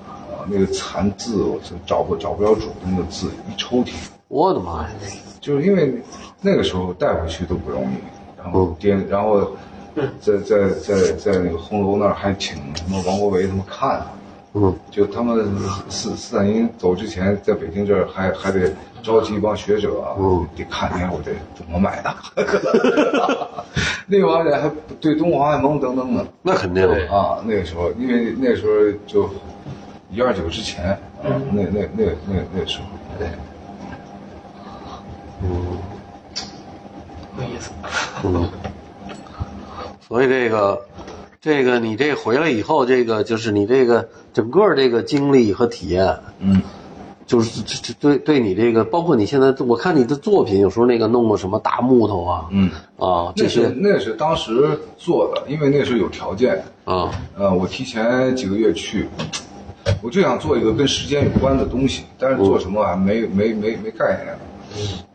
S3: 啊那个残字我就找不找不了主的那个字，一抽屉。
S1: 我的妈呀，
S3: 就是因为那个时候带回去都不容易，然后颠，然后在在在在那个红楼那儿还请什么王国维他们看，
S1: 嗯，
S3: 就他们斯斯坦因走之前，在北京这儿还还得召集一帮学者啊，
S1: 嗯
S3: 得看你看我得怎么买的， 那帮人还对敦煌还懵登登的
S1: 那肯定
S6: 对
S3: 啊，那个时候因为那时候就一二九之前啊，那那那那那时候，哎对。
S4: 有意思。
S1: 嗯，所以这个，这个你这回来以后，这个就是你这个整个这个经历和体验，
S3: 嗯，
S1: 就是这这对对你这个，包括你现在，我看你的作品有时候那个弄个什么大木头啊，
S3: 嗯
S1: 啊这
S3: 那
S1: 些
S3: 是那是当时做的，因为那时候有条件，
S1: 啊，
S3: 呃，我提前几个月去，我就想做一个跟时间有关的东西，但是做什么还没没没没概念。
S1: 嗯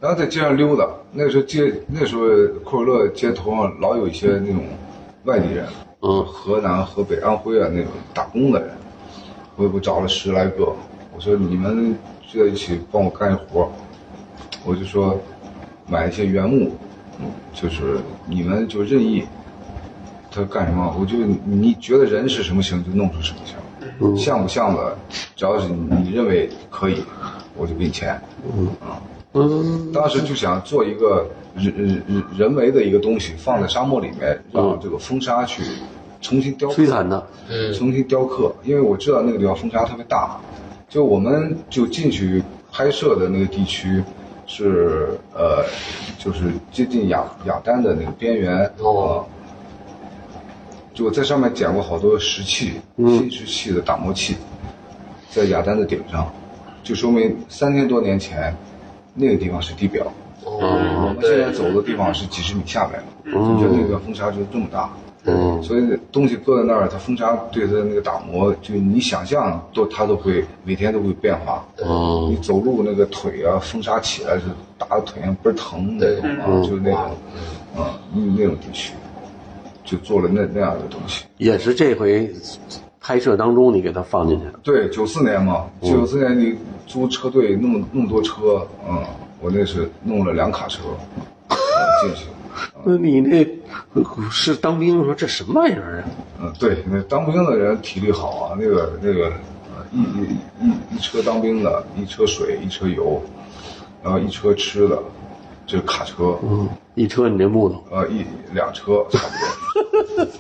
S3: 然后在街上溜达，那时候街那时候库尔勒街头上老有一些那种外地人，
S1: 嗯
S3: 河南、河北、安徽啊那种打工的人，我我找了十来个，我说你们聚在一起帮我干一活儿，我就说买一些原木，嗯就是你们就任意他干什么，我就你觉得人是什么形就弄出什么形，像不像的，只要是你认为可以，我就给你钱。
S1: 嗯
S3: 当时就想做一个人人人人为的一个东西，放在沙漠里面，让这个风沙去重新雕刻
S1: 摧，残的，
S6: 嗯
S3: 重新雕刻。因为我知道那个地方风沙特别大，就我们就进去拍摄的那个地区是呃，就是接近雅雅丹的那个边缘
S6: 哦
S3: 呃就我在上面捡过好多石器，
S6: 嗯
S3: 新石器的打磨器，在雅丹的顶上，就说明三千多年前那个地方是地表。嗯我
S6: 哦
S3: 们，现在
S6: 对，
S3: 走的地方是几十米下面，
S1: 嗯
S3: 就那个风沙就这么大，
S1: 嗯
S3: 所以东西搁在那儿，它风沙对它的那个打磨，就你想象都它都会每天都会变化。你
S1: 嗯
S3: 走路那个腿啊，风沙起来是打到腿上倍儿疼那种啊，
S6: 对
S3: 就是那种，啊，那种地区，就做了那那样的东西。
S1: 也是这回拍摄当中你给它放进去的。
S3: 对，九四年嘛，九四年你租车队弄那么多车，嗯，我那是弄了两卡车、嗯进去。
S1: 那你那是当兵的时候这什么玩意儿啊？
S3: 嗯，对，那当兵的人体力好啊，那个那个，呃一一一一车当兵的，一车水，一车油，然后一车吃的，这是卡车，
S1: 嗯，一车你这木头，
S3: 呃，一两车差不多。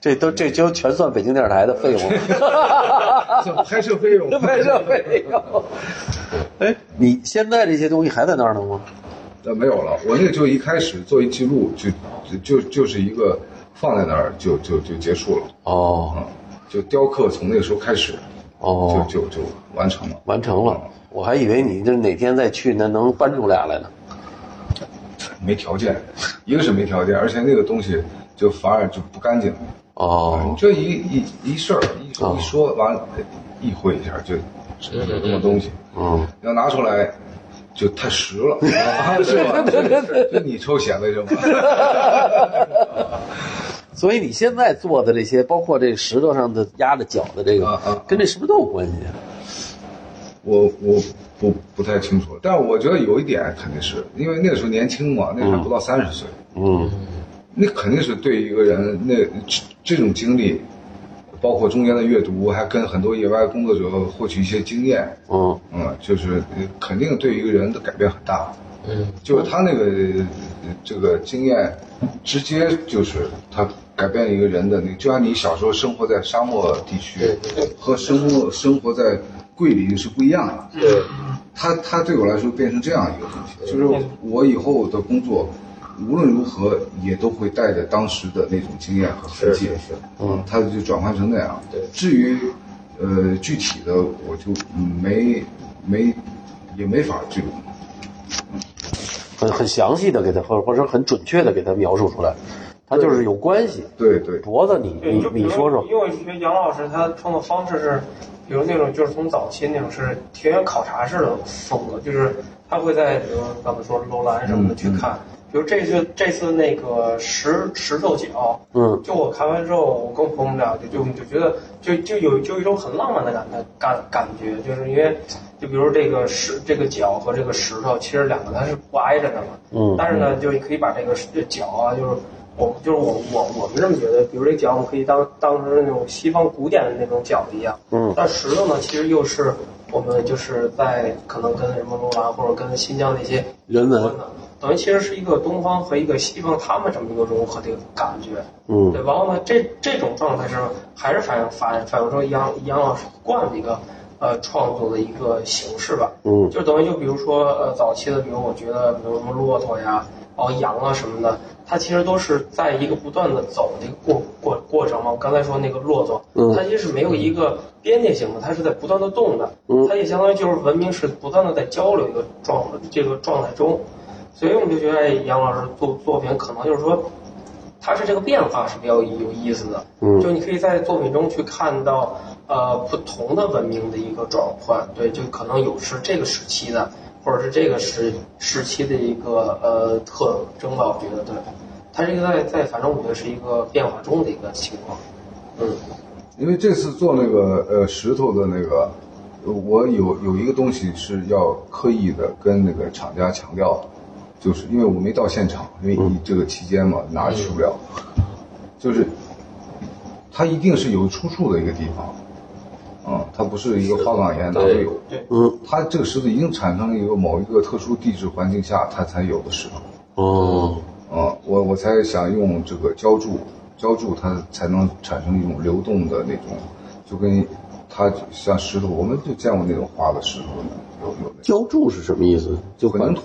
S1: 这都这就全算北京电视台的费用。
S3: 这拍摄费用，
S1: 拍摄费用。 哎，你现在这些东西还在那儿呢吗？
S3: 呃，没有了。我那个就一开始做一记录，就就就就是一个放在那儿就就就结束了，
S1: 哦
S3: 嗯，就雕刻从那个时候开始，
S1: 哦，
S3: 就就就完成了。
S1: 完成了。我还以为你这哪天再去那能搬出俩来呢。
S3: 没条件，一个是没条件，而且那个东西就反而就不干净。
S1: 哦，
S3: 这一一一事儿一
S1: 哦
S3: 一说完，意会一下就有这么东西，
S1: 嗯，
S3: 要拿出来就太实 了，啊是吧？就就你抽闲的扔了。
S1: 所以你现在做的这些，包括这石头上的压着脚的这
S3: 啊啊
S1: 个
S3: 啊，
S1: 跟这是不是都有关系？啊
S3: 我我不不太清楚，但我觉得有一点肯定是因为那个时候年轻嘛，那时候还不到三十岁，
S1: 嗯，
S3: 那肯定是对一个人那这这种经历，包括中间的阅读，还跟很多野外工作者获取一些经验，
S1: 嗯，
S3: 嗯，就是呃肯定对一个人的改变很大。
S6: 嗯，
S3: 就是他那个呃这个经验，直接就是他改变一个人的那个，就像你小时候生活在沙漠地区
S6: 对对，
S3: 和生活生活在桂林是不一样的。
S6: 对，
S3: 他他对我来说变成这样一个东西，就是我以后的工作，无论如何也都会带着当时的那种经验和痕
S6: 是
S3: 迹
S6: 是。是，
S3: 嗯，它就转换成那样
S6: 对。
S3: 至于呃具体的，我就嗯没没也没法这种。
S1: 很很详细的给它，或或者说很准确的给它描述出来，它就是有关系。
S3: 对对
S1: 脖子你，
S4: 对，
S1: 你
S4: 就比
S1: 你
S4: 如
S1: 说说，
S4: 因为我觉得杨老师他创作方式是，比如那种就是从早期那种是田园考察式的风格，就是他会在比如咱们说楼兰什么的
S3: 嗯
S4: 去看，比如这次这次那个石石头脚，
S1: 嗯，
S4: 就我看完之后，我跟朋友们俩就就我们就觉得就就有就有一种很浪漫的感的感感觉，就是因为就比如这个石这个脚和这个石头，其实两个它是不挨着的嘛，
S1: 嗯
S4: 但是呢，就可以把这个这脚啊，就是我们就是我我我们这么觉得，比如这脚，我们可以当当时那种西方古典的那种脚一样，
S1: 嗯
S4: 但石头呢，其实又是我们就是在可能跟什么罗兰或者跟新疆的一些
S1: 人文
S4: 有关的等于其实是一个东方和一个西方他们这么一个融合的一个感觉，
S1: 嗯
S4: 对，然后呢，这这种状态是还是反映反反映出杨杨老师惯的一个呃创作的一个形式吧，
S1: 嗯
S4: 就等于就比如说呃早期的，比如我觉得比如什么骆驼呀、然后羊啊什么的，它其实都是在一个不断的走的一个过过过程嘛。我刚才说那个骆驼，
S1: 嗯
S4: 它其实是没有一个边界性的，它是在不断的动的，
S1: 嗯
S4: 它也相当于就是文明是不断的在交流一个状这个状态中，所以我们就觉得哎杨老师作作品可能就是说。它是这个变化是比较有意思的，
S1: 嗯
S4: 就你可以在作品中去看到呃不同的文明的一个转换，对，就可能有是这个时期的，或者是这个时时期的一个呃特征吧，我觉得对，它这个在在反正我觉得是一个变化中的一个情况，嗯，
S3: 因为这次做那个呃石头的那个，呃我有有一个东西是要刻意的跟那个厂家强调的，就是因为我没到现场，因为你这个期间嘛，哪儿去不了，就是它一定是有出处的一个地方，嗯，它不是一个花岗岩哪都有，
S1: 嗯，
S3: 它这个石头已经产生了一个某一个特殊地质环境下它才有的石头，
S1: 哦，
S3: 啊，我我才想用这个浇筑，浇筑它才能产生一种流动的那种，就跟它像石头，我们就见过那种花的石头，有有那
S1: 浇筑是什么意思？就
S3: 混凝土，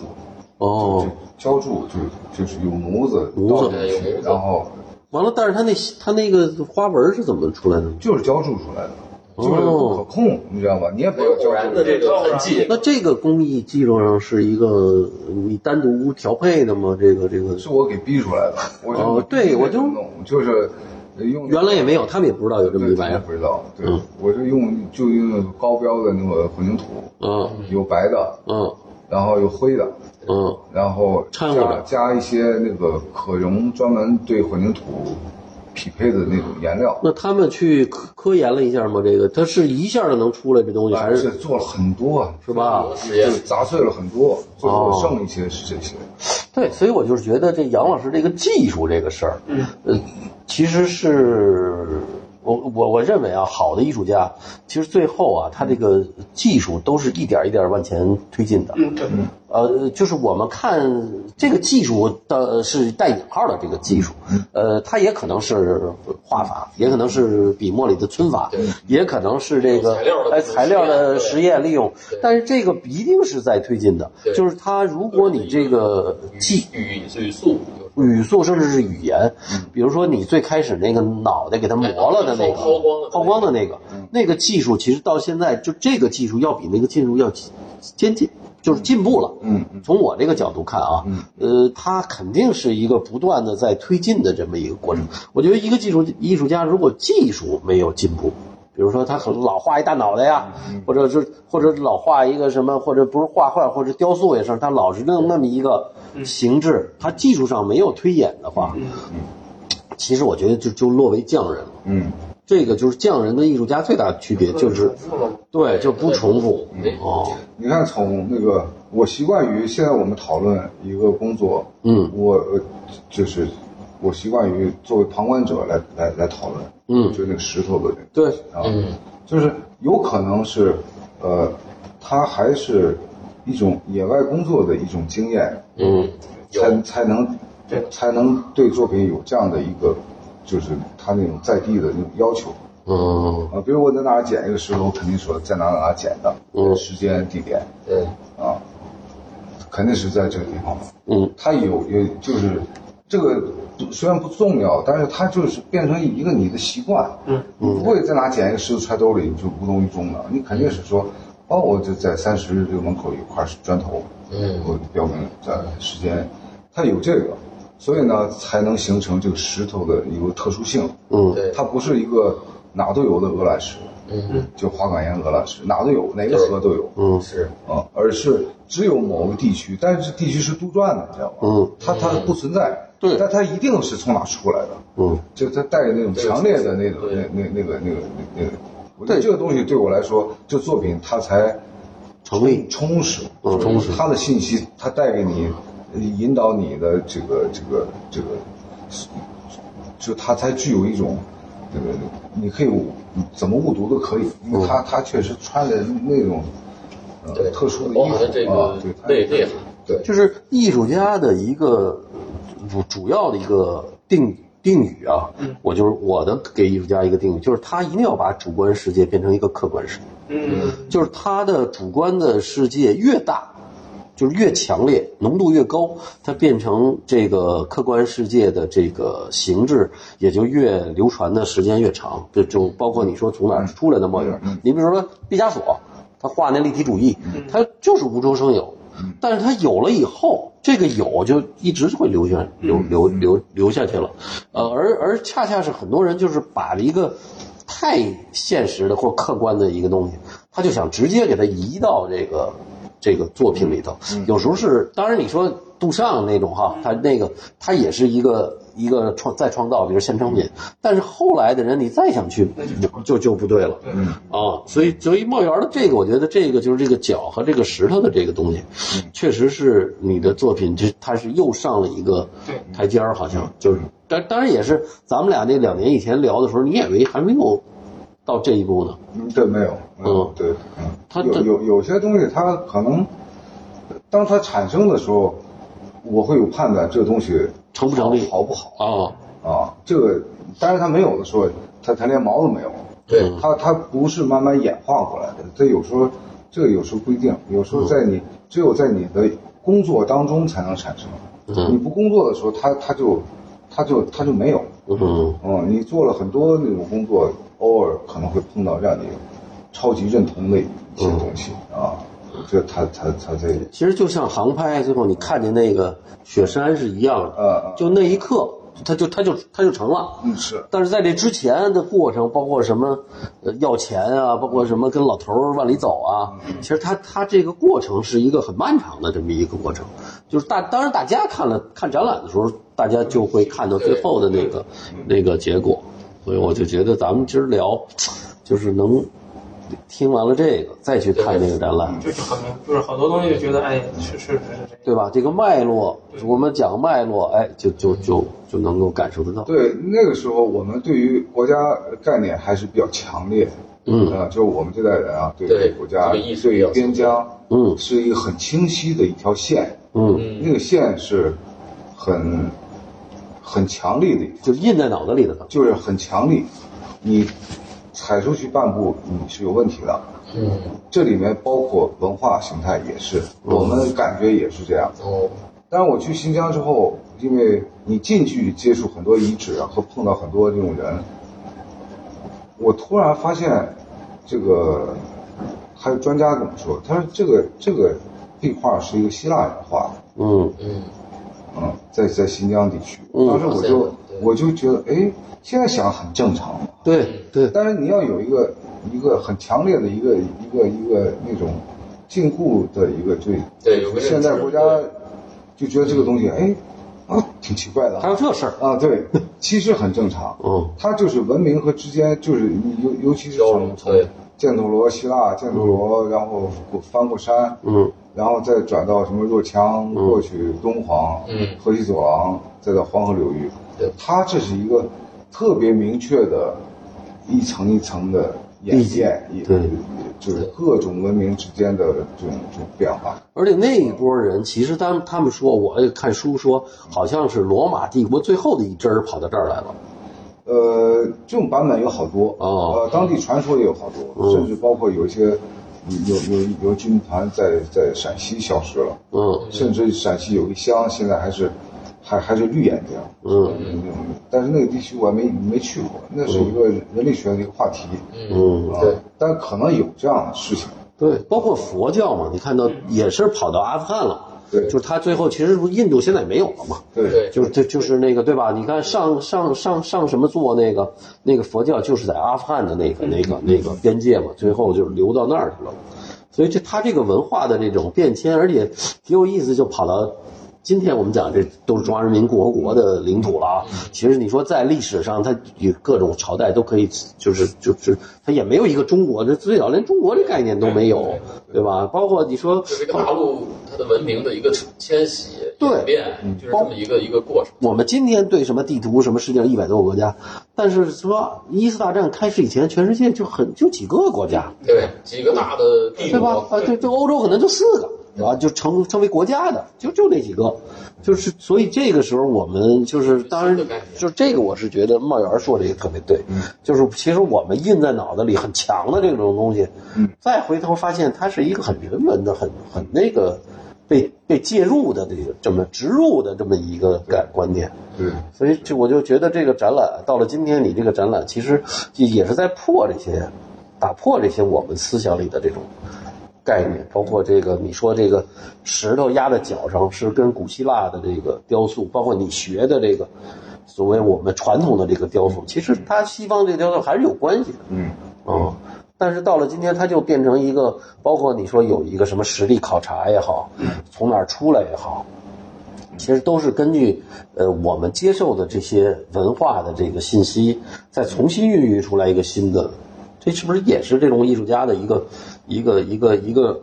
S1: 哦，
S3: 浇筑就就是有模子
S1: 模子
S3: 倒进去
S6: 有模子
S3: 然后
S1: 完了，但是它那它那个花纹是怎么出来的呢？
S3: 就是浇筑出来的，
S1: 哦
S3: 就是不可控，你知道吧？你也不
S6: 没
S3: 要
S6: 有
S3: 浇
S6: 偶然的
S3: 筑，
S6: 这个痕迹，
S1: 那这个工艺技术上是一个你单独调配的吗？这个这个
S3: 是我给逼出来的。我就
S1: 哦对我就
S3: 弄，就是用
S1: 原来也没有，他们也不知道有这么一
S3: 对，
S1: 玩意
S3: 也
S1: 儿。
S3: 不知道，对
S1: 嗯，
S3: 我就用就用那个高标的那个混凝土，
S1: 嗯
S3: 有白的，
S1: 嗯
S3: 然后有灰的，
S1: 嗯
S3: 然后
S1: 掺和
S3: 加
S1: 的
S3: 加一些那个可溶专门对混凝土匹配的那种颜料。
S1: 那他们去科科研了一下吗？这个它是一下就能出来这东西，还
S3: 而且
S1: 是
S3: 做了很多啊，
S1: 是吧？
S6: 实
S3: 就
S6: 验
S3: 是砸碎了很多，最后
S1: 哦
S3: 剩一些是这些。
S1: 对，所以我就是觉得这杨老师这个技术这个事儿，嗯，呃，其实是我我我认为啊，好的艺术家其实最后啊，他这个技术都是一点一点往前推进的。
S4: 嗯，对，
S1: 呃，就是我们看这个技术的呃是带引号的这个技术，
S6: 嗯
S1: 呃，它也可能是画法，也可能是笔墨里的皴法，也可能是这个
S6: 材料的
S1: 哎材料的实
S6: 实
S1: 验利用
S6: 对，
S1: 但是这个一定是在推进的，
S6: 对
S1: 就是它如果你这个技
S6: 语语速有
S1: 语速甚至是语言，
S6: 嗯
S1: 比如说你最开始那个脑袋给它磨了的那个
S6: 哎抛抛光的
S1: 抛光的
S6: 那个嗯
S1: 那个，那个技术其实到现在就这个技术要比那个技术要先进，就是进步了。
S3: 嗯嗯，
S1: 从我这个角度看啊，呃，它肯定是一个不断的在推进的这么一个过程。我觉得一个技术艺术家如果技术没有进步，比如说他很老画一大脑袋呀，或者是或者老画一个什么，或者不是画画，或者雕塑也是，他老是弄那么一个形制，他技术上没有推演的话，
S4: 嗯
S1: 其实我觉得就就落为匠人了。
S3: 嗯，
S1: 这个就是匠人跟艺术家最大的区别，就是
S4: 重复了嘛。
S1: 对就不重复
S6: 对
S1: 哦，
S3: 你看从那个，我习惯于现在我们讨论一个工作，
S1: 嗯
S3: 我呃就是我习惯于作为旁观者来来来讨论，
S1: 嗯
S3: 就那个石头的那个
S1: 对，
S3: 啊，
S6: 嗯，
S3: 就是有可能是，呃，它还是一种野外工作的一种经验，
S1: 嗯
S3: 才才能
S4: 对
S3: 才能对作品有这样的一个，就是他那种在地的那种要求
S1: 嗯
S3: 啊。比如我在哪儿捡一个石头，我肯定说在哪儿哪儿捡的，
S1: 嗯
S3: 时间地点
S6: 对，
S3: 啊，肯定是在这个地方。
S1: 嗯
S3: 它有有就是这个虽然不重要，但是它就是变成一个你的习惯。
S4: 嗯，
S3: 你不会再拿捡一个石头揣兜里你就无动于衷了，你肯定是说，哦，我就在三十这个门口有块砖头，
S6: 嗯
S3: 我标明在时间，它有这个，所以呢才能形成这个石头的一个特殊性。
S1: 嗯，
S6: 对，
S3: 它不是一个哪都有的鹅卵石，
S6: 嗯
S3: 就花岗岩鹅卵石，哪都有，哪个河都有。
S1: 嗯
S6: 是
S3: 啊，而是只有某个地区，但是这地区是杜撰的，你知道吗？
S1: 嗯，
S3: 它它不存在，
S1: 对
S3: 但它一定是从哪出来的，
S1: 嗯
S3: 就它带着那种强烈的那种
S6: 对
S3: 那那那个那个那个，我觉得
S1: 对
S3: 这个东西对我来说，这作品它才
S1: 成立
S3: 充实，
S1: 嗯充实
S3: 它的信息它带给你，呃引导你的这个这个这个，就它才具有一种。这个你可以怎么误读都可以，因为它它确实穿的那种
S6: 对
S3: 呃特殊的
S6: 包
S3: 衣
S6: 含
S3: 服
S6: 了这
S3: 啊
S6: 个，
S3: 对它
S6: 内内涵，
S3: 对，
S1: 就是艺术家的一个主主要的一个定定语啊，我就是我的给艺术家一个定语，就是他一定要把主观世界变成一个客观世界，
S4: 嗯，
S1: 就是他的主观的世界越大，就是越强烈，浓度越高，它变成这个客观世界的这个形制也就越流传的时间越长，就就包括你说从哪儿出来的墨影，你比如说毕加索，他画那立体主义，他就是无中生有，但是他有了以后，这个有就一直会流下流流流流下去了，呃，而而恰恰是很多人就是把一个太现实的或客观的一个东西，他就想直接给它移到这个这个作品里头。有时候是，当然你说杜尚那种哈，他那个他也是一个一个创再创造，比如现成品。但是后来的人，你再想去嗯就就不对了。啊，所以所以茂园的这个，我觉得这个就是这个脚和这个石头的这个东西，确实是你的作品，这它是又上了一个台阶儿，好像就是。但当然也是，咱们俩那两年以前聊的时候，你也没还没有到这一步呢。
S3: 嗯，对，没有，
S1: 嗯
S3: 对，嗯，
S1: 它
S3: 有
S1: 它
S3: 有有些东西，它可能当它产生的时候，我会有判断，这个东西
S1: 成不成立
S3: 好好不好
S1: 啊，
S3: 啊？这个，但是它没有的时候，它它连毛都没有，
S6: 对，
S3: 它它不是慢慢演化过来的，它有时候这个有时候不一定，有时候在你、只有在你的工作当中才能产生，
S1: 嗯
S3: 你不工作的时候，它它就它就它就没有，
S1: 嗯
S3: 嗯，你做了很多那种工作，偶尔可能会碰到让你超级认同的一些东西、啊，这他他他这，
S1: 其实就像航拍，最后你看见那个雪山是一样的，
S3: 呃，
S1: 就那一刻，它就它就它就成了。
S3: 嗯是，
S1: 但是在这之前的过程，包括什么，呃，要钱啊，包括什么跟老头儿往里走啊，其实他他这个过程是一个很漫长的这么一个过程，就是大当然大家看了看展览的时候，大家就会看到最后的那个那个结果。所以我就觉得咱们今儿聊，就是能听完了这个再去看这个展览，
S4: 就是很明，就是好多东西就觉得，哎，是是是是这样。
S1: 对吧？这个脉络，我们讲脉络，哎，就就就就能够感受得到。
S3: 对，那个时候我们对于国家概念还是比较强烈的，
S1: 嗯
S3: 啊，就是我们这代人啊，对
S6: 对
S3: 于国家、
S6: 这个意识
S3: 对
S6: 比
S3: 于
S6: 较
S3: 边疆，
S1: 嗯
S3: 是一个很清晰的一条线，
S1: 嗯，
S3: 那个线是很很强力的一
S1: 就
S3: 条，
S1: 印在脑子里的。
S3: 就是很强力，你踩出去半步你是有问题的，
S6: 嗯，
S3: 这里面包括文化形态也是，我们感觉也是这样。
S6: 哦，
S3: 但是我去新疆之后，因为你近距离接触很多遗址啊，和碰到很多这种人，我突然发现，这个还有专家跟我说，他说这个这个壁画是一个希腊人画的，
S1: 嗯
S6: 嗯，
S3: 嗯，在在新疆地区，
S1: 嗯
S3: 当时我就
S6: 对
S3: 我就觉得，哎，现在想很正常，
S1: 对对，
S3: 但是你要有一个一个很强烈的一个一个一个那种禁锢的一个对
S6: 对，有个
S3: 现在国家就觉得这个东西，哎，啊，挺奇怪的
S1: 还有
S3: 啊，
S1: 这事儿。
S3: 啊，对，其实很正常。
S1: 嗯
S3: 它就是文明和之间，就是尤尤其是
S6: 交融
S3: 从从
S6: 对嗯
S3: 犍陀罗、希腊、犍陀罗，然后过翻过山，
S1: 嗯
S3: 然后再转到什么若羌过去、敦煌、
S6: 嗯
S3: 河西走廊，再到黄河流域
S6: 对，
S3: 它这是一个特别明确的，一层一层的演变，也
S1: 对
S3: 就是各种文明之间的这种这种变化。
S1: 而且那一波人，其实他们他们说，我看书说，好像是罗马帝国最后的一支儿跑到这儿来了。
S3: 呃，这种版本有好多，
S1: 哦
S3: 呃，当地传说也有好多，
S1: 嗯
S3: 甚至包括有一些有有有军团在在陕西消失了，
S1: 嗯
S3: 甚至陕西有一乡现在还是还还是绿眼睛，
S1: 嗯
S3: 那种，但是那个地区我还没没去过，那是一个人类学的一个话题，
S1: 嗯，
S3: 啊
S6: 对，
S3: 但可能有这样的事情，
S1: 对，包括佛教嘛，你看到也是跑到阿富汗了。
S3: 对
S1: 就是他最后其实印度现在也没有了嘛，
S3: 对
S6: 对
S1: 就是就就是那个对吧？你看上上上上什么座那个那个佛教就是在阿富汗的那个那个那个边界嘛，最后就是流到那儿去了。所以这他这个文化的这种变迁，而且挺有意思，就跑到今天我们讲这都是中华人民共和国的领土了啊。其实你说在历史上，它有各种朝代都可以，就是就是它也没有一个中国，这最早连中国这概念都没有，对吧？包括你说
S6: 就是这个大陆它的文明的一个迁徙
S1: 对
S6: 演变，就是这么一个一个过程。
S1: 我们今天对什么地图，什么世界上一百多个国家，但是说一次大战开始以前，全世界就很就几个国家，
S6: 对，几个大的帝
S1: 对吧
S6: 国？，
S1: 啊，对，就欧洲可能就四个啊，就成成为国家的，就就那几个，就是所以这个时候我们就是当然
S6: 新的概念嗯
S1: 就是这个，我是觉得茂源说这个特别对，就是其实我们印在脑子里很强的这种东西，
S6: 嗯
S1: 再回头发现它是一个很人文的、很很那个被被介入的这个这么植入的这么一个感观点。
S3: 对，
S1: 所以就我就觉得这个展览到了今天，你这个展览其实也是在破这些，打破这些我们思想里的这种概念，包括这个你说这个石头压在脚上是跟古希腊的这个雕塑，包括你学的这个所谓我们传统的这个雕塑，其实它西方这个雕塑还是有关系的。
S3: 嗯，
S1: 嗯，但是到了今天，它就变成一个，包括你说有一个什么实地考察也好，从哪儿出来也好，其实都是根据呃我们接受的这些文化的这个信息，再重新孕育出来一个新的，这是不是也是这种艺术家的一个一个一个一个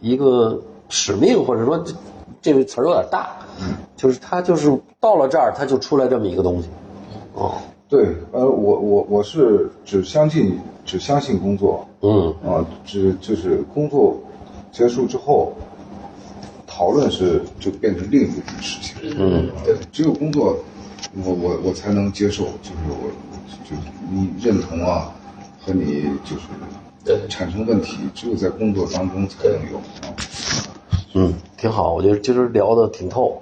S1: 一个使命，或者说这这个词儿有点大，就是他就是到了这儿，他就出来这么一个东西，哦，
S3: 对，呃，我我我是只相信只相信工作，
S1: 嗯
S3: 啊，只就是工作结束之后，讨论是就变成另一件事情。
S1: 嗯
S3: 呃只有工作，我我我才能接受，就是我就是你认同啊，和你就是
S6: 对
S3: 产生问题，只有在工作当中才能有啊。
S1: 嗯，挺好，我觉得今儿聊的挺透，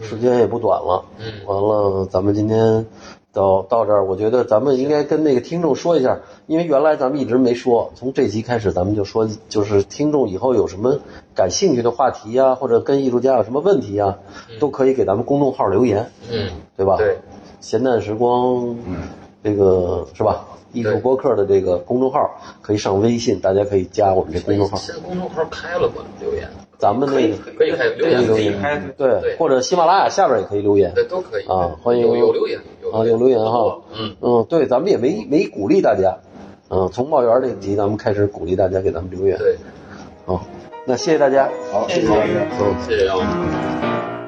S1: 时间也不短了。
S6: 嗯
S1: 完了，咱们今天到到这儿，我觉得咱们应该跟那个听众说一下，因为原来咱们一直没说，从这集开始咱们就说，就是听众以后有什么感兴趣的话题呀、或者跟艺术家有什么问题呀、啊都可以给咱们公众号留言，
S6: 嗯，
S1: 嗯对吧？
S6: 对，
S1: 闲淡时光，
S3: 嗯，
S1: 这个是吧？艺术播客的这个公众号，可以上微信，大家可以加我们这公众号。
S6: 现在公众号开了吧？留言
S1: 咱们那个
S6: 可以开留
S1: 可以
S6: 言
S1: 留
S6: 可以
S1: 言
S6: 开，
S1: 对，或者喜马拉雅下边也可以留言
S6: 对都可以
S1: 啊欢迎
S6: 有有留言有
S1: 啊，有留言哈。
S6: 嗯
S1: 嗯，对，咱们也没没鼓励大家，嗯，从茂园这集咱们开始鼓励大家给咱们留言。嗯
S6: 对，
S1: 好，那谢谢大家，
S3: 好，
S4: 哎谢
S3: 谢
S4: 谢
S3: 谢大家。
S1: 嗯。
S6: 谢谢啊。
S1: 嗯